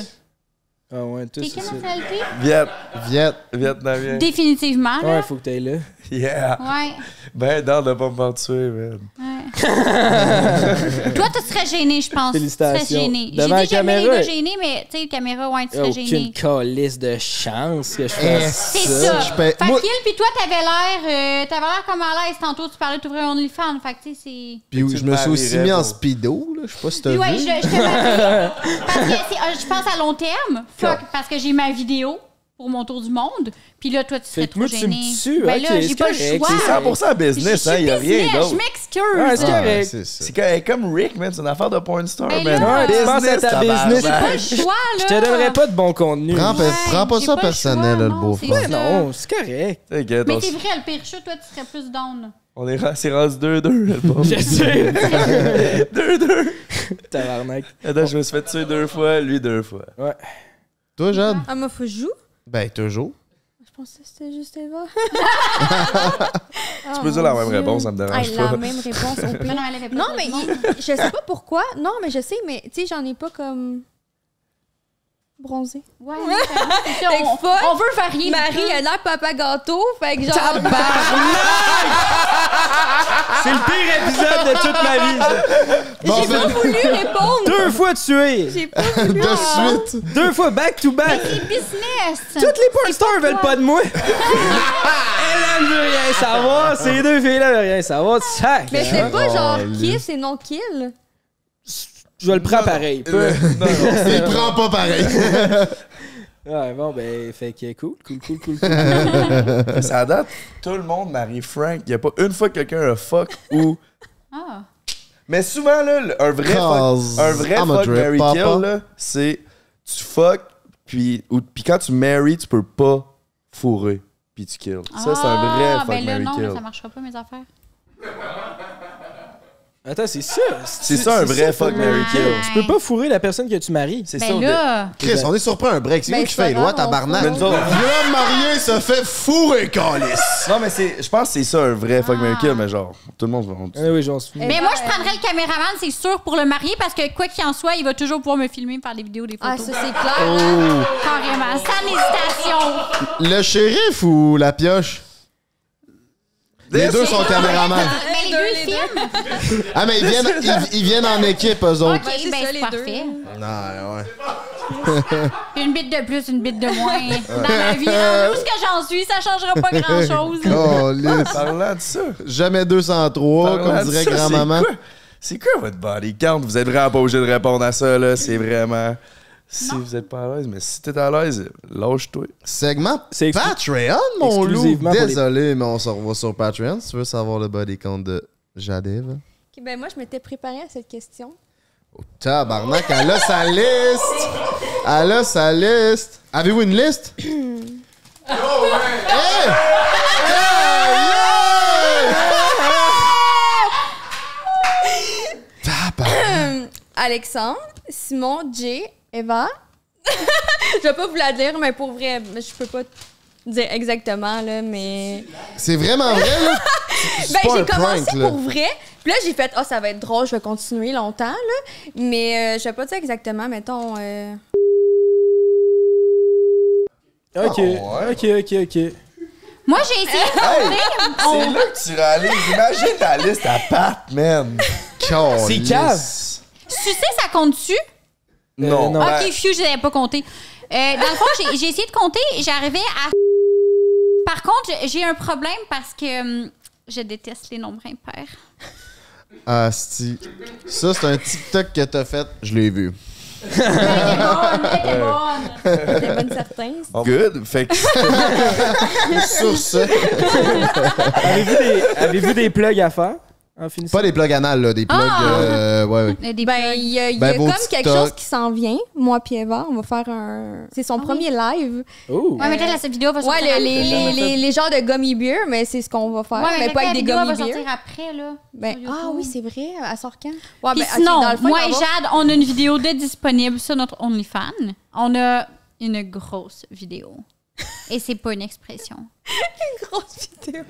Ah ouais, tout
t'es
ça.
quelle
c'est-
nationalité?
Viet. Viet. Vietnamien.
Définitivement, là.
Ouais, faut que t'ailles là.
Yeah.
Ouais.
Ben, non, de pas me faire tuer, man.
Ah, ouais. Toi, tu serais gêné, je pense. Tu
Félicitations.
serais gêné. J'ai
Devant la
dit jamais les
caméra.
deux gênés, mais tu sais, caméra, ouais, tu
Y a
serais
aucune
gêné.
calice de chance que je fasse ça.
C'est ça. Fait que Gil, puis toi, t'avais l'air, euh, t'avais l'air comme à l'aise tantôt, tu parlais d'ouvrir OnlyFans. Fait que, tu sais, c'est.
Puis
tu
je me suis aussi
marierais
mis en
pour-
speedo, là. Je sais pas si t'as
Puis
vu.
ouais, je, je te marie. Parce que c'est- euh, je pense à long terme, fuck, parce que j'ai ma vidéo pour mon tour du monde. Puis là, toi, tu serais
Fait que
trop
moi, tu
gêné.
me tues,
ben
ok,
là, j'ai
c'est
pas le
correct,
choix.
c'est 100%
business,
Je
hein,
suis
y a rien
business, Je
d'autre.
m'excuse.
Ouais, c'est
Ah,
correct.
c'est ça.
C'est correct. comme Rick, man, c'est une affaire de porn star,
Ben
man.
là,
Ouais, tu penses à ta
tabarnak.
business.
J'ai pas le choix,
Je
là.
te donnerai pas de bon contenu.
Prends,
Ouais,
prends pas
j'ai
ça
pas le
personnel,
choix,
là, le
non,
beau-frère.
c'est ça.
Non, c'est correct.
T'inquiète, on
Mais
s-
c'est vrai, le pire chat, toi, tu serais plus down.
on est ra- c'est rendu 2-2, le pauvre.
Je sais.
2-2.
Tabarnak.
Attends, je me suis fait tuer deux fois, lui deux fois.
Ouais.
Toi, Jade?
Ah, moi, faut que je joue?
Ben, toujours.
Je pensais que c'était juste Eva. Oh
Tu peux dire la même réponse, ça me dérange
Ah,
pas.
La même réponse au
Non,
pire.
non, elle avait pas
Non,
de
mais
monde.
il- je sais pas pourquoi. Non, mais je sais, mais tu sais, j'en ai pas comme. bronzé.
Ouais, c'est ça, on-
Fait que fuck,
on veut varier.
Marie, elle a papa gâteau, fait que genre.
C'est le pire épisode de toute ma vie. ça.
Bon,
J'ai pas
ben,
voulu répondre!
Deux fois tué.
J'ai pas voulu.
de suite.
Deux fois back to back.
Business!
Toutes les porn stars veulent pas de moi. Ellen veut rien savoir. Ces deux filles-là veulent rien savoir. Sac.
Mais c'est pas genre
Oh,
kill, c'est non kill.
Je le prends pareil. peu.
Non, non.
Il prend pas pareil.
Ouais, bon, ben, fait que cool, cool, cool, cool. cool.
Ça à date, tout le monde marie Frank. Il n'y a pas une fois que quelqu'un a fuck ou.
Ah.
Mais souvent, là, le- un vrai
Cause
fuck, un vrai
I'm a
fuck
drip
Mary
papa.
Kill, là, c'est tu fuck, puis, ou, puis quand tu marry, tu peux pas fourrer, puis tu kill. Ça, c'est un vrai
Ah,
fuck
ben là,
Mary
non, là,
Kill.
ça marchera pas, mes affaires.
Attends, c'est ça.
C'est ça, un vrai fuck Mary
Mary
Kill.
Kill.
Tu peux pas fourrer la personne que tu maries.
C'est ça.
Ben
le-
là,
Chris, on est surpris un break. C'est
Ben,
vous qui
c'est pas
fait loi,
grave, on
tabarnak.
fait-
Mais nous autres-
L'homme marié se fait fourrer, calice.
Non, mais c'est, je pense que c'est ça, un vrai fuck Mary
Ah.
Kill, mais genre, tout le monde va.
Ah oui, j'en suis.
mais moi, je prendrais le caméraman, c'est sûr, pour le marier, parce que quoi qu'il en soit, il va toujours pouvoir me filmer, me faire des vidéos, des
Ah,
photos.
ça c'est clair. hein.
Oh.
Carrément, sans hésitation.
Le shérif ou la pioche? Les deux sont caméramans.
Mais les deux, ils filment.
Ah, mais ils viennent, ils, ils viennent en équipe, eux autres.
OK,
c'est
ben
ça,
c'est
les
parfait.
Non, ouais.
Une bite de plus, une bite de moins. Dans ma vie, rendu où ce que j'en suis, ça changera pas grand-chose.
Calice.
Parlant de ça.
Jamais 203,
Parlant
comme
de
dirait
Ah, ça, c'est
grand-maman.
quoi- C'est quoi votre body count? Vous êtes vraiment pas obligé de répondre à ça, là. C'est vraiment. Si vous êtes pas à l'aise, mais si t'es à l'aise, lâche-toi.
Segment
C'est exclu-
Patreon, mon loup.
exclusivement pour les-
Désolé, mais on se revoit sur Patreon si tu veux savoir le body count de Jadive.
Ok, Ben moi, je m'étais préparée à cette question.
Tabarnak, elle a sa liste! Elle a sa liste! Avez-vous une liste? oh, ouais! Hey!
Alexandre, Euh, Simon, Jay, Eva. je vais pas vous la dire, mais pour vrai, je peux pas dire exactement, là, mais.
C'est vraiment vrai, là?
Ben,
pas un
j'ai commencé
prank, là.
pour vrai. Puis là, j'ai fait, ah, ça va être drôle, je vais continuer longtemps, là. Mais euh, je vais pas dire exactement, mettons. euh,
Ah
Ok, ok, ok, Euh, ok.
Moi, j'ai essayé de trouver.
C'est là que tu réalises. Imagine ta liste à pattes, man.
Calice.
cave.
Sucer, ça compte-tu?
Non.
non.
ben,
Ok, fiu, je n'avais pas compté. Euh, dans le fond, j'ai- j'ai essayé de compter, j'arrivais à. Par contre, j'ai- j'ai un problème parce que hum, je déteste les nombres impairs.
Ah, si. Ça, c'est un TikTok que t'as fait. Je l'ai vu.
C'était bonne certaine.
Good. Fait que
Sur ça.
Avez-vous des, avez-vous des plugs à faire en finissant?
Pas des plugs anales, là. Des plugs...
Ah!
euh, ouais, ouais.
Euh, des
Ben, il y a, il y a
Ben, vos
comme quelque
TikTok.
chose qui s'en vient. Moi puis Eva, on va faire un. C'est
Ah
son premier live.
Oh!
Ouais, mais peut-être la cette vidéo va
Ouais,
sortir.
le-
après.
les, les, les, les genres de gummy beer, mais c'est ce qu'on va faire.
Ouais,
mais
peut-être
pas
la
avec des
vidéo
gummy
va
beer.
sortir après, là.
Ben,
sur
ah
YouTube.
oui, c'est vrai. Elle sort quand? Ouais,
Puis
ben, ok,
sinon,
dans le fond,
moi
il
et
va y avoir-
Jade, on a une vidéo de disponible sur notre OnlyFans. On a une grosse vidéo. Et c'est pas une expression.
une grosse vidéo.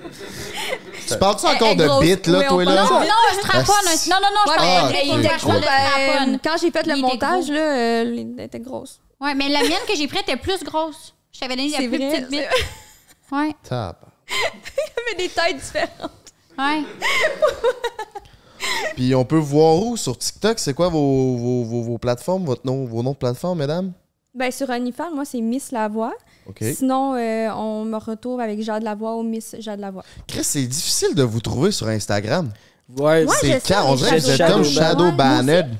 Tu parles-tu encore
Elle- elle
de
grosse.
bite, là,
Oui, on
toi,
parle-
là?
Non, non, je
strapone,
Ah,
non, non, non, je
Ouais,
parle
mais
de-
elle
de-
était
de-
grosse.
de- de- de-
Quand j'ai fait le
Il était
montage,
gros.
là, euh, elle était grosse.
Ouais, mais la mienne que j'ai prise était plus grosse. Je t'avais donné la
C'est
plus
vrai,
petite bite. Ouais.
Tabarnak.
Mais des têtes différentes.
Ouais.
Puis on peut voir où sur TikTok? C'est quoi vos, vos, vos, vos plateformes, votre nom, vos noms de plateformes, mesdames?
Ben, sur OnlyFans, moi, c'est Miss Lavoie.
OK.
Sinon, euh, on me retrouve avec Jade Lavoie ou Miss Jade Lavoie.
Chris, c'est difficile de vous trouver sur Instagram.
Ouais,
Moi,
c'est
j'essaie,
car, on dirait que vous êtes
Shadow
comme
Ban-
Shadow
Ouais, moi aussi.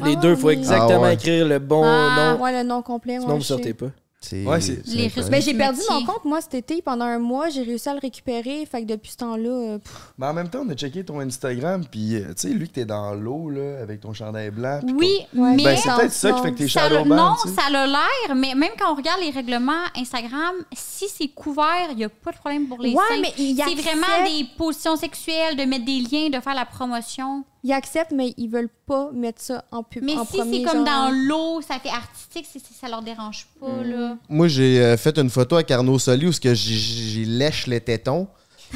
Banned.
Les deux, faut exactement
Ah ouais.
écrire le bon
Ah,
nom.
ouais, le nom complet.
Sinon,
ouais,
vous
je sais.
sortez pas.
C'est-
Ouais, c'est-
Les
c'est-
respects-
Ben, j'ai
Du
perdu
métier.
mon compte, moi, cet été. Pendant un mois, j'ai réussi à le récupérer. Fait que depuis ce temps-là, euh, pff,
Mais en même temps, on a checké ton Instagram, puis euh, tu sais, lui que t'es dans l'eau, là, avec ton chandail blanc. puis
Oui,
Ouais.
mais.
Ben, c'est peut-être ça qui fait que t'es
Ça
shadow
le- non,
banned, tu sais.
ça a l'air, mais même quand on regarde les règlements Instagram, si c'est couvert, il n'y a pas de problème pour les
Ouais,
seins.
mais ils
C'est vraiment
acceptent-
des positions sexuelles, de mettre des liens, de faire la promotion.
ils acceptent, mais ils veulent pas mettre ça en pub.
Mais
en
si
premier,
c'est comme
genre.
dans l'eau, ça fait artistique, c'est- c'est- ça leur dérange pas, là.
Moi, j'ai euh, fait une photo avec Arnaud Soli où ce que j'ai- j'ai lèche les tétons.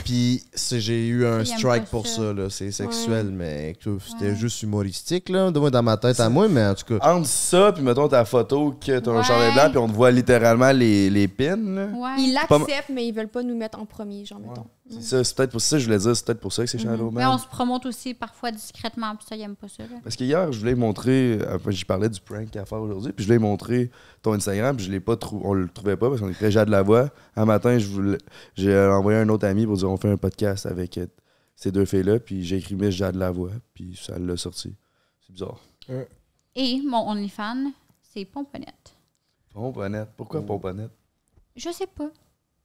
Puis c'est- j'ai eu un
Il aime
strike
pas
pour
ça.
ça, là. c'est sexuel, mais que c'était juste humoristique, là, de moi, dans ma tête à moi, mais en tout cas.
Entre ça, puis mettons ta photo que t'as un
Ouais.
chandail blanc, puis on te voit littéralement les, les pins. Là.
Ouais.
Ils
pas mo-
l'acceptent, mais ils veulent pas nous mettre en premier, genre, mettons.
C'est ça, c'est peut-être pour ça que je voulais dire, c'est peut-être pour ça que c'est Shadow
Mhm. Mais
Ban.
on se promote aussi parfois discrètement, puis ça, ils n'aiment pas ça. là.
Parce que hier, je voulais montrer, euh, j'y parlais du prank à faire aujourd'hui, puis je voulais montrer ton Instagram, puis je l'ai pas trouvé, on le trouvait pas parce qu'on était déjà de la voix. Un matin, je voulais- j'ai euh, envoyé un autre ami pour dire on fait un podcast avec euh, ces deux filles-là, puis j'ai écrit Miss Jade Lavoie, puis ça l'a sorti. C'est bizarre.
Et mon OnlyFans, c'est Pomponnette.
Pomponnette. Pourquoi Pomponnette?
Je sais pas.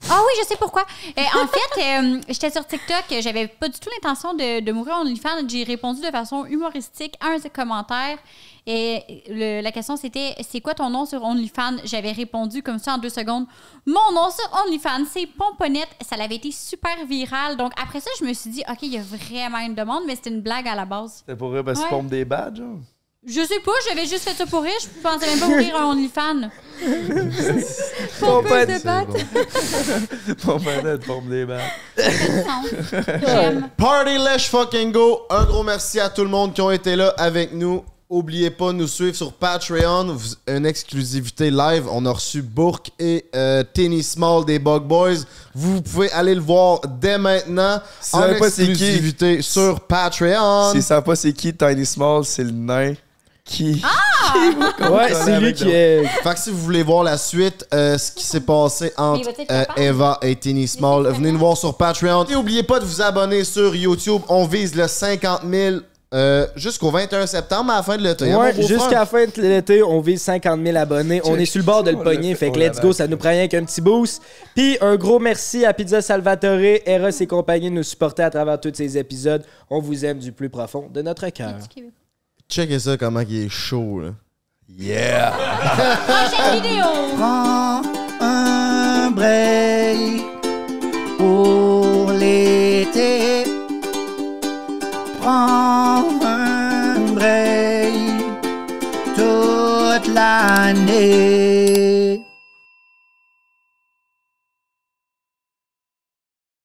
Ah oui, je sais pourquoi. Euh, en fait, euh, j'étais sur TikTok, euh, j'avais pas du tout l'intention de, de mourir en OnlyFans. J'ai répondu de façon humoristique à un commentaire. Et le- la question c'était C'est quoi ton nom sur OnlyFans J'avais répondu comme ça en deux secondes Mon nom sur OnlyFans, c'est Pomponnette. Ça l'avait été super viral. Donc après ça, je me suis dit Ok, il y a vraiment une demande, mais c'était une blague à la base.
C'était pour eux parce qu'ils
Ouais.
pompent des badges, genre?
Je sais pas, j'avais juste fait ça pour rire. Je pensais même pas ouvrir un OnlyFans.
Pompeuse de batte.
Pomponnette pompe des badges.
Non. J'aime.
Party Lash Fucking Go. Un gros merci à tout le monde qui ont été là avec nous. Oubliez pas de nous suivre sur Patreon. Vous- Une exclusivité live. On a reçu Bourque et euh, Tenny Small des Bug Boys. Vous pouvez aller le voir dès maintenant.
Si vous
en
savez pas c'est qui,
exclusivité sur Patreon.
S'ils savent pas c'est qui, Tiny Small, c'est le nain qui.
Ouais, c'est lui qui est.
Fait que si vous voulez voir la suite, euh, ce qui s'est passé
Mais
entre
va-t-il
euh,
faire
Eva et Tini Small, venez nous voir sur Patreon. Et n'oubliez pas de vous abonner sur YouTube. On vise le 50 000 euh, jusqu'au 21 septembre à la fin de l'été. hein, mon
Ouais,
beau
jusqu'à
frère?
la fin de l'été, on vise 50 000 abonnés. On est sur le bord de le
on
pogner.
l'a fait,
Fait que
on l'a
let's go, ça nous prend rien qu'un petit boost. Puis un gros merci à Pizza Salvatore, Eros et compagnie de nous supporter à travers tous ces épisodes. On vous aime du plus profond de notre cœur.
Checkez ça, comment il est chaud. Là.
Yeah!
Prochaine vidéo.
prends un break pour l'été. Prends un break toute l'année.